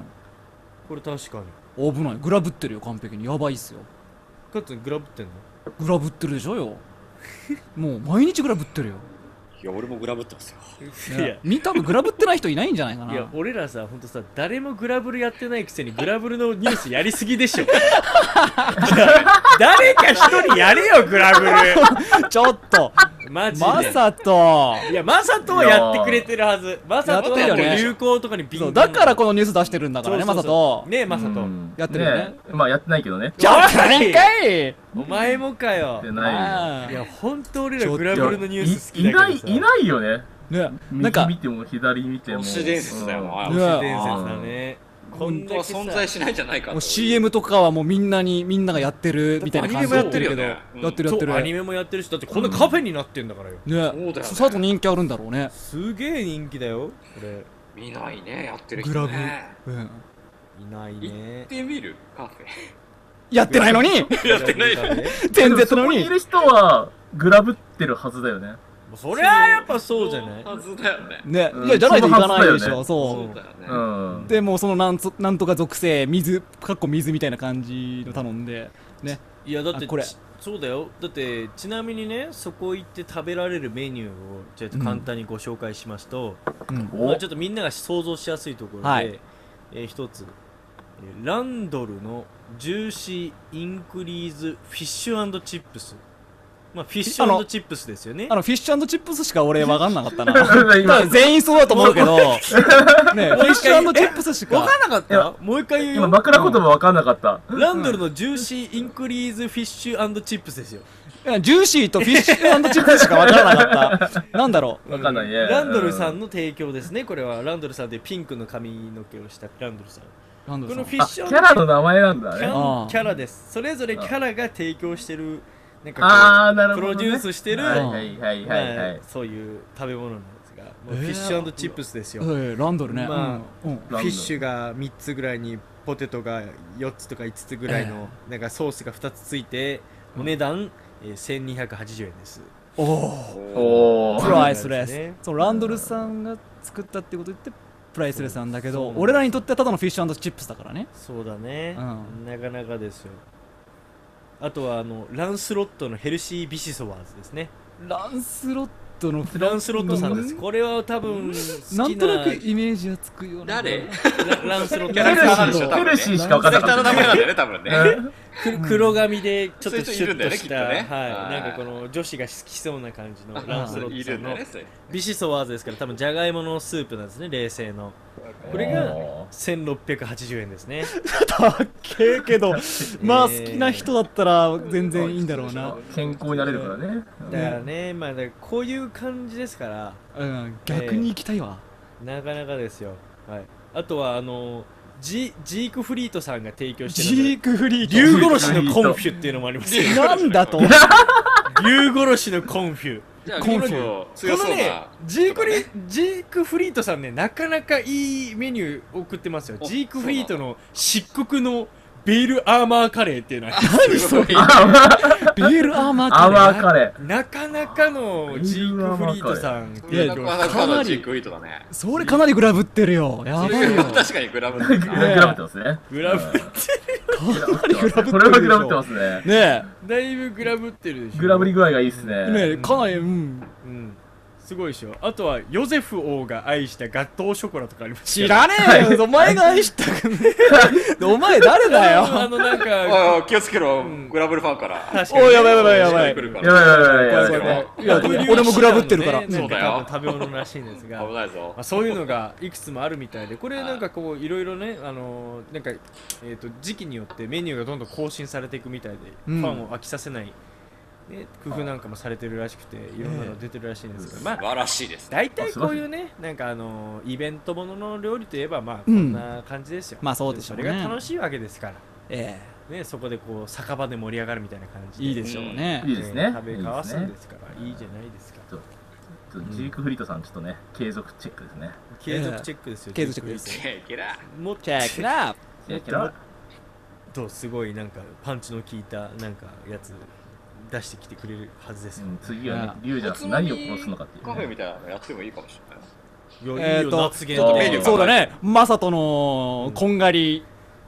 [SPEAKER 6] これ確かに
[SPEAKER 5] 危ないグラブってるよ完璧にやばいっすよ
[SPEAKER 6] かつグラブってんの
[SPEAKER 5] グラブってるでしょよ (laughs) もう毎日グラブってるよ、
[SPEAKER 9] いや俺もグラブってますよ
[SPEAKER 6] いや
[SPEAKER 5] ね、み多分グラブってない人いないんじゃないかない
[SPEAKER 6] や俺らさほんとさ誰もグラブルやってないく
[SPEAKER 5] (laughs)
[SPEAKER 6] せにグラブルのニュースやりすぎでしょ誰か一人やれよグラブ
[SPEAKER 5] (laughs) ちょっと
[SPEAKER 6] ルマジで、
[SPEAKER 5] まさと
[SPEAKER 6] いやマサトはやってくれてるはずマサトは
[SPEAKER 5] や
[SPEAKER 6] も
[SPEAKER 5] っ
[SPEAKER 6] う
[SPEAKER 5] てるよね
[SPEAKER 6] 流行とかに敏
[SPEAKER 5] そ
[SPEAKER 6] 感
[SPEAKER 5] うだからこのニュース出してるんだからね
[SPEAKER 6] そ
[SPEAKER 5] ま
[SPEAKER 6] うそ
[SPEAKER 5] さ
[SPEAKER 6] うそ
[SPEAKER 5] と
[SPEAKER 6] うねえマサト
[SPEAKER 7] うん
[SPEAKER 5] やってるよね
[SPEAKER 7] えまあやってないけどね。
[SPEAKER 5] じゃあ金かい
[SPEAKER 6] お前もかよ
[SPEAKER 7] やってないよ。
[SPEAKER 5] ああ
[SPEAKER 6] いや本当俺
[SPEAKER 5] ち
[SPEAKER 6] ら
[SPEAKER 5] ょっと
[SPEAKER 6] グラブルのニュース好き
[SPEAKER 7] いい
[SPEAKER 6] だ
[SPEAKER 7] な
[SPEAKER 6] から
[SPEAKER 7] い、
[SPEAKER 6] さ
[SPEAKER 7] いないよね。
[SPEAKER 5] ねなん
[SPEAKER 7] 右
[SPEAKER 5] か
[SPEAKER 7] 見ても左見ても。
[SPEAKER 9] 都市伝説だよな、
[SPEAKER 5] うん
[SPEAKER 6] 都市伝説だねこ
[SPEAKER 4] 本
[SPEAKER 6] ん
[SPEAKER 4] 当
[SPEAKER 6] だ
[SPEAKER 4] は
[SPEAKER 6] けさ
[SPEAKER 4] 存在しないんじゃないか
[SPEAKER 5] も
[SPEAKER 4] と
[SPEAKER 5] う CM とかはもうみんなにみんながやってるみたいな感じ
[SPEAKER 4] だってアニメもやってるよね
[SPEAKER 5] やってるやって
[SPEAKER 6] そうアニ
[SPEAKER 5] る
[SPEAKER 6] メもやってるしだってこんなカフェになってんだからよ、
[SPEAKER 5] ね
[SPEAKER 4] そうだよね
[SPEAKER 5] さと人気あるんだろうね
[SPEAKER 6] すげえ人気だよこれ
[SPEAKER 4] 見ないねやってる
[SPEAKER 5] グラ
[SPEAKER 4] 人
[SPEAKER 5] ブ
[SPEAKER 4] ね
[SPEAKER 5] うん
[SPEAKER 6] いない
[SPEAKER 4] 行
[SPEAKER 6] ね
[SPEAKER 4] ってみるカフェ
[SPEAKER 5] やってないのに
[SPEAKER 4] やってない
[SPEAKER 6] グラブルカフェ
[SPEAKER 5] 全然やって
[SPEAKER 7] そ
[SPEAKER 5] ない
[SPEAKER 7] こ
[SPEAKER 5] の
[SPEAKER 7] にい
[SPEAKER 5] に
[SPEAKER 7] る人は、グラブってるはずだよね。
[SPEAKER 6] もうそりゃやっぱそうじゃな
[SPEAKER 4] (laughs)
[SPEAKER 6] い
[SPEAKER 4] はずだよね
[SPEAKER 5] ね
[SPEAKER 7] うん
[SPEAKER 5] いやじゃないといかないでし
[SPEAKER 7] その
[SPEAKER 5] ょ
[SPEAKER 7] は
[SPEAKER 5] そ
[SPEAKER 4] そうだよね
[SPEAKER 7] う。
[SPEAKER 5] うんでもうそのなんそなんとか属性水かっこ水みたいな感じの頼んでね
[SPEAKER 6] いやだって
[SPEAKER 5] あこれ
[SPEAKER 6] ちそうだよだってちなみにねそこ行って食べられるメニューをちょっと簡単にご紹介しますと、
[SPEAKER 5] うん
[SPEAKER 7] お
[SPEAKER 6] まあ、ちょっとみんなが想像しやすいところで、
[SPEAKER 5] はい
[SPEAKER 6] えー一つえーランドルのジューシーインクリーズフィッシュチップスまあフィッシ
[SPEAKER 5] あの
[SPEAKER 6] ュチップスですよね
[SPEAKER 5] あのフィッシュチップスしか俺分かんなかった
[SPEAKER 6] (laughs)
[SPEAKER 5] な多分
[SPEAKER 7] 今、
[SPEAKER 5] 全員そうだと思うけどねフィッシュチップスし
[SPEAKER 6] わ
[SPEAKER 5] か
[SPEAKER 6] からなかっ
[SPEAKER 7] いや
[SPEAKER 6] たもう一回言
[SPEAKER 7] (laughs)
[SPEAKER 6] う
[SPEAKER 7] 今
[SPEAKER 6] よ
[SPEAKER 7] 枕言葉分かんなかった。
[SPEAKER 6] ランドルのジューシーインクリーズフィッシュチップスですよ
[SPEAKER 5] いやジューシーとフィッシュチップスしか分からな
[SPEAKER 6] (laughs)
[SPEAKER 5] かったなんだろう
[SPEAKER 7] 分かんないね。
[SPEAKER 6] ランドルさ
[SPEAKER 7] うん
[SPEAKER 6] の提供ですねこれはランドルさんでピンクの髪の毛をしたランドルさんこ
[SPEAKER 5] ランドルさ
[SPEAKER 6] の
[SPEAKER 5] ん
[SPEAKER 6] フィ
[SPEAKER 7] あ、
[SPEAKER 6] ッ
[SPEAKER 7] キ
[SPEAKER 6] シュ
[SPEAKER 7] ャラの名前なんだ
[SPEAKER 6] キ
[SPEAKER 7] ね。
[SPEAKER 6] ャ
[SPEAKER 5] あ
[SPEAKER 6] ン
[SPEAKER 5] ー
[SPEAKER 6] キャラですそれぞれキャラが提供してるなんか
[SPEAKER 7] あー、な
[SPEAKER 6] こ
[SPEAKER 7] る
[SPEAKER 6] う
[SPEAKER 7] ほど、
[SPEAKER 6] プ
[SPEAKER 7] ね。
[SPEAKER 6] ロデュースしてる
[SPEAKER 7] はいはいはいはいはい
[SPEAKER 6] まあ。そういう食べ物なんですが、まあ
[SPEAKER 5] えー
[SPEAKER 6] フィッシュチップスですよ、フ
[SPEAKER 5] ええランドルね、
[SPEAKER 6] ま
[SPEAKER 5] うんうん
[SPEAKER 7] ド
[SPEAKER 6] ィッシュが3つぐらいにポテトが4つとか5つぐらいの、なんかソースが2つついてお値段、えー1280円です
[SPEAKER 5] おお
[SPEAKER 7] お
[SPEAKER 5] プ
[SPEAKER 7] ー。
[SPEAKER 5] ライスレ
[SPEAKER 6] そうですね
[SPEAKER 5] スそのランドルさんが作ったってこと言ってプライスレスなんだけ
[SPEAKER 6] そう
[SPEAKER 5] ど
[SPEAKER 6] なんだ
[SPEAKER 5] 俺らにとってはただのフィッシュチップスだからね
[SPEAKER 6] そうだね、
[SPEAKER 5] うん
[SPEAKER 6] なかなかですよあとはあのランスロットのヘルシービシソワーズですね
[SPEAKER 5] ランスロットの
[SPEAKER 6] ランスロットさんです
[SPEAKER 5] う
[SPEAKER 6] これは多分好き
[SPEAKER 5] なんとなくイメージがつくような
[SPEAKER 4] 誰
[SPEAKER 6] ラ (laughs) ランスロッ
[SPEAKER 4] キャラクター
[SPEAKER 6] ト
[SPEAKER 4] なんでしょ
[SPEAKER 7] ヘ
[SPEAKER 4] 多分ね
[SPEAKER 7] ルシーしか分かん
[SPEAKER 4] キャ
[SPEAKER 7] なか
[SPEAKER 4] ラクターの
[SPEAKER 7] った
[SPEAKER 4] 名前なんだよね多分ね
[SPEAKER 7] うん
[SPEAKER 6] く黒髪でちょっとシュッ
[SPEAKER 4] そういう
[SPEAKER 6] と
[SPEAKER 4] 人いるん
[SPEAKER 6] し
[SPEAKER 4] だよ
[SPEAKER 6] た、
[SPEAKER 4] ねきっとね
[SPEAKER 6] はい、
[SPEAKER 4] はい
[SPEAKER 6] なんかこの女子が好きそうな感じのランスロッ
[SPEAKER 4] い
[SPEAKER 6] トさ
[SPEAKER 4] る
[SPEAKER 6] ん
[SPEAKER 4] んだよ
[SPEAKER 6] の
[SPEAKER 4] ねそれ
[SPEAKER 6] ビシソワーズですから多分じゃがいものスープなんですね冷製のこれが
[SPEAKER 7] おー
[SPEAKER 6] 1680円ですね
[SPEAKER 5] だっけーけ (laughs) どまあ
[SPEAKER 6] えー
[SPEAKER 5] 好きな人だったら全然いいんだろうな、
[SPEAKER 7] 健康になれるからね。
[SPEAKER 6] だからねまあだからこういう感じですから
[SPEAKER 5] うん、逆に行きたいわ、
[SPEAKER 6] なかなかですよ、はい、あとはあのジジークフリートさんが提供して
[SPEAKER 5] ジ
[SPEAKER 6] る
[SPEAKER 5] ークフリー
[SPEAKER 6] 竜
[SPEAKER 5] ト
[SPEAKER 6] 殺しのコンフュっていうのもありますよ
[SPEAKER 5] なんだと
[SPEAKER 6] 竜殺しのコンフュ
[SPEAKER 4] じゃあ
[SPEAKER 5] コンフィ
[SPEAKER 4] 結構
[SPEAKER 6] こ
[SPEAKER 4] 強
[SPEAKER 6] の
[SPEAKER 4] そう
[SPEAKER 6] ね
[SPEAKER 4] な
[SPEAKER 6] ジークリ、ジークフリートさんねなかなかいいメニュー送ってますよ
[SPEAKER 4] お
[SPEAKER 6] ジークフリートの漆黒のベールアーマーカレーっていうのは
[SPEAKER 4] 何それ
[SPEAKER 5] ベールアーマー
[SPEAKER 7] アワー
[SPEAKER 5] ー
[SPEAKER 7] カレ
[SPEAKER 6] なかなかのジークフリートさん
[SPEAKER 4] いや、
[SPEAKER 6] 提供
[SPEAKER 4] なかなかチークイートだね。
[SPEAKER 5] それかなりグラブってるよやばいよか
[SPEAKER 4] 確かにグラブだ
[SPEAKER 7] ー。
[SPEAKER 4] な。
[SPEAKER 7] グラブってますね。
[SPEAKER 6] グラブ
[SPEAKER 5] なりグラブ (laughs)
[SPEAKER 7] こ
[SPEAKER 5] っ
[SPEAKER 7] れはグ
[SPEAKER 5] てるでし
[SPEAKER 7] ラブってま
[SPEAKER 5] ょ
[SPEAKER 7] すね。
[SPEAKER 5] ね
[SPEAKER 6] だいぶグラブってるでしょ
[SPEAKER 7] (laughs) グラブり具合がいいです
[SPEAKER 5] え
[SPEAKER 7] ね。
[SPEAKER 5] ねえかなりうん
[SPEAKER 6] うんすごいでしょあとはヨゼフ王が愛したガットーショコラとかあります
[SPEAKER 5] 知らねえよお前が愛したくねえお前誰だ
[SPEAKER 6] あ
[SPEAKER 5] (laughs) よ
[SPEAKER 6] のなんか
[SPEAKER 4] おいおい気をつけろ
[SPEAKER 6] ん、
[SPEAKER 4] グラブルファンから。
[SPEAKER 6] 確か
[SPEAKER 5] お
[SPEAKER 6] に
[SPEAKER 5] いやばいやばいやばい
[SPEAKER 4] 来るか
[SPEAKER 7] やば
[SPEAKER 4] ら
[SPEAKER 7] いやばいやばいやばい。
[SPEAKER 5] いや俺もグラブってるから
[SPEAKER 4] そうだよ
[SPEAKER 6] 食べ物らしいんですが
[SPEAKER 4] 危ないぞ
[SPEAKER 6] まあ、。そういうのがいくつもあるみたいでこれなんかこういろいろねあのーなんか、えー、と時期によってメニューがどんどん更新されていくみたいで、
[SPEAKER 5] うん
[SPEAKER 6] ファンを飽きさせない、ね、工夫なんかもされてるらしくていろんなの出てるらしいんですけど、ま
[SPEAKER 4] 素
[SPEAKER 6] あ
[SPEAKER 4] 晴らしいですね。
[SPEAKER 6] 大体こういうねなんかあのーイベントものの料理といえばまあこ
[SPEAKER 5] うん
[SPEAKER 6] んな感じですよ、
[SPEAKER 5] まあそうでしょうね
[SPEAKER 6] それが楽しいわけですから、
[SPEAKER 5] え
[SPEAKER 6] ね、そこでこう酒場で盛り上がるみたいな感じ
[SPEAKER 5] え
[SPEAKER 6] で
[SPEAKER 5] いいでしょうね
[SPEAKER 7] いいですね。
[SPEAKER 6] 食べ
[SPEAKER 7] いい
[SPEAKER 6] 交わ
[SPEAKER 7] ですす
[SPEAKER 6] ん
[SPEAKER 7] ね
[SPEAKER 6] ですからいいじゃないですか
[SPEAKER 7] ちょっとジークフリートさん、ちょっとね、継続チェックですね。
[SPEAKER 6] 継続チェックですよ、
[SPEAKER 5] 継続チェックです
[SPEAKER 4] いけら。
[SPEAKER 6] もっと
[SPEAKER 5] チェックラッ
[SPEAKER 7] いやけど
[SPEAKER 6] とすごいなんかパンチの効いたなんかやつ出してきてくれるはずです
[SPEAKER 7] う
[SPEAKER 6] よ、
[SPEAKER 7] ん次はね、リュウジャー何を殺すのかっていう
[SPEAKER 4] カフェ
[SPEAKER 7] ね。
[SPEAKER 4] みたいなのやってもいいかもしれない。
[SPEAKER 6] いやいい
[SPEAKER 5] えー
[SPEAKER 6] よ
[SPEAKER 5] と
[SPEAKER 6] 夏
[SPEAKER 5] ち
[SPEAKER 6] 限
[SPEAKER 5] ょっと
[SPEAKER 4] メ
[SPEAKER 6] 定
[SPEAKER 4] ニュー
[SPEAKER 5] そうだねマサトのこんがり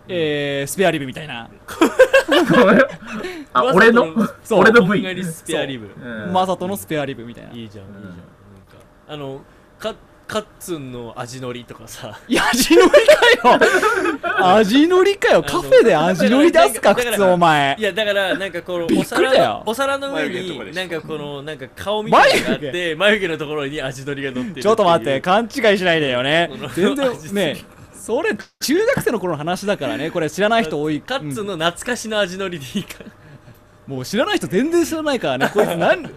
[SPEAKER 5] えースペアリブみたいな
[SPEAKER 7] (laughs) あ、俺の
[SPEAKER 6] わざと
[SPEAKER 5] そ
[SPEAKER 7] (laughs)
[SPEAKER 5] う
[SPEAKER 7] 俺の
[SPEAKER 6] こん
[SPEAKER 7] V。
[SPEAKER 6] がりスペアリブ
[SPEAKER 7] うん
[SPEAKER 5] マサトのスペアリブみたいない
[SPEAKER 6] いじゃんいいじゃん、
[SPEAKER 7] うん
[SPEAKER 6] なんかあのかカッツンの味のりとかさ (laughs)
[SPEAKER 5] いや味のりかよ味のりかよカフェで味のり出す
[SPEAKER 6] だ
[SPEAKER 5] か
[SPEAKER 6] から
[SPEAKER 5] 靴お前
[SPEAKER 6] いやだからなんかこの
[SPEAKER 5] び
[SPEAKER 6] お
[SPEAKER 5] っくり
[SPEAKER 6] 皿
[SPEAKER 5] だよ
[SPEAKER 6] のお皿の上
[SPEAKER 4] 眉毛のとこで
[SPEAKER 6] に
[SPEAKER 4] しょ
[SPEAKER 6] なんかこのなんか顔みたいなのがあって眉毛のところに味のりが乗ってるていう
[SPEAKER 5] ちょっと待って勘違いしないでよね
[SPEAKER 6] この
[SPEAKER 5] 全
[SPEAKER 6] 味
[SPEAKER 5] 然
[SPEAKER 6] の
[SPEAKER 5] ね
[SPEAKER 6] り
[SPEAKER 5] それ中学生の頃の話だからねこれ知らない人多い
[SPEAKER 6] カッツ
[SPEAKER 5] う
[SPEAKER 6] ン
[SPEAKER 5] ん
[SPEAKER 6] の懐かしの味のりでいいか
[SPEAKER 5] もう知らない人全然知らないからねこいつ何もう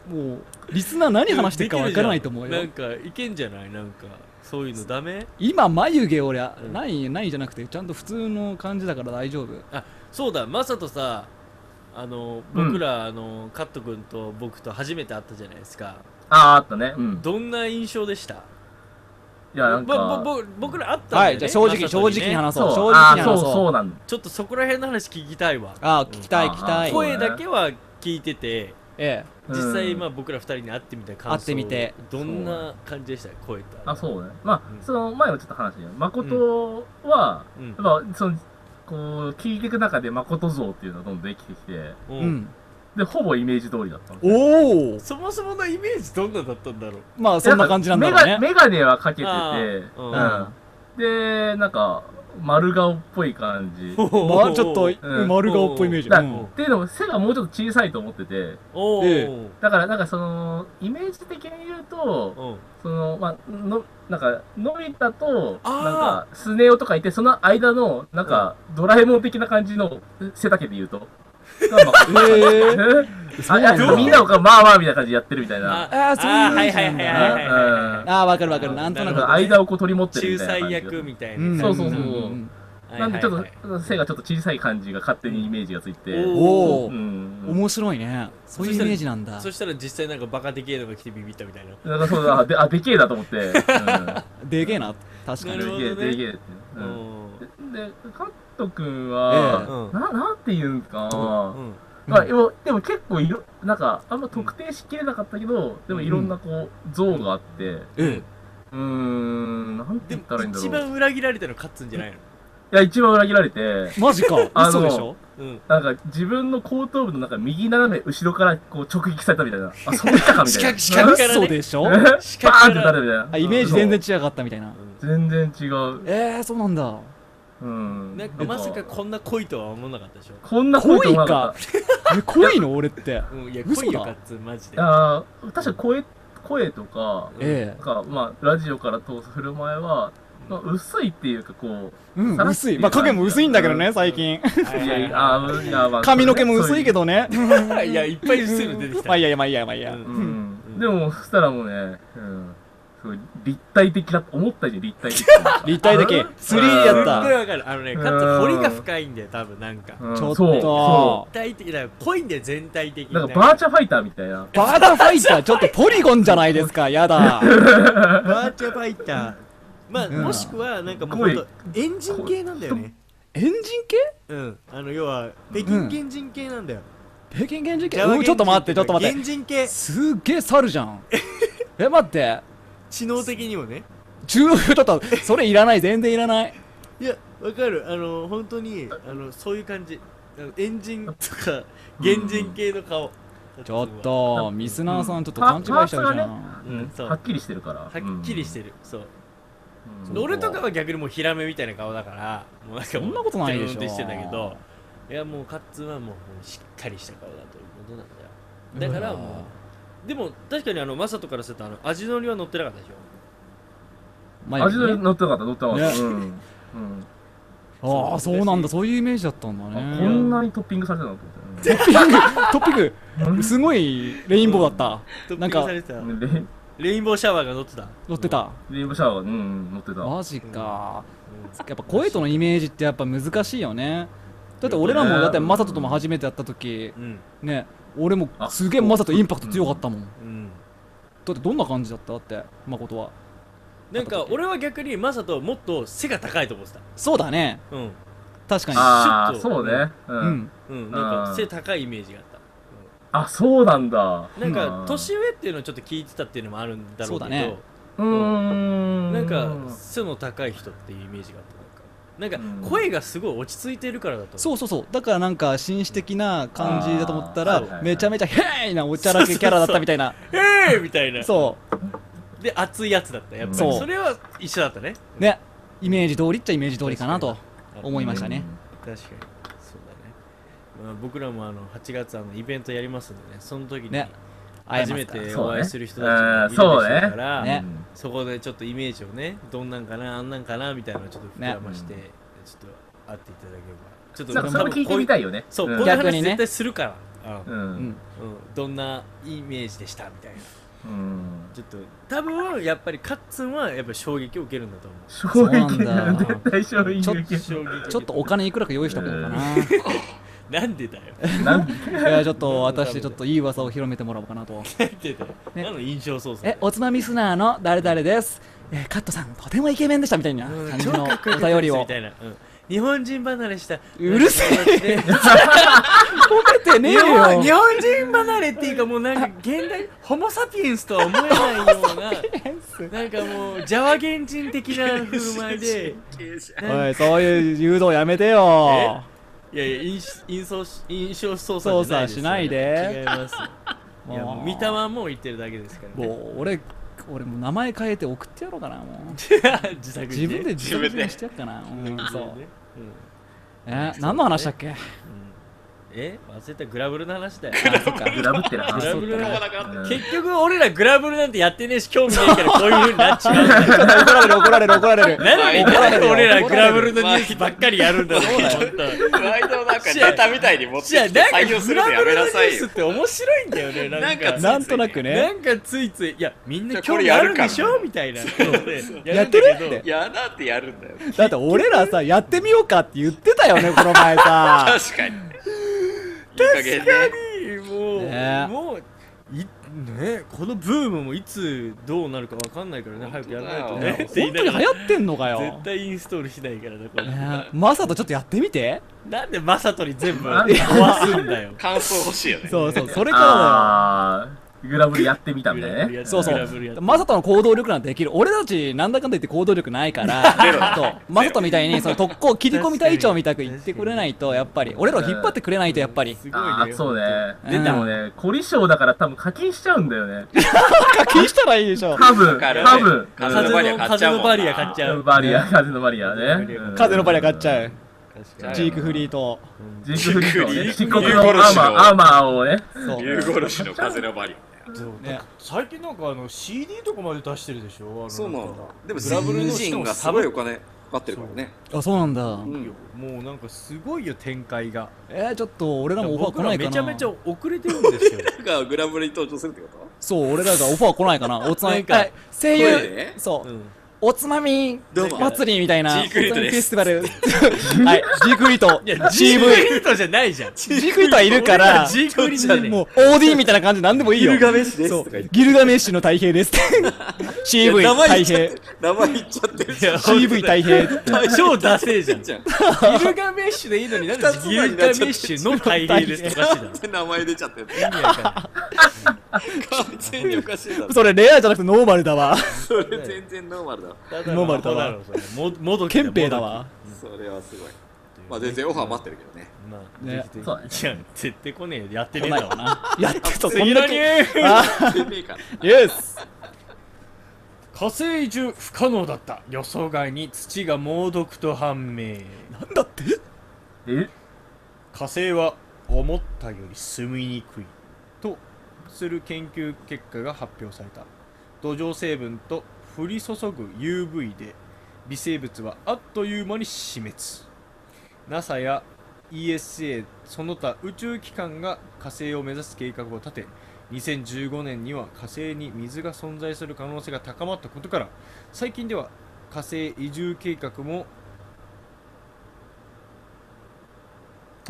[SPEAKER 5] リスナー何話してるか分からないと思う
[SPEAKER 6] な
[SPEAKER 5] よ
[SPEAKER 6] んかいけんじゃないなんかそういうのダメ
[SPEAKER 5] 今眉毛俺ないないじゃなくてちゃんと普通の感じだから大丈夫
[SPEAKER 6] あそうだマサトさあの
[SPEAKER 7] うん
[SPEAKER 6] 僕ら、あのカット君と僕と初めて会ったじゃないですか
[SPEAKER 7] あー、あったね。うん。
[SPEAKER 6] どんな印象でした
[SPEAKER 7] いや、なん
[SPEAKER 6] ぼ
[SPEAKER 7] か。
[SPEAKER 6] ぼぼ僕ら会ったんだよ、ね
[SPEAKER 5] はいじゃあ正直
[SPEAKER 6] マサ
[SPEAKER 5] 正
[SPEAKER 6] ト
[SPEAKER 5] 直
[SPEAKER 6] にね
[SPEAKER 5] に話
[SPEAKER 7] そ
[SPEAKER 5] そう
[SPEAKER 7] う、
[SPEAKER 5] 正
[SPEAKER 7] あ
[SPEAKER 5] 直に
[SPEAKER 7] ーそ
[SPEAKER 5] 話
[SPEAKER 7] う、そ
[SPEAKER 5] そうう
[SPEAKER 7] なんだ。
[SPEAKER 6] ちょっとそこら辺の話聞きたいわ
[SPEAKER 5] あー聞きたい
[SPEAKER 7] うん
[SPEAKER 5] 聞きたい
[SPEAKER 7] あー
[SPEAKER 6] 声だけは聞いてて
[SPEAKER 5] ええ
[SPEAKER 6] 実際、
[SPEAKER 7] うん
[SPEAKER 6] まあ、僕ら二人に会ってみた感想
[SPEAKER 5] 会ってみて
[SPEAKER 6] どんな感じでした声と
[SPEAKER 7] あ、そうね。ま
[SPEAKER 6] うん
[SPEAKER 7] あ、その前もちょっと話したけど、誠は、
[SPEAKER 6] うん
[SPEAKER 7] やっぱ、その、こう、聞いていく中で誠像っていうのがどんどんできてきて、
[SPEAKER 6] う
[SPEAKER 5] うんん
[SPEAKER 7] で、ほぼイメージ通りだったの。
[SPEAKER 5] おお
[SPEAKER 6] そもそものイメージどんなだったんだろう
[SPEAKER 5] まあそんな感じなんだろうね
[SPEAKER 7] メガメガネはかけてて、
[SPEAKER 6] あー
[SPEAKER 7] うん
[SPEAKER 6] うん
[SPEAKER 7] で、なんか、丸顔っぽい感じ。
[SPEAKER 5] まあちょっと
[SPEAKER 7] うん
[SPEAKER 5] 丸顔っぽいイメージ
[SPEAKER 7] だ
[SPEAKER 5] う
[SPEAKER 7] っ
[SPEAKER 5] ん
[SPEAKER 7] ていうのも背がもうちょっと小さいと思ってて、
[SPEAKER 6] おお、
[SPEAKER 5] え
[SPEAKER 7] だからなんかその、イメージ的に言うと、
[SPEAKER 6] う
[SPEAKER 7] そ
[SPEAKER 6] ん
[SPEAKER 7] の、まあ、の、なんか、のび太と、
[SPEAKER 6] あー
[SPEAKER 7] なんか、スネ夫とかいて、その間の、なんか、ドラえもん的な感じの背丈で言うと。がまあ
[SPEAKER 5] ええ
[SPEAKER 7] あいやみんながまあまあみたいな感じでやってるみたいな。
[SPEAKER 5] あーそういう
[SPEAKER 6] はい
[SPEAKER 5] イメージ
[SPEAKER 6] はい
[SPEAKER 5] な
[SPEAKER 6] は
[SPEAKER 5] ん
[SPEAKER 6] いはいはいはいは
[SPEAKER 5] だね
[SPEAKER 6] い
[SPEAKER 5] ああ分かる分かるなんと
[SPEAKER 7] な
[SPEAKER 5] なんく
[SPEAKER 7] か間をこう取り持ってる
[SPEAKER 6] 仲
[SPEAKER 7] みたいな
[SPEAKER 6] 裁
[SPEAKER 7] 感じが。
[SPEAKER 6] 役みたい
[SPEAKER 5] うん
[SPEAKER 6] な
[SPEAKER 7] そうそうそう。
[SPEAKER 5] ん
[SPEAKER 7] なんでちょっ
[SPEAKER 6] と
[SPEAKER 7] と背がちょっと小さい感じが勝手にイメージがついて。
[SPEAKER 6] おー
[SPEAKER 5] おお
[SPEAKER 7] うん。
[SPEAKER 5] 面白いねそういうイメージなんだ
[SPEAKER 6] そしたら実際なんかバカでけえのが来てビビったみたいな
[SPEAKER 7] なんかそうだ、あであ、でけえなと思って。うん、
[SPEAKER 5] でけえな確か
[SPEAKER 6] なる
[SPEAKER 5] に
[SPEAKER 6] ほど
[SPEAKER 7] で
[SPEAKER 6] ね
[SPEAKER 7] けえ、でけえって。
[SPEAKER 6] う
[SPEAKER 7] うん
[SPEAKER 6] ん
[SPEAKER 7] で、カット君は、
[SPEAKER 6] ええ
[SPEAKER 7] ななんて言うんかな、
[SPEAKER 6] うん
[SPEAKER 7] まあ、でもでも結構いろ、なんか、あんま特定しきれなかったけど、でもいろんなこう、像があって、
[SPEAKER 5] ええ
[SPEAKER 7] うーん、なんて
[SPEAKER 6] で
[SPEAKER 7] 言ったらいいん
[SPEAKER 6] も
[SPEAKER 7] だろう。
[SPEAKER 6] 一番裏切られたの勝つんじゃないの
[SPEAKER 7] いや、一番裏切られて、
[SPEAKER 5] マジか
[SPEAKER 7] あの
[SPEAKER 5] 嘘でしょ
[SPEAKER 6] うん
[SPEAKER 7] なんか自分の後頭部のなんか右斜め後ろからこう直撃されたみたいな。あ、そういったかみたいな。
[SPEAKER 6] 視覚からね
[SPEAKER 5] 嘘でしょ
[SPEAKER 7] えバーンって
[SPEAKER 6] 視覚から
[SPEAKER 7] なるみたいな。
[SPEAKER 5] あイメージ全然違かったみたいな
[SPEAKER 7] 全然違う。
[SPEAKER 5] えー、そうなんだ
[SPEAKER 7] うん。
[SPEAKER 6] なんかまさかこんな恋とは思わなかったでしょ
[SPEAKER 7] こんな声
[SPEAKER 5] 濃
[SPEAKER 7] と
[SPEAKER 5] い
[SPEAKER 7] 思わなか
[SPEAKER 5] か
[SPEAKER 7] っ
[SPEAKER 5] え濃いの俺って
[SPEAKER 6] うんいや
[SPEAKER 5] 嘘だ
[SPEAKER 6] 恋よかっつマジで
[SPEAKER 7] た。あー確か声、声とか、
[SPEAKER 5] え
[SPEAKER 7] なんかまあ、ラジオから通す振る舞いは、まあ、薄いっていうかこう、
[SPEAKER 5] えうん
[SPEAKER 7] さらっ
[SPEAKER 5] 薄いまあ影も薄いんだけどね最近
[SPEAKER 6] はいい
[SPEAKER 7] や
[SPEAKER 6] はいい
[SPEAKER 7] や、あーいやまあ
[SPEAKER 5] 髪の毛も薄いけどね
[SPEAKER 6] はいいやいっぱい薄いの出てきた
[SPEAKER 5] まあいいやまあいいやまあいいや、
[SPEAKER 6] うん
[SPEAKER 7] う
[SPEAKER 5] うん
[SPEAKER 7] ん
[SPEAKER 6] うん
[SPEAKER 7] でも、そしたらもうね、うん、すごい立体的だ思った以上に立体
[SPEAKER 5] (laughs)
[SPEAKER 7] 的だった。
[SPEAKER 5] 立体的 3D やっ
[SPEAKER 6] すっごい
[SPEAKER 5] た
[SPEAKER 6] わかるあのね勝つ彫りが深いんだよ多分なんか
[SPEAKER 7] うん
[SPEAKER 5] ちょっ
[SPEAKER 7] そう
[SPEAKER 5] と
[SPEAKER 7] そ
[SPEAKER 6] 全体的だよ濃いんだよ全体的
[SPEAKER 7] う
[SPEAKER 6] に
[SPEAKER 7] なんかバーチャファイターみたいな。
[SPEAKER 5] バータファイターちょっとポリゴンじゃないで
[SPEAKER 6] (laughs)
[SPEAKER 5] すかやだ
[SPEAKER 6] バーチャファイターまあ
[SPEAKER 5] うん
[SPEAKER 6] もしくはなんかもうほんとエンジン系なんだよね
[SPEAKER 5] エンジン系
[SPEAKER 6] うんあの要は北京原人系なんだよ
[SPEAKER 5] 北京原人系
[SPEAKER 6] ジャワ
[SPEAKER 5] うんちょっと待ってち
[SPEAKER 6] 原
[SPEAKER 5] ょっと待っ
[SPEAKER 6] 原
[SPEAKER 5] て
[SPEAKER 6] 人系
[SPEAKER 5] すっげえ猿じゃん (laughs) え待って
[SPEAKER 6] 知能的にもね
[SPEAKER 5] 重要だったそれいらない全然いらない
[SPEAKER 6] いやわかるあの本当にあのそういう感じあのエンジンとか原人系の顔
[SPEAKER 5] ちょっとミスナーさんちょっと勘違いしちゃうじゃん
[SPEAKER 6] うんそう
[SPEAKER 7] は
[SPEAKER 6] は
[SPEAKER 7] っきりしてるから。
[SPEAKER 6] っきりしてるそう
[SPEAKER 7] うん。
[SPEAKER 5] ど
[SPEAKER 6] 俺とかは逆にもうヒラメみたいな顔だからもうなんか
[SPEAKER 5] そんなことないでしょ
[SPEAKER 6] てしてんだけどいやもうカッツンはもうしっかりした顔だということなんだよだからもうでも確かにあのマサトからするとあの味のりは乗ってなかったでしょ
[SPEAKER 5] 前より
[SPEAKER 7] 味の
[SPEAKER 5] ね
[SPEAKER 7] 乗ってなかった、乗ってなかった。うんうん
[SPEAKER 5] ああそうなんだそういうイメージだったん
[SPEAKER 7] あ
[SPEAKER 5] だ
[SPEAKER 7] こん
[SPEAKER 5] ね
[SPEAKER 7] なにトッピングされてたのと思って。
[SPEAKER 5] トッピング (laughs) トッピングすごいレインボーだっ
[SPEAKER 6] トッピ
[SPEAKER 5] な
[SPEAKER 6] ン
[SPEAKER 5] ん
[SPEAKER 6] グ
[SPEAKER 5] か
[SPEAKER 6] されてた
[SPEAKER 7] うんレ
[SPEAKER 6] レインボーシャワーが乗ってた
[SPEAKER 5] た乗ってた
[SPEAKER 7] レインボーシャワーが、うん、乗ってた。
[SPEAKER 5] マジかやっぱ声とのイメージってやっぱ難しいよねだって俺らも
[SPEAKER 7] ね
[SPEAKER 5] だってマサトとも初めてやった時
[SPEAKER 6] うん
[SPEAKER 5] ね俺も
[SPEAKER 7] あ
[SPEAKER 5] すげえマサトインパクト強かったもんだ
[SPEAKER 6] うん
[SPEAKER 5] ってどんな感じだっただって誠は
[SPEAKER 6] なんか俺は逆にマサトもっと背が高いと思ってた
[SPEAKER 5] そうだね
[SPEAKER 6] うん
[SPEAKER 5] 確か
[SPEAKER 7] ああ、
[SPEAKER 6] シュッ
[SPEAKER 7] そ
[SPEAKER 6] と
[SPEAKER 7] うね。
[SPEAKER 5] に
[SPEAKER 7] う。
[SPEAKER 5] うんん
[SPEAKER 6] うんなんか背高いイメージがあった
[SPEAKER 7] あ、そうなんだ。
[SPEAKER 6] なんか
[SPEAKER 7] うん
[SPEAKER 6] 年上っていうのをちょっと聞いてたっていうのもあるんだろう
[SPEAKER 5] そうだ
[SPEAKER 6] け
[SPEAKER 5] ね
[SPEAKER 6] ど
[SPEAKER 7] うーん。
[SPEAKER 6] なんか背の高い人っていうイメージがあったなんかなん
[SPEAKER 7] う
[SPEAKER 6] か
[SPEAKER 7] ん
[SPEAKER 6] 声がすごい落ち着いてるからだと
[SPEAKER 5] そううそうそうだからなんか紳士的な感じだと思った
[SPEAKER 7] あーはいはい
[SPEAKER 5] ら
[SPEAKER 7] はい
[SPEAKER 5] めちゃめちゃヘイなおちゃらけキャラだったみ
[SPEAKER 7] (laughs)
[SPEAKER 5] たいな
[SPEAKER 6] ええみたいな
[SPEAKER 5] そ
[SPEAKER 6] で熱いやつだったやっぱり
[SPEAKER 5] そう
[SPEAKER 6] それは一緒だったね
[SPEAKER 5] うねイメージ通りっちゃイメージ通りかなと思いま
[SPEAKER 6] し
[SPEAKER 5] したね
[SPEAKER 6] た確かにそうだねまあ僕らもあの8月あのイベントやりますんでねその時に
[SPEAKER 5] ね会え
[SPEAKER 6] 初
[SPEAKER 5] ま
[SPEAKER 6] め
[SPEAKER 5] すから
[SPEAKER 6] て
[SPEAKER 7] そうね
[SPEAKER 6] お会いする人たちがいるでしょうから、
[SPEAKER 5] ね
[SPEAKER 7] うん
[SPEAKER 6] そこでちょっとイメージをねどんなんかなあんなんかなみたいなのをちょっと膨らまして、
[SPEAKER 7] ね
[SPEAKER 6] ちょっと会っていただければちょっと
[SPEAKER 7] なんかそれ聞いてみたいよね。
[SPEAKER 6] そう、
[SPEAKER 7] ん
[SPEAKER 6] こんな
[SPEAKER 5] 逆に
[SPEAKER 6] 話
[SPEAKER 5] ね
[SPEAKER 6] 絶対するから、
[SPEAKER 7] う
[SPEAKER 5] うんん。
[SPEAKER 6] うんどんなイメージでしたみたいな
[SPEAKER 7] うん。
[SPEAKER 6] ちょっと多分やっぱりカッツンはやっぱり衝撃を受けるんだと思
[SPEAKER 7] 衝
[SPEAKER 6] う
[SPEAKER 5] うな
[SPEAKER 7] 撃
[SPEAKER 5] んだ
[SPEAKER 7] 絶対衝撃
[SPEAKER 5] ちょっ
[SPEAKER 6] 衝撃を受ける
[SPEAKER 5] ちょっとお金いくらか用意しとくのか
[SPEAKER 6] (laughs)
[SPEAKER 5] な
[SPEAKER 6] なんでだよ
[SPEAKER 7] なん
[SPEAKER 5] いやちょっと私ちょっといい噂を広めてもらおうかなと
[SPEAKER 6] なんでだよ、
[SPEAKER 5] ね
[SPEAKER 6] 何の印象操作
[SPEAKER 5] えおつまみスナーの誰々です、えーカットさんとてもイケメンでしたみたいな
[SPEAKER 6] うん
[SPEAKER 5] 感じ
[SPEAKER 6] 超
[SPEAKER 5] の
[SPEAKER 6] かっこよ
[SPEAKER 5] お
[SPEAKER 6] かった
[SPEAKER 5] 便
[SPEAKER 6] で (laughs)
[SPEAKER 5] り
[SPEAKER 6] す
[SPEAKER 5] を
[SPEAKER 6] みたいな、うん日本人離れした
[SPEAKER 5] うるせ
[SPEAKER 6] え
[SPEAKER 5] 褒めてねえ
[SPEAKER 6] 日本日
[SPEAKER 5] よ
[SPEAKER 6] 本人離れっていうかもうなんか現代ホモ・サピエンスとは思えないようななんかもうジャワ原人的な振る舞いで
[SPEAKER 5] おいそういう誘導やめてよ
[SPEAKER 6] いやいや印印象印象操作じゃないです
[SPEAKER 5] 操作しないで
[SPEAKER 6] 違いますいや
[SPEAKER 5] も
[SPEAKER 6] も
[SPEAKER 5] う
[SPEAKER 6] う見たまんも言ってるだけですから、
[SPEAKER 5] も
[SPEAKER 6] ね、
[SPEAKER 5] う俺俺もう名前変えて送ってやろうかなも
[SPEAKER 6] (laughs)
[SPEAKER 5] う
[SPEAKER 6] 自作
[SPEAKER 5] 自分で自
[SPEAKER 9] 分で
[SPEAKER 5] 分でしてやっかなうん
[SPEAKER 6] 自
[SPEAKER 5] そ
[SPEAKER 6] 分で
[SPEAKER 5] う
[SPEAKER 6] ねうん
[SPEAKER 5] え何の話だっけ
[SPEAKER 6] え忘れたグラブルの話だよ (laughs)
[SPEAKER 5] あそっか
[SPEAKER 7] グラブってな
[SPEAKER 6] グラブルの
[SPEAKER 5] あ
[SPEAKER 6] 話
[SPEAKER 5] そ
[SPEAKER 9] なくなった
[SPEAKER 7] うん
[SPEAKER 6] 結局俺らグラブルなんてやってねえし興味ねえからこういう風になっ (laughs) ちまうんだよ
[SPEAKER 5] 怒られる怒られる怒られる
[SPEAKER 6] なんで
[SPEAKER 5] 怒られるよ
[SPEAKER 6] 俺らグラブルのニュースばっかりやるんだろうな、本
[SPEAKER 9] ワイドをなんかネタみたいに持って
[SPEAKER 6] じゃあ、
[SPEAKER 9] きて
[SPEAKER 6] な
[SPEAKER 9] 採
[SPEAKER 6] ん
[SPEAKER 9] 用
[SPEAKER 6] か
[SPEAKER 9] す
[SPEAKER 6] グ
[SPEAKER 9] るの
[SPEAKER 6] ラ
[SPEAKER 9] や
[SPEAKER 6] ブル
[SPEAKER 9] め
[SPEAKER 6] の
[SPEAKER 9] な
[SPEAKER 6] ニュ
[SPEAKER 9] さ
[SPEAKER 6] ー
[SPEAKER 9] い
[SPEAKER 6] ス
[SPEAKER 9] よ
[SPEAKER 6] っ。て面白いんだよね、なんか。
[SPEAKER 5] なんとなく
[SPEAKER 6] な
[SPEAKER 5] ね
[SPEAKER 6] んかついつい、いや、みん
[SPEAKER 9] じゃ
[SPEAKER 6] な
[SPEAKER 9] あこ
[SPEAKER 6] 興
[SPEAKER 9] れ
[SPEAKER 6] 味
[SPEAKER 9] や
[SPEAKER 6] あ
[SPEAKER 9] る
[SPEAKER 6] る
[SPEAKER 9] か
[SPEAKER 6] でしょみたいな。
[SPEAKER 5] や
[SPEAKER 6] や
[SPEAKER 5] ってるって
[SPEAKER 9] いやだってやるんだよ。
[SPEAKER 5] だって俺らさやってみようかって言ってたよ
[SPEAKER 6] (laughs)
[SPEAKER 5] ねこの前さ
[SPEAKER 9] 確かに。いい加減ね。
[SPEAKER 6] もう、
[SPEAKER 5] ね
[SPEAKER 6] もう、いねこのブームもいつどうなるかわかんないからね、早くやらないと
[SPEAKER 9] 本
[SPEAKER 6] ね。
[SPEAKER 5] 本当に流行ってんのかよ
[SPEAKER 6] 絶対インストールしないからね、これ。
[SPEAKER 5] ねマサトちょっとやってみて
[SPEAKER 6] なんでマサトに全部
[SPEAKER 7] なん
[SPEAKER 6] 壊すんだよ。
[SPEAKER 9] 感想欲しいよね。
[SPEAKER 5] そうそうそれからだよ
[SPEAKER 7] あーグラブルやってみたんだよ
[SPEAKER 6] グラブルや
[SPEAKER 7] ね。
[SPEAKER 6] って
[SPEAKER 5] そうそ
[SPEAKER 6] グラブルやっ
[SPEAKER 5] う。
[SPEAKER 6] て
[SPEAKER 5] マサトの行動力なんてできる。俺たち、なんだかんだ言って行動力な
[SPEAKER 6] (laughs)
[SPEAKER 5] いから、
[SPEAKER 4] ゼロだ
[SPEAKER 5] そうマサトみたいに、その特攻切り込み隊長みたく言ってくれないと、やっぱり、俺らを引っ張ってくれないと、やっ
[SPEAKER 6] (laughs)
[SPEAKER 5] ぱり。
[SPEAKER 6] すごいね
[SPEAKER 7] ああ、そうね。
[SPEAKER 5] う
[SPEAKER 7] で
[SPEAKER 5] ん
[SPEAKER 7] でもね、凝り性だから多分課金しちゃうんだよね。
[SPEAKER 5] 課金したらいいでしょ。
[SPEAKER 7] 多分、
[SPEAKER 4] かる
[SPEAKER 7] 多分。
[SPEAKER 4] 風
[SPEAKER 6] 風
[SPEAKER 4] のバリ
[SPEAKER 6] の
[SPEAKER 4] ア買っち
[SPEAKER 6] 風
[SPEAKER 4] ゃうも
[SPEAKER 6] の
[SPEAKER 4] んな
[SPEAKER 6] バリア買っちゃう
[SPEAKER 7] バリア、風のバリアね。うん
[SPEAKER 5] 風のバリア買っちゃう。
[SPEAKER 6] 確
[SPEAKER 4] うん
[SPEAKER 6] か
[SPEAKER 5] ジークフリーと。
[SPEAKER 6] に
[SPEAKER 7] ジークフリートをね、
[SPEAKER 4] ジ
[SPEAKER 7] 漆
[SPEAKER 4] ーク
[SPEAKER 7] 黒
[SPEAKER 4] フ
[SPEAKER 7] の
[SPEAKER 4] リート
[SPEAKER 7] アーマー、アーマーをね。
[SPEAKER 5] そう。
[SPEAKER 4] 竜殺しの風のバリ
[SPEAKER 6] そう
[SPEAKER 5] ね
[SPEAKER 10] 最近なんかあの CD とかまで出してるでしょあの
[SPEAKER 4] ア。そうなんだ
[SPEAKER 10] か。
[SPEAKER 4] でも、
[SPEAKER 6] グ
[SPEAKER 4] グ
[SPEAKER 6] ラ
[SPEAKER 4] ラ
[SPEAKER 6] ブ
[SPEAKER 4] ブ
[SPEAKER 6] ル
[SPEAKER 4] ル
[SPEAKER 6] の
[SPEAKER 4] の
[SPEAKER 6] し
[SPEAKER 4] シ
[SPEAKER 6] か
[SPEAKER 4] ーン
[SPEAKER 6] も
[SPEAKER 4] がすごいお金かかってるからね。
[SPEAKER 5] あ、そうなんだ。
[SPEAKER 4] うん
[SPEAKER 6] もうなんかすごいよ展開が
[SPEAKER 5] えー、ちょっと俺らもオファー
[SPEAKER 6] 僕
[SPEAKER 5] 来
[SPEAKER 6] ら
[SPEAKER 5] ないか
[SPEAKER 6] め
[SPEAKER 5] な。
[SPEAKER 6] ちゃめちゃ遅れてるんですよ
[SPEAKER 4] だからグラブルに登場するってこと
[SPEAKER 5] そう、俺らがオファー来ないか
[SPEAKER 6] (laughs)
[SPEAKER 5] な。おつま
[SPEAKER 6] な
[SPEAKER 5] み
[SPEAKER 6] んか
[SPEAKER 5] あ
[SPEAKER 4] 声
[SPEAKER 5] 声
[SPEAKER 4] で
[SPEAKER 5] 優
[SPEAKER 4] ね、
[SPEAKER 5] そうう、
[SPEAKER 6] ん
[SPEAKER 5] おつまみ
[SPEAKER 4] どうも
[SPEAKER 5] 祭りみたいな、
[SPEAKER 4] ジークリートです
[SPEAKER 5] おつまみフェス
[SPEAKER 6] (laughs)
[SPEAKER 5] ティバル。はい、ジークリート
[SPEAKER 6] いや、ジーク
[SPEAKER 5] CV。
[SPEAKER 6] リートじゃないじゃん
[SPEAKER 5] ジークリートはいるから、
[SPEAKER 6] ジークリートじゃねえ
[SPEAKER 5] もう OD みたいな感じで何でもいいよ。
[SPEAKER 4] ギルガメッシュです
[SPEAKER 5] そ
[SPEAKER 4] と
[SPEAKER 5] う
[SPEAKER 4] か言って
[SPEAKER 5] ギルガメッシュの太平です。
[SPEAKER 4] い
[SPEAKER 5] CV
[SPEAKER 4] や名前
[SPEAKER 5] 太
[SPEAKER 4] 言っ
[SPEAKER 5] 平
[SPEAKER 4] ちゃっ。て名前言っちゃってる。
[SPEAKER 5] CV 太平。
[SPEAKER 6] 超ダセえじゃん
[SPEAKER 4] じゃん。
[SPEAKER 6] ギルガメッシュでいいのになんで
[SPEAKER 4] 二つ
[SPEAKER 6] ギルガメッシュの大平ですとかしいだろ
[SPEAKER 4] 名前出ちゃってる。
[SPEAKER 6] 意味わかんな
[SPEAKER 4] 完全におかしいだろ。
[SPEAKER 5] それレアじゃなくてノーマルだわ。
[SPEAKER 4] それ全然ノーマルだわ。
[SPEAKER 6] い
[SPEAKER 5] ノーマルだわ
[SPEAKER 6] アホそれももどき
[SPEAKER 5] 憲兵だわ。
[SPEAKER 4] それはすごい。まあ全然オファー待ってるけどね。
[SPEAKER 6] まあ
[SPEAKER 5] ね
[SPEAKER 6] ぜひぜ
[SPEAKER 7] そうだね
[SPEAKER 6] ひいや絶対来ねえよやってねえ
[SPEAKER 5] 来
[SPEAKER 6] ん
[SPEAKER 5] ない
[SPEAKER 6] だ
[SPEAKER 5] か
[SPEAKER 6] わな
[SPEAKER 5] な。 (laughs) やってそう、こ
[SPEAKER 6] 次
[SPEAKER 5] ん
[SPEAKER 6] の
[SPEAKER 5] だ
[SPEAKER 6] ニ
[SPEAKER 5] け。
[SPEAKER 6] ュー
[SPEAKER 5] あ、
[SPEAKER 4] 全然いいから。
[SPEAKER 5] イエス
[SPEAKER 6] 火星移住不可能だった予想外に土が猛毒と判明
[SPEAKER 5] なんだって
[SPEAKER 7] え
[SPEAKER 6] 火星は思ったより住みにくいとする研究結果が発表された土壌成分と降り注ぐ UV で微生物はあっという間に死滅 NASA や ESA その他宇宙機関が火星を目指す計画を立て2015年には火星に水が存在する可能性が高まったことから最近では火星移住計画も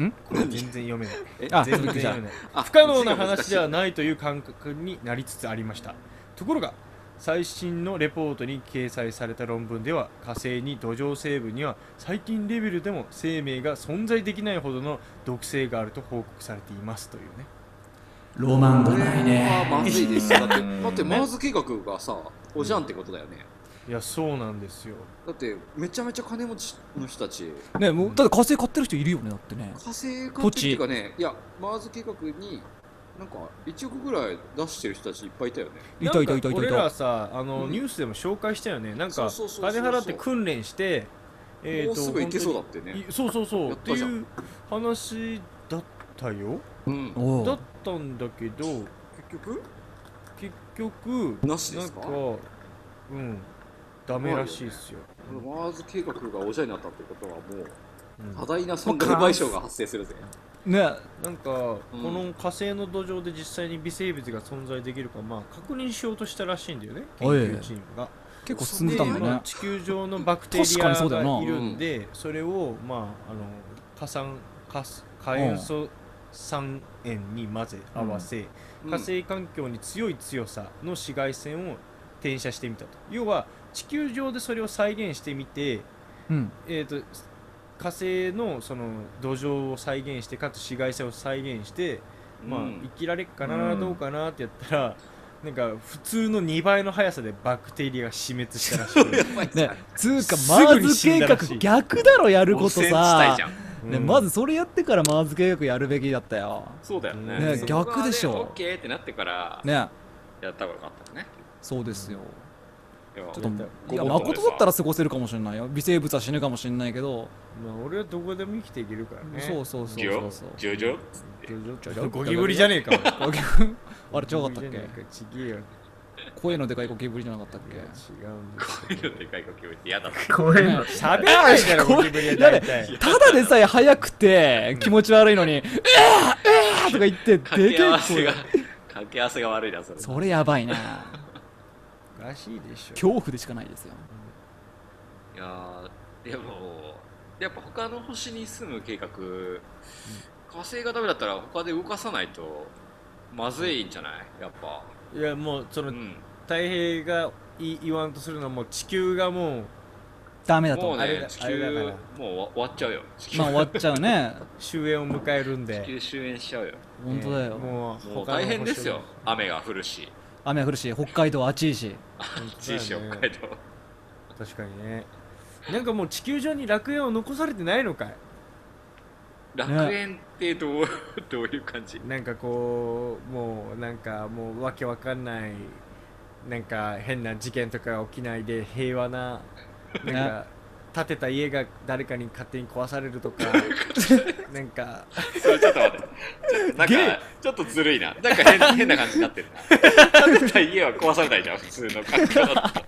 [SPEAKER 6] んこれ全然読めない
[SPEAKER 4] え
[SPEAKER 5] (laughs) あ
[SPEAKER 6] 全然
[SPEAKER 5] じゃあ
[SPEAKER 6] 読めない
[SPEAKER 4] あ
[SPEAKER 6] 不可能な話ではないという感覚になりつつありましたところが最新のレポートに掲載された論文では火星に土壌成分には最近レベルでも生命が存在できないほどの毒性があると報告されていますというね
[SPEAKER 5] ロマンがないね。
[SPEAKER 4] まずいです。だ
[SPEAKER 5] (laughs)
[SPEAKER 4] っ
[SPEAKER 7] う
[SPEAKER 4] て、
[SPEAKER 7] ん
[SPEAKER 4] だってマーズ計画がさ、おじゃんってことだよね。
[SPEAKER 6] いやそうなんですよ
[SPEAKER 4] だって、めちゃめちゃ金持ちの人たち、
[SPEAKER 5] ね、もう、だって火星買ってる人いるよね、だってね。
[SPEAKER 4] 火星買ってっていうかね、いや、マーズ計画に、なんか1億ぐらい出してる人たちいっぱいいたよね。
[SPEAKER 5] いたいたいた
[SPEAKER 6] なん
[SPEAKER 5] いたい
[SPEAKER 6] か俺ら
[SPEAKER 5] た。
[SPEAKER 6] さあの、
[SPEAKER 4] うん
[SPEAKER 6] ニュースでも紹介したよねなん
[SPEAKER 4] そう
[SPEAKER 6] か
[SPEAKER 4] そうそうそう
[SPEAKER 6] 金
[SPEAKER 4] そう
[SPEAKER 6] 払って訓練してえ
[SPEAKER 4] もう
[SPEAKER 6] と
[SPEAKER 4] すぐ行けそうだってね
[SPEAKER 6] 本当にいそうそうそう
[SPEAKER 4] やっ
[SPEAKER 6] っ
[SPEAKER 4] てたじゃん
[SPEAKER 6] いう話だったよ
[SPEAKER 4] うん。
[SPEAKER 5] お
[SPEAKER 6] だっ
[SPEAKER 5] う
[SPEAKER 6] たんだけど
[SPEAKER 4] 結局、
[SPEAKER 6] 結局
[SPEAKER 4] なしで
[SPEAKER 6] なん
[SPEAKER 4] すか
[SPEAKER 6] かうんダメらしいですよ、
[SPEAKER 4] マーズ計画がおじゃんになったってことはもう、
[SPEAKER 6] うん
[SPEAKER 4] 多大な損害賠償が発生するぜ。
[SPEAKER 5] ね、
[SPEAKER 6] なんか、この火星の土壌で実際に微生物が存在できるか、まあ、確認しようとしたらしいんだよね研
[SPEAKER 5] おい
[SPEAKER 6] 究チームが
[SPEAKER 5] 結構進んでたんだ
[SPEAKER 6] まあ
[SPEAKER 5] ね。
[SPEAKER 6] 地球上のバクテ
[SPEAKER 5] 確
[SPEAKER 6] リ
[SPEAKER 5] かに
[SPEAKER 6] ア
[SPEAKER 5] そうだよな
[SPEAKER 6] がいるんでそれを、まあ、あの火酸火す火塩素酸塩に混ぜ合わせ、
[SPEAKER 4] うん
[SPEAKER 6] 火星環境に強い強さの紫外線を転写してみたと要は地球上でそれを再現してみて、
[SPEAKER 5] うん。
[SPEAKER 6] えー、と火星のその土壌を再現してかつ紫外線を再現して、まあ
[SPEAKER 4] うん
[SPEAKER 6] 生きられっかな、
[SPEAKER 7] うん
[SPEAKER 6] どうかなってやったらなんか普通の2倍の速さでバクテリアが死滅したらしい
[SPEAKER 5] ね、つうか、
[SPEAKER 6] す
[SPEAKER 5] マ
[SPEAKER 6] ぐ
[SPEAKER 5] ー
[SPEAKER 6] に
[SPEAKER 5] ズ
[SPEAKER 6] 死ん
[SPEAKER 5] 計
[SPEAKER 6] だ
[SPEAKER 5] 画
[SPEAKER 6] らしい
[SPEAKER 5] 逆だろ、やること
[SPEAKER 4] 汚染地帯
[SPEAKER 5] さ
[SPEAKER 4] じゃ。ん
[SPEAKER 5] ね、まずそれやってからマーズ計画やるべきだったよ。
[SPEAKER 4] そうだよね。
[SPEAKER 6] ね
[SPEAKER 4] そこは
[SPEAKER 5] 逆でしょ
[SPEAKER 4] オッケーってなってから、
[SPEAKER 5] ね、
[SPEAKER 4] やった方がよかったね。
[SPEAKER 5] そうですよ。
[SPEAKER 4] ちょ
[SPEAKER 5] ちょっと、いや、
[SPEAKER 4] ごもっとも
[SPEAKER 5] 誠だったら過ごせるかもしれないよ。微生物は死ぬかもしれないけど、
[SPEAKER 6] まあ、俺はどこでも生きていけるからね
[SPEAKER 5] そうそうそう
[SPEAKER 4] ジ
[SPEAKER 5] そ
[SPEAKER 4] ョ
[SPEAKER 5] うそう。
[SPEAKER 4] ジョジョ
[SPEAKER 6] ちょっとゴキブリじゃねえかお前
[SPEAKER 5] ゴキブリあれ違かったっ
[SPEAKER 6] ゴキブリじゃね
[SPEAKER 5] け
[SPEAKER 6] えかちげえよ
[SPEAKER 5] 声のでかいゴキブリじゃなかったっけ
[SPEAKER 6] 違うんだよ
[SPEAKER 4] 声のでかいゴキブリって嫌だって
[SPEAKER 7] こういうの。
[SPEAKER 6] 喋らないだろゴキブリは大体
[SPEAKER 5] ただでさえ早く
[SPEAKER 4] (laughs)
[SPEAKER 5] て気持ち悪いのに、うわーうわーとか言って、
[SPEAKER 4] 掛
[SPEAKER 5] で
[SPEAKER 4] け合
[SPEAKER 5] け
[SPEAKER 4] わ
[SPEAKER 5] え
[SPEAKER 4] せ
[SPEAKER 5] 声
[SPEAKER 4] が。掛け合わせが悪いなそれ
[SPEAKER 5] それやばいな。
[SPEAKER 6] おかしいでしょ
[SPEAKER 5] 恐怖でしかないですよ。
[SPEAKER 4] いやーでもやっぱ他の星に住む計画火星がダメだったら他で動かさないとまずいんじゃないやっぱ
[SPEAKER 6] いやもうそうの
[SPEAKER 4] ん
[SPEAKER 6] 太平がい言わんとするのはもう地球がもう
[SPEAKER 5] ダメだと
[SPEAKER 4] も
[SPEAKER 5] 思
[SPEAKER 4] う
[SPEAKER 5] う、
[SPEAKER 6] あれ
[SPEAKER 4] ね
[SPEAKER 6] だ
[SPEAKER 4] 地
[SPEAKER 6] あれだか
[SPEAKER 4] 球もう終わ終わっちゃうよ地球,、
[SPEAKER 5] まあ終わっちゃう
[SPEAKER 4] (laughs)
[SPEAKER 5] ね
[SPEAKER 6] 終焉を迎えるん
[SPEAKER 4] 地
[SPEAKER 6] で
[SPEAKER 4] 球終焉しちゃうよ
[SPEAKER 5] 本当だよ、
[SPEAKER 6] もう
[SPEAKER 4] もう大変ですよ
[SPEAKER 6] 他
[SPEAKER 4] 雨が降るし
[SPEAKER 5] 雨降るし北海道は暑いし
[SPEAKER 6] の星
[SPEAKER 4] 地
[SPEAKER 6] は
[SPEAKER 4] 域
[SPEAKER 6] 本当
[SPEAKER 4] 北
[SPEAKER 6] だ
[SPEAKER 4] 海
[SPEAKER 6] よね
[SPEAKER 4] 道
[SPEAKER 6] 確かにねなんかもう地球上に楽園を残されてないのかい
[SPEAKER 4] 楽園ってどう (laughs) どういう感じ
[SPEAKER 6] なんかこうもうなんかもうわけわかんないなんか変な事件とか起きないで平和ななんか建てた家が誰かに勝手に壊されると
[SPEAKER 5] (laughs)
[SPEAKER 6] かなんか
[SPEAKER 4] それちょっと待ってちょっとなんかちょっとずるいななんか変変な感じになってるな建てた家は壊されないじゃん普通の感覚だと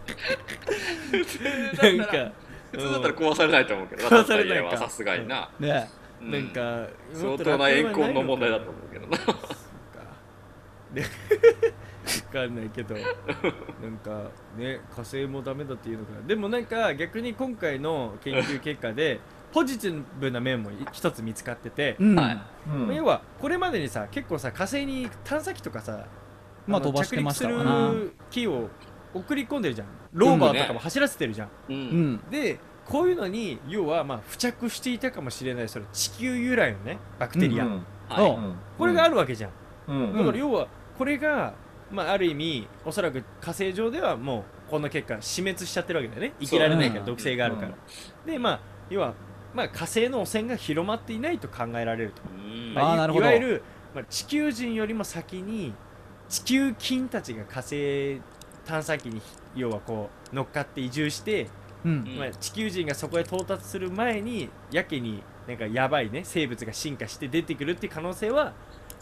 [SPEAKER 4] 普通
[SPEAKER 6] なん
[SPEAKER 4] だったら
[SPEAKER 6] か
[SPEAKER 4] 普通だったら壊されないと思うけど
[SPEAKER 6] 壊されな
[SPEAKER 4] 建
[SPEAKER 6] いか
[SPEAKER 4] てた家はさすがにな、
[SPEAKER 5] ね
[SPEAKER 4] うん
[SPEAKER 6] なんかも
[SPEAKER 4] 相
[SPEAKER 6] っと楽
[SPEAKER 4] 当
[SPEAKER 6] 園は
[SPEAKER 4] な怨恨の
[SPEAKER 6] い
[SPEAKER 4] 問題
[SPEAKER 6] か
[SPEAKER 4] だと思うけどな
[SPEAKER 6] (laughs) でわかんないけどなんかね火星もダメだっていうのかなでもなんか逆に今回の研究結果でポジティブな面も一つ見つかってて、
[SPEAKER 5] うん、
[SPEAKER 4] はい
[SPEAKER 7] うん
[SPEAKER 6] まあ要はこれまでにさ結構さ火星に探査機とかさ
[SPEAKER 5] まあ
[SPEAKER 6] の
[SPEAKER 5] 飛ばしてましたわな
[SPEAKER 6] 着陸する機を送り込んでるじゃんローバーとかも走らせてるじゃん、
[SPEAKER 4] う
[SPEAKER 5] うんん
[SPEAKER 6] でこういうのに要はまあ付着していたかもしれないその地球由来のねバクテリア、
[SPEAKER 7] うん
[SPEAKER 4] は
[SPEAKER 5] お
[SPEAKER 4] い、
[SPEAKER 7] うん
[SPEAKER 6] これがあるわけじゃん
[SPEAKER 7] うん
[SPEAKER 6] だから要はこれが、まあ、ある意味おそらく火星上ではもうこの結果死滅しちゃってるわけだよね生きられないから
[SPEAKER 5] そうだね
[SPEAKER 6] 毒性があるから、でまあ要は、まあ、火星の汚染が広まっていないと考えられると、
[SPEAKER 4] うん
[SPEAKER 5] あー
[SPEAKER 6] まい
[SPEAKER 5] なるほど
[SPEAKER 6] いわゆる、まあ、地球人よりも先に地球菌たちが火星探査機に要はこう乗っかって移住して、
[SPEAKER 5] うん
[SPEAKER 4] うん
[SPEAKER 6] まあ、地球人がそこへ到達する前にやけになんかやばいね生物が進化して出てくるっていう可能性は、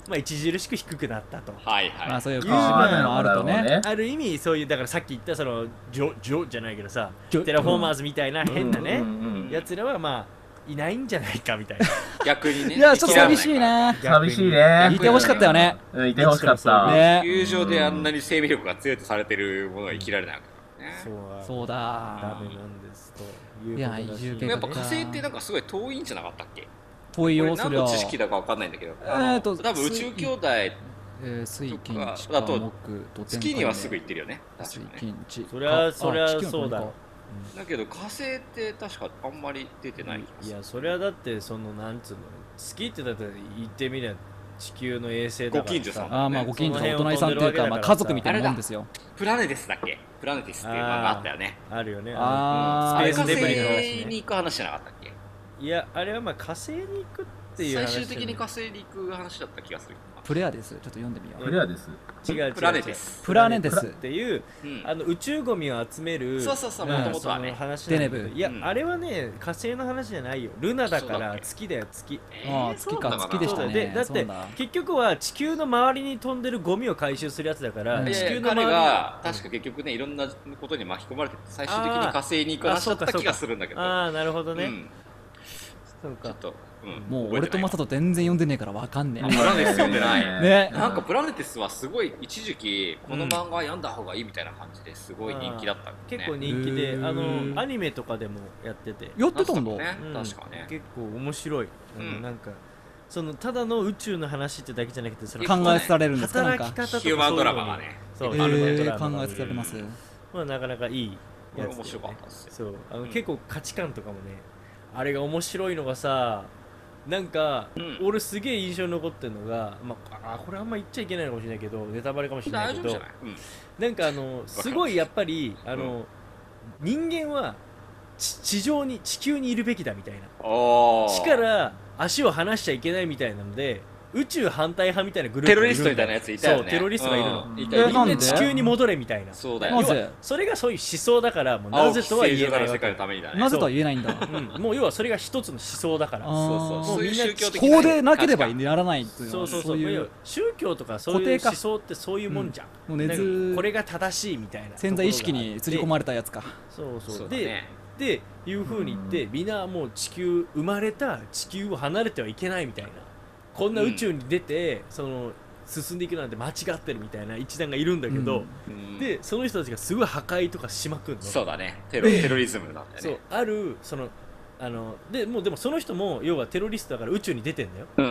[SPEAKER 6] まあ、著しく低くなったと。
[SPEAKER 4] はいはい、
[SPEAKER 5] まあそういう
[SPEAKER 6] い
[SPEAKER 5] 考
[SPEAKER 6] う
[SPEAKER 5] え
[SPEAKER 6] ま
[SPEAKER 5] もあるとね
[SPEAKER 6] ある意味そういうだからさっき言ったそのジョジョじゃないけどさ
[SPEAKER 5] ジョ
[SPEAKER 6] テラフォーマーズみたいな変なね、
[SPEAKER 4] ん
[SPEAKER 6] やつらはまあいないんじゃないかみたいな
[SPEAKER 4] 逆にね
[SPEAKER 5] いやちょっと寂しいな
[SPEAKER 7] 寂しいね
[SPEAKER 5] いてほしかったよね
[SPEAKER 7] うんいてほしかった
[SPEAKER 4] 地
[SPEAKER 5] ね
[SPEAKER 4] 球上であんなに生命力が強いとされてるものは生きられないわけだか
[SPEAKER 6] そうは
[SPEAKER 5] そう
[SPEAKER 6] ダ
[SPEAKER 5] だ
[SPEAKER 6] メなんですということらし
[SPEAKER 5] いや移住
[SPEAKER 4] らね
[SPEAKER 5] 計
[SPEAKER 4] や
[SPEAKER 5] 画
[SPEAKER 4] っぱ火星ってなんかすごい遠いんじゃなかったっけ
[SPEAKER 5] 遠い
[SPEAKER 4] 俺
[SPEAKER 5] よそ
[SPEAKER 4] 何
[SPEAKER 5] りゃ
[SPEAKER 4] の知識だかわかんないんだけど、
[SPEAKER 5] ー
[SPEAKER 4] あの
[SPEAKER 5] と
[SPEAKER 4] 多分宇宙兄弟
[SPEAKER 5] えー、水金
[SPEAKER 4] とか
[SPEAKER 5] 地
[SPEAKER 4] だ
[SPEAKER 5] 下
[SPEAKER 4] と
[SPEAKER 5] 木土天
[SPEAKER 4] 月にはすぐ行ってるよね確か
[SPEAKER 5] 水
[SPEAKER 4] にね
[SPEAKER 5] 金地
[SPEAKER 6] そりゃ
[SPEAKER 5] あ
[SPEAKER 6] そりゃ
[SPEAKER 5] あ地球の
[SPEAKER 6] そうだ
[SPEAKER 5] こ
[SPEAKER 4] だけど火星って確かあんまり出てない気が
[SPEAKER 6] い
[SPEAKER 4] する
[SPEAKER 6] やそれはだってそのなんつうの好きってだって言ってみりゃ地球の衛星だから
[SPEAKER 4] ご近所さん
[SPEAKER 5] ああまあ
[SPEAKER 4] ね
[SPEAKER 5] ご近所の
[SPEAKER 6] そ
[SPEAKER 5] お
[SPEAKER 6] の辺を
[SPEAKER 5] 隣さんという
[SPEAKER 6] 飛んでるわけだか
[SPEAKER 5] か、
[SPEAKER 6] ら
[SPEAKER 5] まあ、家族みたいなもんですよ
[SPEAKER 4] プラネティスだっけプラネティスっていうのがあったよね
[SPEAKER 6] あるよねあ
[SPEAKER 5] あ
[SPEAKER 4] あ
[SPEAKER 5] ー
[SPEAKER 4] れ
[SPEAKER 6] ス
[SPEAKER 4] 火
[SPEAKER 6] ペースデブリの話ね
[SPEAKER 4] 星に行く話じゃなかったっけ
[SPEAKER 6] のいやあれはまあ火星に行くっていう
[SPEAKER 4] 最
[SPEAKER 6] 話
[SPEAKER 4] 終的に火星に行く話だった気がする
[SPEAKER 5] プレアですちょっと読んでみよ
[SPEAKER 7] ク
[SPEAKER 5] う
[SPEAKER 7] リアです
[SPEAKER 6] 違う違う違う
[SPEAKER 4] プラネティス
[SPEAKER 5] プラネティス
[SPEAKER 6] っていう
[SPEAKER 4] うん
[SPEAKER 6] あの宇宙ゴミを集める
[SPEAKER 4] そうそうそう
[SPEAKER 6] まあ
[SPEAKER 4] 元々はね
[SPEAKER 6] その話なんだけど
[SPEAKER 5] デネブ
[SPEAKER 6] いや、
[SPEAKER 4] うん
[SPEAKER 6] あれはね火星の話じゃないよルナだか
[SPEAKER 4] そうだっ
[SPEAKER 6] ら
[SPEAKER 4] け
[SPEAKER 6] 月だよ月
[SPEAKER 4] えー
[SPEAKER 5] ああ
[SPEAKER 4] そ
[SPEAKER 5] 月
[SPEAKER 4] うなの
[SPEAKER 5] か
[SPEAKER 4] な
[SPEAKER 5] 月でしたね
[SPEAKER 6] でだって
[SPEAKER 5] そうだ
[SPEAKER 6] 結局は地球の周りに飛んでるゴミを回収するやつだから、
[SPEAKER 5] うん
[SPEAKER 4] い
[SPEAKER 6] 地
[SPEAKER 4] やい
[SPEAKER 6] 球
[SPEAKER 4] や
[SPEAKER 6] の周
[SPEAKER 4] 彼
[SPEAKER 6] り
[SPEAKER 4] が確か結局ねいろんなことに巻き込まれて最終的に火星に行く話だった気がするんだけど
[SPEAKER 6] ああなるほど
[SPEAKER 4] う
[SPEAKER 6] ね、
[SPEAKER 4] ん
[SPEAKER 6] そう
[SPEAKER 4] ちょ
[SPEAKER 6] か
[SPEAKER 4] っとうん
[SPEAKER 5] もう俺とマサ
[SPEAKER 4] 覚
[SPEAKER 5] ト全然読んでねえからわかんね
[SPEAKER 4] えてないプラネティス
[SPEAKER 7] (laughs)
[SPEAKER 4] 読んでない
[SPEAKER 5] えね
[SPEAKER 4] うんなんかプラネティスはすごい一時期この漫画読んだ方がいいみたいな感じですごい人気だったんだよね
[SPEAKER 6] 結構人気で、
[SPEAKER 5] へー
[SPEAKER 6] あのアニメとかでもやってて、
[SPEAKER 5] やってたんだ
[SPEAKER 4] ね
[SPEAKER 6] うん
[SPEAKER 4] 確かね
[SPEAKER 6] 結構面白い、あの
[SPEAKER 4] うん
[SPEAKER 6] なんかそのただの宇宙の話ってだけじゃなくてその
[SPEAKER 4] 結構
[SPEAKER 5] 考えされるんですかなん
[SPEAKER 6] 働き
[SPEAKER 5] か
[SPEAKER 6] 方とか
[SPEAKER 4] ヒューマンドラマがね
[SPEAKER 6] そういう
[SPEAKER 5] え
[SPEAKER 6] のにそうヒューマンドラマが
[SPEAKER 5] ー、考
[SPEAKER 6] あ
[SPEAKER 5] え
[SPEAKER 6] る
[SPEAKER 5] されます
[SPEAKER 6] まあ、なかなかいい
[SPEAKER 4] こ
[SPEAKER 6] や
[SPEAKER 4] れ
[SPEAKER 6] つ
[SPEAKER 4] 面白か
[SPEAKER 6] だ
[SPEAKER 4] っ
[SPEAKER 6] よね
[SPEAKER 4] たっすよ
[SPEAKER 6] そうあの、
[SPEAKER 4] うん
[SPEAKER 6] 結構価値観とかもねあれが面白いのがさなんか、
[SPEAKER 4] うん
[SPEAKER 6] 俺すげえ印象に残ってるのが、まあ、あこれあんま言っちゃいけないのかもしれないけどネタバレかもしれない
[SPEAKER 4] 大
[SPEAKER 6] け
[SPEAKER 4] 丈夫じ
[SPEAKER 6] ど
[SPEAKER 4] ゃないうん
[SPEAKER 6] なんかあのすごいやっぱりあの、人間はち地上に地球にいるべきだみたいな
[SPEAKER 4] おー
[SPEAKER 6] 地から足を離しちゃいけないみたいなので宇宙反対派みたいなグループ
[SPEAKER 4] テ
[SPEAKER 6] が
[SPEAKER 4] ロ
[SPEAKER 6] る
[SPEAKER 4] リ
[SPEAKER 6] ん
[SPEAKER 4] ス
[SPEAKER 6] だ
[SPEAKER 4] トみたいなやついたよね
[SPEAKER 6] そうテロリストがいるの、
[SPEAKER 4] うんいた
[SPEAKER 5] え
[SPEAKER 4] よね
[SPEAKER 6] みん
[SPEAKER 5] なん
[SPEAKER 6] な
[SPEAKER 5] で
[SPEAKER 6] 地球に戻れみたいな
[SPEAKER 4] そうだ
[SPEAKER 5] な
[SPEAKER 4] よ
[SPEAKER 5] ぜ
[SPEAKER 6] 要はそれがそういう思想だからもうなぜとは言えない
[SPEAKER 4] 世界
[SPEAKER 6] わけ
[SPEAKER 4] のためにだね
[SPEAKER 5] なぜとは言えないんだ
[SPEAKER 6] うん、もう要はそれが一つの思想だから
[SPEAKER 5] あー
[SPEAKER 4] そうそうそういう宗教的
[SPEAKER 5] こうでなければ
[SPEAKER 4] い
[SPEAKER 5] ならないという
[SPEAKER 6] そうそうそう
[SPEAKER 5] い
[SPEAKER 6] 要
[SPEAKER 5] う
[SPEAKER 6] は宗教とかそういう
[SPEAKER 5] 固定化
[SPEAKER 6] 思想ってそういうもんじゃん、
[SPEAKER 5] もう根
[SPEAKER 6] なんか
[SPEAKER 5] ず
[SPEAKER 6] これが正しいみたいな
[SPEAKER 5] 潜在意識に
[SPEAKER 6] つ
[SPEAKER 5] 刷り込まれたやつか
[SPEAKER 6] そうそう
[SPEAKER 4] そうだ
[SPEAKER 6] で、
[SPEAKER 4] ね
[SPEAKER 6] っていう風に言って、みんなもう地球生まれた地球を離れてはいけないみたいなこんな宇宙に出て、その進んでいくなんて間違ってるみたいな一団がいるんだけど、
[SPEAKER 4] うん
[SPEAKER 6] でその人たちがすごい破壊とかしまくるの
[SPEAKER 4] そうだねテロテロリズムなんだよ
[SPEAKER 6] そう
[SPEAKER 4] ね
[SPEAKER 6] あるそのあのでもうでもその人も要はテロリストだから宇宙に出てんだよ
[SPEAKER 4] う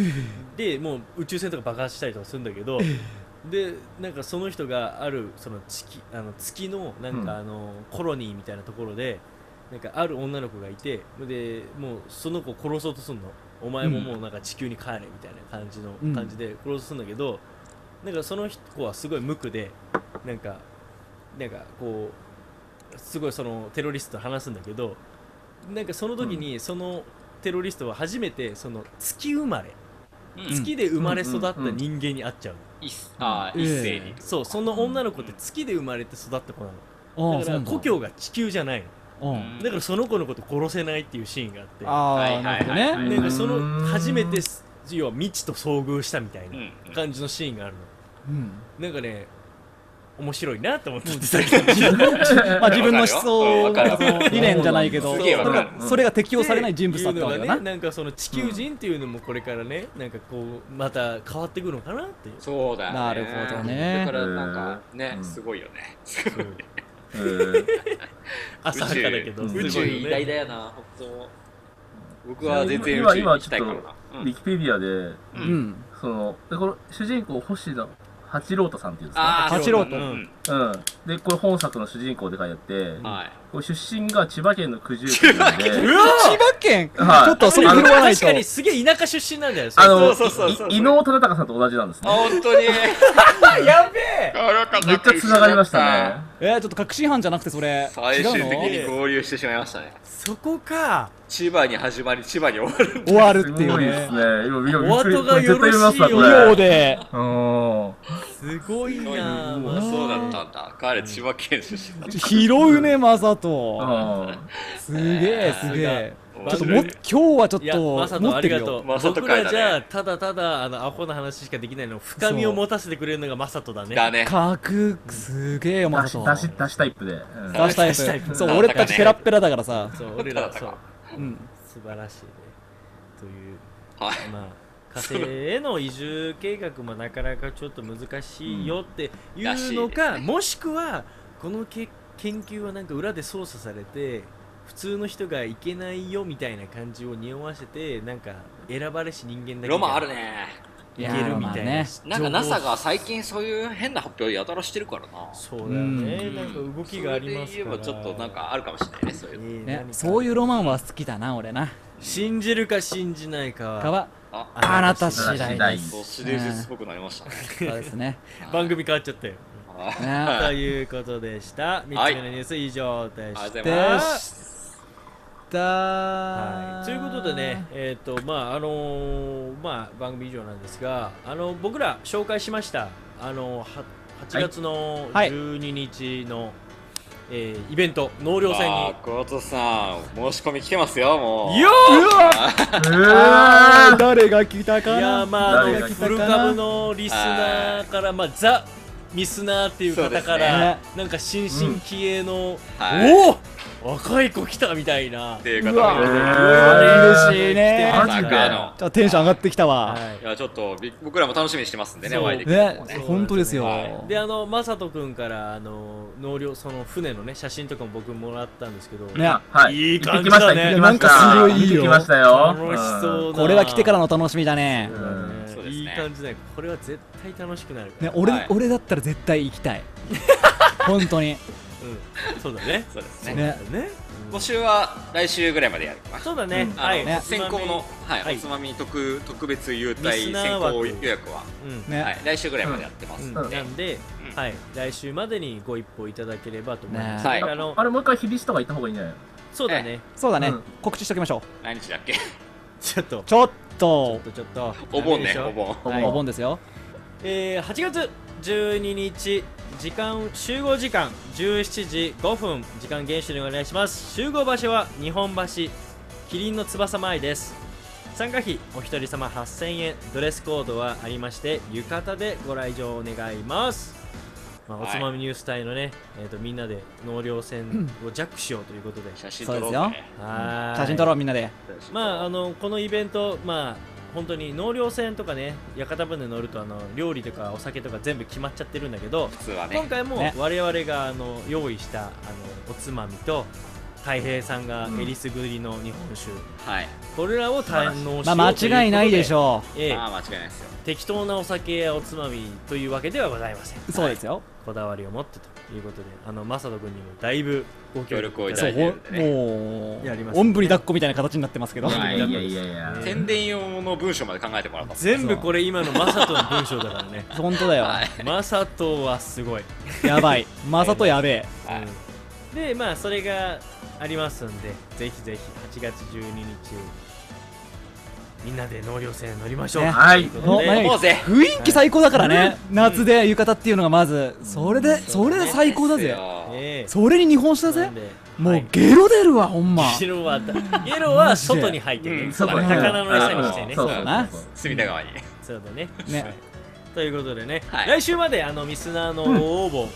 [SPEAKER 4] ん
[SPEAKER 6] でもう宇宙船とか爆発したりとかするんだけど (laughs) でなんかその人があるその地球あの月のなんかあの、コロニーみたいなところでなんかある女の子がいてでもうその子を殺そうとすんのお前ももうなんか地球に帰れみたいな感じの、
[SPEAKER 5] うん
[SPEAKER 6] 感じで殺そうとすんだけどなんかその子はすごい無垢でなんかなんかこうすごいそのテロリストと話すんだけどなんかその時にそのテロリストは初めてその月生まれ、
[SPEAKER 4] うん
[SPEAKER 6] 月で生まれ育った人間に会っちゃうの、
[SPEAKER 4] いっあー
[SPEAKER 5] うん
[SPEAKER 4] 一斉に、
[SPEAKER 6] そうその女の子って月で生まれて育った子なの
[SPEAKER 5] ああ
[SPEAKER 6] だ
[SPEAKER 5] そ
[SPEAKER 6] から
[SPEAKER 5] うなんだ
[SPEAKER 6] 故郷が地球じゃないの
[SPEAKER 5] うん
[SPEAKER 6] だからその子のこと殺せないっていうシーンがあって
[SPEAKER 5] あ
[SPEAKER 4] は
[SPEAKER 5] あ
[SPEAKER 4] い
[SPEAKER 5] な
[SPEAKER 4] はい
[SPEAKER 5] るほど
[SPEAKER 4] はいはい
[SPEAKER 5] ね
[SPEAKER 6] なんかそうの
[SPEAKER 7] ーん
[SPEAKER 6] 初めてす要は未知と遭遇したみたい
[SPEAKER 4] うん
[SPEAKER 6] な感じのシーンがある
[SPEAKER 5] うん
[SPEAKER 6] のなんかね面白いなと思って (laughs) た
[SPEAKER 5] まあ自分の思想
[SPEAKER 4] わかるよ
[SPEAKER 5] なんかその理念じゃないけど
[SPEAKER 4] すげえわかる
[SPEAKER 5] それが適用されない人物だったわけだ
[SPEAKER 6] っ
[SPEAKER 5] な
[SPEAKER 6] ていうのがねなんかその地球人っていうのもこれからねなんかこうまた変わってくるのかなっていう
[SPEAKER 4] そうだよね
[SPEAKER 5] なるほどね
[SPEAKER 4] だからなんかね、
[SPEAKER 7] うん
[SPEAKER 4] すごいよね
[SPEAKER 7] うん
[SPEAKER 6] 浅はかだ (laughs) けど
[SPEAKER 7] 宇宙
[SPEAKER 6] すごい
[SPEAKER 4] 宇
[SPEAKER 6] よ
[SPEAKER 4] 宙
[SPEAKER 6] ね
[SPEAKER 4] 偉大だよな本当僕は全然宇
[SPEAKER 7] 今
[SPEAKER 4] 宙に
[SPEAKER 7] 今
[SPEAKER 4] 行きたいから
[SPEAKER 7] ち
[SPEAKER 4] な、う
[SPEAKER 7] ウ
[SPEAKER 4] ん
[SPEAKER 7] ィキペディアで、
[SPEAKER 4] う
[SPEAKER 5] うんん
[SPEAKER 7] その、でこの主人公、星野八郎太さんっていうんですか。
[SPEAKER 4] ああ
[SPEAKER 5] 八郎
[SPEAKER 4] と、
[SPEAKER 5] と
[SPEAKER 4] うん
[SPEAKER 7] うん。で、これ本作の主人公で書いてあって、
[SPEAKER 4] はい
[SPEAKER 7] これ出身が千葉県の九十九なんで、
[SPEAKER 5] 千葉県ちょ
[SPEAKER 7] はい
[SPEAKER 5] っとそれ振るわない
[SPEAKER 6] 確
[SPEAKER 5] と
[SPEAKER 6] かにすげえ田舎出身なんだよ
[SPEAKER 7] あの、
[SPEAKER 4] そうそうそうそう
[SPEAKER 7] い伊能忠敬さんと同じなんです
[SPEAKER 4] あ
[SPEAKER 7] ね。
[SPEAKER 4] 本当に
[SPEAKER 11] やべえ
[SPEAKER 7] めっちゃ繋がりましたね。
[SPEAKER 5] えーちょっと確信犯じゃなくてそれ違
[SPEAKER 4] 最終的
[SPEAKER 5] う
[SPEAKER 4] に合流してしまいましたね
[SPEAKER 6] そこか
[SPEAKER 4] 千葉に始まり千葉に終わる
[SPEAKER 5] の終わる
[SPEAKER 7] す
[SPEAKER 5] っていう
[SPEAKER 7] ごいです
[SPEAKER 5] ね
[SPEAKER 7] ね。今、今、
[SPEAKER 6] お後がよろしいよ
[SPEAKER 7] 絶対見ますわ、こ
[SPEAKER 5] よう
[SPEAKER 7] れ。
[SPEAKER 5] で
[SPEAKER 7] うん。
[SPEAKER 6] すごい
[SPEAKER 4] そう
[SPEAKER 6] な
[SPEAKER 4] いう
[SPEAKER 6] まあ
[SPEAKER 4] そうだったんだ彼千葉県出身だった
[SPEAKER 5] 拾うねマサト
[SPEAKER 7] うん
[SPEAKER 5] すげえすげえ
[SPEAKER 4] 面
[SPEAKER 5] ちょっと
[SPEAKER 4] 白
[SPEAKER 5] も
[SPEAKER 4] い
[SPEAKER 5] 今日はちょっ
[SPEAKER 6] いやマサ
[SPEAKER 5] と
[SPEAKER 6] ト
[SPEAKER 5] 持
[SPEAKER 6] あ
[SPEAKER 5] っ
[SPEAKER 6] り
[SPEAKER 5] てる
[SPEAKER 6] がと
[SPEAKER 5] よ
[SPEAKER 6] う
[SPEAKER 4] マサト
[SPEAKER 6] 僕
[SPEAKER 4] 会だね
[SPEAKER 6] らじゃあただただあのアホな話しかできないの深みを持たせてくれるのがマサトだね
[SPEAKER 4] だね
[SPEAKER 5] かくすげえよマ
[SPEAKER 7] 出
[SPEAKER 5] サ
[SPEAKER 7] し、出
[SPEAKER 5] ト
[SPEAKER 7] し、出しタイプで。うん
[SPEAKER 5] 出したや
[SPEAKER 6] 出したや
[SPEAKER 5] つ
[SPEAKER 6] つ
[SPEAKER 5] そう俺たちペラッペラだからさ
[SPEAKER 6] そう俺らそう
[SPEAKER 5] うん
[SPEAKER 6] 素晴らしいねという
[SPEAKER 4] はい
[SPEAKER 6] まあ
[SPEAKER 4] (laughs)
[SPEAKER 6] 火星への移住計画もなかなかちょっと難しいよっていうのか、もしくはこのけ研究はなんか裏で操作されて普通の人が行けないよみたいな感じを匂わせてなんか選ばれし人間だけ
[SPEAKER 4] ロマンあ
[SPEAKER 6] が
[SPEAKER 4] るね
[SPEAKER 5] い
[SPEAKER 6] 行
[SPEAKER 5] や
[SPEAKER 6] ける
[SPEAKER 5] ー
[SPEAKER 6] み
[SPEAKER 5] まあ
[SPEAKER 6] たいな
[SPEAKER 5] ね
[SPEAKER 4] なんか NASA
[SPEAKER 6] 情報
[SPEAKER 4] が最近そういう変な発表やたらしてるからな
[SPEAKER 6] そうだよね、
[SPEAKER 5] う
[SPEAKER 6] なんか動きがあります
[SPEAKER 4] それで言え
[SPEAKER 6] から
[SPEAKER 4] ばちょっとなんかあるかもしれないねそういうの
[SPEAKER 6] ええ
[SPEAKER 5] ね
[SPEAKER 6] 何か
[SPEAKER 5] そういうロマンは好きだな俺な
[SPEAKER 6] 信じるか信じないかは
[SPEAKER 5] かは
[SPEAKER 4] あ
[SPEAKER 5] あなた
[SPEAKER 6] 次
[SPEAKER 5] 次
[SPEAKER 6] 第
[SPEAKER 5] 第です
[SPEAKER 4] そうシリーズっぽくなりましたね
[SPEAKER 5] そうですね
[SPEAKER 6] 番組変わっちゃったよ
[SPEAKER 4] はい
[SPEAKER 5] ね
[SPEAKER 6] ということでした3つ目のニュース以上で
[SPEAKER 4] ありが
[SPEAKER 6] し
[SPEAKER 4] とう
[SPEAKER 6] た
[SPEAKER 4] ございま
[SPEAKER 5] (laughs) ですすだ
[SPEAKER 6] はい、ということでね、えっ、と、まあ、あのーまあ、番組以上なんですが、あの、僕ら紹介しました。あの、は、8月の
[SPEAKER 5] はい
[SPEAKER 6] 12日の、えーイベント、納涼祭に。
[SPEAKER 4] あーゴートさん申し込み来てますよもう
[SPEAKER 6] よ
[SPEAKER 7] うわ
[SPEAKER 5] あー誰が来た
[SPEAKER 6] ー
[SPEAKER 5] かない
[SPEAKER 6] やーまあ、あ
[SPEAKER 7] 誰
[SPEAKER 6] の、
[SPEAKER 7] が来
[SPEAKER 5] たかな
[SPEAKER 6] フル株のリスナーから、まあ、ザ。ミスナーっていう方から、なんか新進気鋭の、
[SPEAKER 4] はいっ
[SPEAKER 6] おお若い子来たみたいな
[SPEAKER 4] ていう方もいるね
[SPEAKER 7] ー
[SPEAKER 5] 嬉しいね
[SPEAKER 4] ま
[SPEAKER 7] マ
[SPEAKER 4] さ
[SPEAKER 7] ジで
[SPEAKER 4] かの
[SPEAKER 5] じゃあテンション上がってきたわ、
[SPEAKER 6] はい
[SPEAKER 4] いやちょっとび僕らも楽しみにしてますんでね
[SPEAKER 6] そう
[SPEAKER 4] お会いできるの
[SPEAKER 5] ね
[SPEAKER 4] も
[SPEAKER 6] そうですね
[SPEAKER 5] 本当ですよ、
[SPEAKER 4] は
[SPEAKER 6] であのマサト君からあの納涼その船のね写真とかも僕もらったんですけど、
[SPEAKER 5] ね
[SPEAKER 7] はい。
[SPEAKER 6] いい感じ
[SPEAKER 7] 行ってきました
[SPEAKER 6] だね
[SPEAKER 7] 行ってきました
[SPEAKER 5] なんかすごいいいよ
[SPEAKER 7] 行ってきましたよ。
[SPEAKER 6] 楽しそうな
[SPEAKER 5] これは来てからの楽しみだね
[SPEAKER 6] そうだね
[SPEAKER 4] うんそうですね
[SPEAKER 6] いい感じだよこれは絶対楽しくなるから
[SPEAKER 5] ね俺,、
[SPEAKER 4] はい
[SPEAKER 5] 俺だったら絶対行きたい本当に
[SPEAKER 6] うん、そうだね
[SPEAKER 4] そうですね
[SPEAKER 5] ね
[SPEAKER 6] ね、う
[SPEAKER 4] 募
[SPEAKER 6] ん
[SPEAKER 4] 集は来週ぐらいまでやるかな
[SPEAKER 6] そうだね、
[SPEAKER 4] あ
[SPEAKER 6] は
[SPEAKER 4] の、
[SPEAKER 6] い、
[SPEAKER 5] ね
[SPEAKER 6] おつま
[SPEAKER 4] 先
[SPEAKER 6] み
[SPEAKER 4] 行の、はい
[SPEAKER 6] はい
[SPEAKER 4] おつまみ特特別優
[SPEAKER 6] リ
[SPEAKER 4] 待
[SPEAKER 6] スナー
[SPEAKER 4] 先行
[SPEAKER 6] 枠
[SPEAKER 4] 予約は、
[SPEAKER 6] うん
[SPEAKER 5] ね、
[SPEAKER 4] はい、来週ぐらいまでやってます
[SPEAKER 6] うん
[SPEAKER 4] んで、
[SPEAKER 6] な
[SPEAKER 4] ね
[SPEAKER 6] んで、
[SPEAKER 4] うん
[SPEAKER 6] はい、来週までにご一報いただければと思います、
[SPEAKER 5] ね
[SPEAKER 4] はい
[SPEAKER 6] あの
[SPEAKER 7] あれ、もう一回、響しとか行った方がいいんじゃない
[SPEAKER 6] そうだね、
[SPEAKER 5] そうだね、
[SPEAKER 7] うん
[SPEAKER 5] 告知しておきましょう
[SPEAKER 4] 何日だっけ
[SPEAKER 6] ちょっと
[SPEAKER 5] ちょっ
[SPEAKER 6] ちょっ
[SPEAKER 5] と
[SPEAKER 6] とちょっと
[SPEAKER 4] お盆
[SPEAKER 6] ダメで
[SPEAKER 4] ね
[SPEAKER 6] しょ
[SPEAKER 4] お盆
[SPEAKER 5] お盆お盆ですよ
[SPEAKER 6] えー8月12日時間集合時間17時5分時間厳守でお願いします集合場所は日本橋キリンの翼前です参加費お一人様8000円ドレスコードはありまして浴衣でご来場お願います、まあ、お
[SPEAKER 4] はい
[SPEAKER 6] つまみニュース隊のね、えー、とみんなで納涼船をジャックしようということで、
[SPEAKER 4] 写真撮ろう
[SPEAKER 5] そう
[SPEAKER 4] ね
[SPEAKER 6] はーい
[SPEAKER 5] 写真撮ろうみんなで
[SPEAKER 6] まああのこのイベントまあ本当に納涼船とかね屋形船乗るとあの料理とかお酒とか全部決まっちゃってるんだけど
[SPEAKER 4] 普通はね
[SPEAKER 6] 今回も
[SPEAKER 5] ね
[SPEAKER 6] 我々があの用意したあのおつまみと太平さんがえりすぐりの日本酒、
[SPEAKER 4] はい
[SPEAKER 6] これらを堪能しよ
[SPEAKER 5] ま
[SPEAKER 6] う
[SPEAKER 5] あ間違いないでし
[SPEAKER 6] う
[SPEAKER 5] ょ
[SPEAKER 6] ということでええ
[SPEAKER 4] まあ間違いないですよ
[SPEAKER 6] 適当なお酒やおつまみというわけではございません
[SPEAKER 5] うそうですよ
[SPEAKER 6] こだわりを持ってということであの正人君にもだいぶご協
[SPEAKER 4] 協
[SPEAKER 6] 力
[SPEAKER 4] 力をいた
[SPEAKER 5] そ
[SPEAKER 4] だ
[SPEAKER 5] う
[SPEAKER 4] いてるんで
[SPEAKER 5] ほ
[SPEAKER 4] ね
[SPEAKER 5] も
[SPEAKER 6] やります
[SPEAKER 5] う
[SPEAKER 6] ね
[SPEAKER 5] おんぶに抱っこみたいな形になってますけど
[SPEAKER 7] いや
[SPEAKER 4] はい
[SPEAKER 7] いやいやいや。
[SPEAKER 6] ね
[SPEAKER 4] 宣伝用の文章まで考えてもらったんです
[SPEAKER 6] 全部これ今の正人の文章だからね
[SPEAKER 5] 本当だよ
[SPEAKER 4] はい
[SPEAKER 6] 正人はすごい、う
[SPEAKER 5] やばいマサトやべえ
[SPEAKER 4] はい
[SPEAKER 6] んでまあそれがありますんでぜひぜひ8月12日みんなで納涼船乗りましょう、
[SPEAKER 5] ね
[SPEAKER 7] はい
[SPEAKER 6] ということ
[SPEAKER 5] の
[SPEAKER 6] で
[SPEAKER 5] 何
[SPEAKER 4] もうぜ
[SPEAKER 5] 雰囲気最高だからね夏で浴衣っていうのがまずそれでそれで最高だぜ
[SPEAKER 6] ええ
[SPEAKER 5] それに日本酒
[SPEAKER 6] な
[SPEAKER 5] だぜ
[SPEAKER 6] んで
[SPEAKER 5] も
[SPEAKER 6] は
[SPEAKER 5] う
[SPEAKER 6] い
[SPEAKER 5] ゲロ出るわほんま
[SPEAKER 6] ゲロはあったゲロは外に入って
[SPEAKER 4] う
[SPEAKER 6] ね
[SPEAKER 4] ん
[SPEAKER 6] そう
[SPEAKER 4] 外
[SPEAKER 6] だ
[SPEAKER 4] に入っ
[SPEAKER 6] ね
[SPEAKER 4] て
[SPEAKER 6] 魚の餌にしてね
[SPEAKER 7] そ
[SPEAKER 6] そうう
[SPEAKER 7] そう
[SPEAKER 5] な
[SPEAKER 7] そう
[SPEAKER 4] 隅田川に
[SPEAKER 6] だね
[SPEAKER 5] ね
[SPEAKER 6] ということでね、
[SPEAKER 4] はい
[SPEAKER 6] 来週まであのミスナーのご応募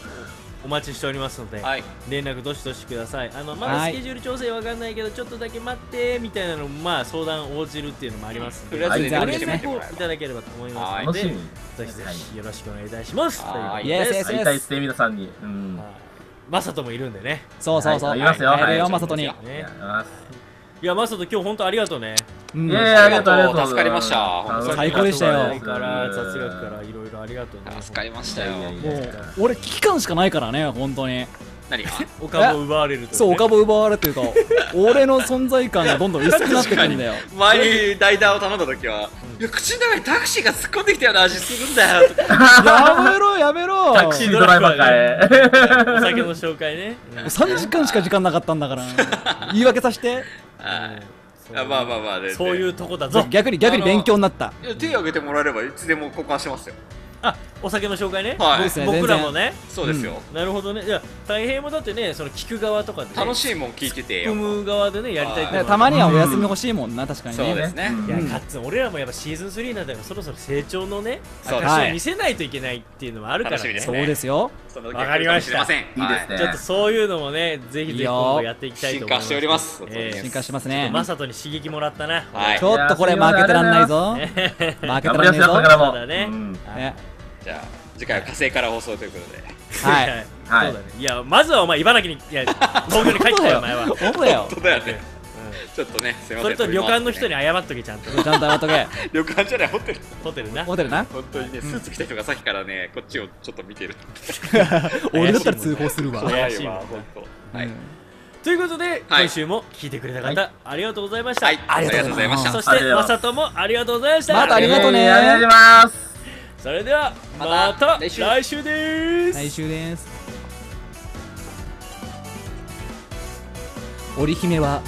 [SPEAKER 6] お待ちしておりますので、
[SPEAKER 4] はい
[SPEAKER 6] 連絡どしどしくださいあのまだ
[SPEAKER 5] はい
[SPEAKER 6] スケジュール調整わかんないけどちょっとだけ待ってみたいなのもまあ相談応じるっていうのもありますの
[SPEAKER 4] と
[SPEAKER 6] で
[SPEAKER 4] りあえず
[SPEAKER 5] じゃあ
[SPEAKER 4] 連
[SPEAKER 6] 連
[SPEAKER 4] 絡してもらっても
[SPEAKER 6] 絡を
[SPEAKER 4] らえ
[SPEAKER 6] い
[SPEAKER 4] ば
[SPEAKER 6] ただければと思いますの
[SPEAKER 7] 楽
[SPEAKER 6] で
[SPEAKER 7] しみ。
[SPEAKER 6] ぜひぜひよろしくお願いいたしますということ
[SPEAKER 4] は
[SPEAKER 6] で
[SPEAKER 4] い
[SPEAKER 5] イエスイエスイ
[SPEAKER 7] 会いたい
[SPEAKER 5] エ
[SPEAKER 7] で
[SPEAKER 5] ス
[SPEAKER 7] すね、皆さんに。うん。
[SPEAKER 6] はいマサトもいるんでね
[SPEAKER 5] そうそうそう
[SPEAKER 7] はいいますよ
[SPEAKER 5] 会えるよ
[SPEAKER 7] はい
[SPEAKER 5] マサトに
[SPEAKER 7] い
[SPEAKER 6] ね
[SPEAKER 7] やあ
[SPEAKER 6] いやマサト今日本当ありがとうね
[SPEAKER 5] うん
[SPEAKER 7] いやいやありがとうありがとう。
[SPEAKER 4] 助かりました
[SPEAKER 7] 楽
[SPEAKER 5] 最高でしたよ
[SPEAKER 6] 雑学から雑学からいろいろありがとうね
[SPEAKER 4] 助かりまし
[SPEAKER 7] い
[SPEAKER 4] た
[SPEAKER 7] やい
[SPEAKER 4] よ
[SPEAKER 7] やい
[SPEAKER 5] も
[SPEAKER 7] や
[SPEAKER 5] う俺危機感しかないからね本当に
[SPEAKER 4] 何が
[SPEAKER 6] お株を奪われるといね
[SPEAKER 5] そうお株奪われてると俺の存在感がどんどん薄くなってくんだよ
[SPEAKER 4] 前にライダーを頼んだ時は、いや口の中にタクシーが突っ込んできたような味するんだよとか
[SPEAKER 5] やめろやめろ
[SPEAKER 7] タクシードライバーかえ。
[SPEAKER 6] お酒の紹介ね、うん
[SPEAKER 5] 3時間しか時間なかったんだから言い訳させて
[SPEAKER 4] はい
[SPEAKER 6] そう
[SPEAKER 4] あまあまあまあ全然
[SPEAKER 6] そういうとこだぞ
[SPEAKER 5] 逆に逆に勉強になった
[SPEAKER 4] いや手を挙げてもらえればいつでも交換してますよ
[SPEAKER 6] あお酒の紹介ね、
[SPEAKER 4] はい
[SPEAKER 5] そうですね
[SPEAKER 6] 僕らも
[SPEAKER 5] 全
[SPEAKER 6] ね
[SPEAKER 4] そうですよ、
[SPEAKER 6] なるほどねいや大平もだってねその聞く側とかで、ね、
[SPEAKER 4] 楽
[SPEAKER 6] い
[SPEAKER 4] しいもん聞いてて
[SPEAKER 6] 組
[SPEAKER 4] よ
[SPEAKER 6] む側でねやりたいって
[SPEAKER 5] ね
[SPEAKER 6] いうのは
[SPEAKER 5] たまにはお休み欲しいもんな確かに
[SPEAKER 4] そう
[SPEAKER 5] ね
[SPEAKER 4] ですね
[SPEAKER 7] うん
[SPEAKER 6] いやカッツン俺らもやっぱシーズン3なんだからそろそろ成長のね
[SPEAKER 4] そう
[SPEAKER 5] です
[SPEAKER 6] 証を見せないといけないっていうのもあるから、
[SPEAKER 4] 楽しみです
[SPEAKER 5] そうですよ
[SPEAKER 4] その時
[SPEAKER 6] わかりました
[SPEAKER 4] は来るか
[SPEAKER 7] い
[SPEAKER 4] も
[SPEAKER 7] いで
[SPEAKER 4] れません
[SPEAKER 7] すね。
[SPEAKER 6] ちょっとそういうのもねぜひぜひ今後やっていきた
[SPEAKER 4] はい進
[SPEAKER 6] と思いま
[SPEAKER 4] 化
[SPEAKER 6] す
[SPEAKER 4] しております、
[SPEAKER 6] ええ
[SPEAKER 5] 進化します
[SPEAKER 6] ちょっ
[SPEAKER 5] ね
[SPEAKER 6] とマサトに刺激もらったな、
[SPEAKER 4] はい
[SPEAKER 5] ちょっとこれ負けてらんないぞ負けてらん
[SPEAKER 7] 頑張り
[SPEAKER 5] な
[SPEAKER 7] ま
[SPEAKER 5] い
[SPEAKER 7] すよ、これ
[SPEAKER 5] ぞ
[SPEAKER 7] から
[SPEAKER 5] (laughs)
[SPEAKER 6] そうだ
[SPEAKER 7] も。う
[SPEAKER 6] ね
[SPEAKER 7] ん
[SPEAKER 5] ね
[SPEAKER 4] じゃあ次回は火星から放送ということで
[SPEAKER 5] はい
[SPEAKER 7] はい
[SPEAKER 6] そうだねいやまずはお前茨城にいや東京に帰ってこいお前は、
[SPEAKER 5] 本当だよ
[SPEAKER 4] 本当だよね
[SPEAKER 6] う
[SPEAKER 4] ちょっとねすいませ
[SPEAKER 6] ん
[SPEAKER 4] ん
[SPEAKER 6] それと旅館の人に
[SPEAKER 4] ね
[SPEAKER 6] 謝っとけちゃんと
[SPEAKER 5] ちゃんとやっとけ
[SPEAKER 4] 旅館じゃないホテル
[SPEAKER 6] ホテルな
[SPEAKER 5] ホテルな
[SPEAKER 4] 本当にねスーツ着た人がさっきからねこっちをちょっと見てる
[SPEAKER 5] 俺だったら通報するわ
[SPEAKER 6] 怪
[SPEAKER 4] 怖
[SPEAKER 6] しい
[SPEAKER 4] い
[SPEAKER 6] わ
[SPEAKER 4] わ本当はい、
[SPEAKER 5] うん
[SPEAKER 6] ということで、
[SPEAKER 4] はい
[SPEAKER 6] 今週も聞いてくれた方、
[SPEAKER 7] は
[SPEAKER 6] ありがとうございました、
[SPEAKER 4] はい、ありがとうございました
[SPEAKER 6] そし
[SPEAKER 7] あり
[SPEAKER 6] て
[SPEAKER 7] がとうございま
[SPEAKER 6] ま
[SPEAKER 7] す
[SPEAKER 6] さともありがとうございました
[SPEAKER 5] またありがとうね
[SPEAKER 7] えーありがとうございます。
[SPEAKER 6] それではま
[SPEAKER 4] また
[SPEAKER 6] た来
[SPEAKER 4] 来
[SPEAKER 6] 週
[SPEAKER 4] 週
[SPEAKER 6] です
[SPEAKER 5] 来週です織姫は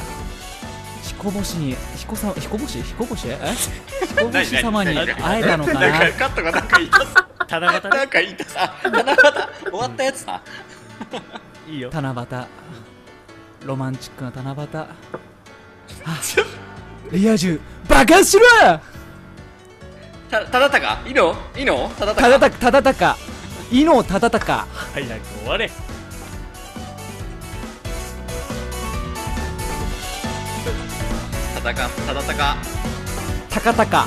[SPEAKER 5] 彦星に彦さ彦星彦星え彦星様に
[SPEAKER 4] 何何
[SPEAKER 5] 会えたのかな
[SPEAKER 4] なんかカットがなんか言いたそう
[SPEAKER 6] 七夕
[SPEAKER 4] な
[SPEAKER 6] ね
[SPEAKER 4] んか言いたさ七夕終わったやつだ
[SPEAKER 6] いいよ
[SPEAKER 5] 七夕ロマンチックな七夕はあ (laughs) リア充バカしろ
[SPEAKER 4] たただたかいいのいいのただた
[SPEAKER 5] た
[SPEAKER 4] か
[SPEAKER 5] だたかただたか伊能ただたか
[SPEAKER 6] 早く終われ
[SPEAKER 4] ただかただたか
[SPEAKER 5] たかたか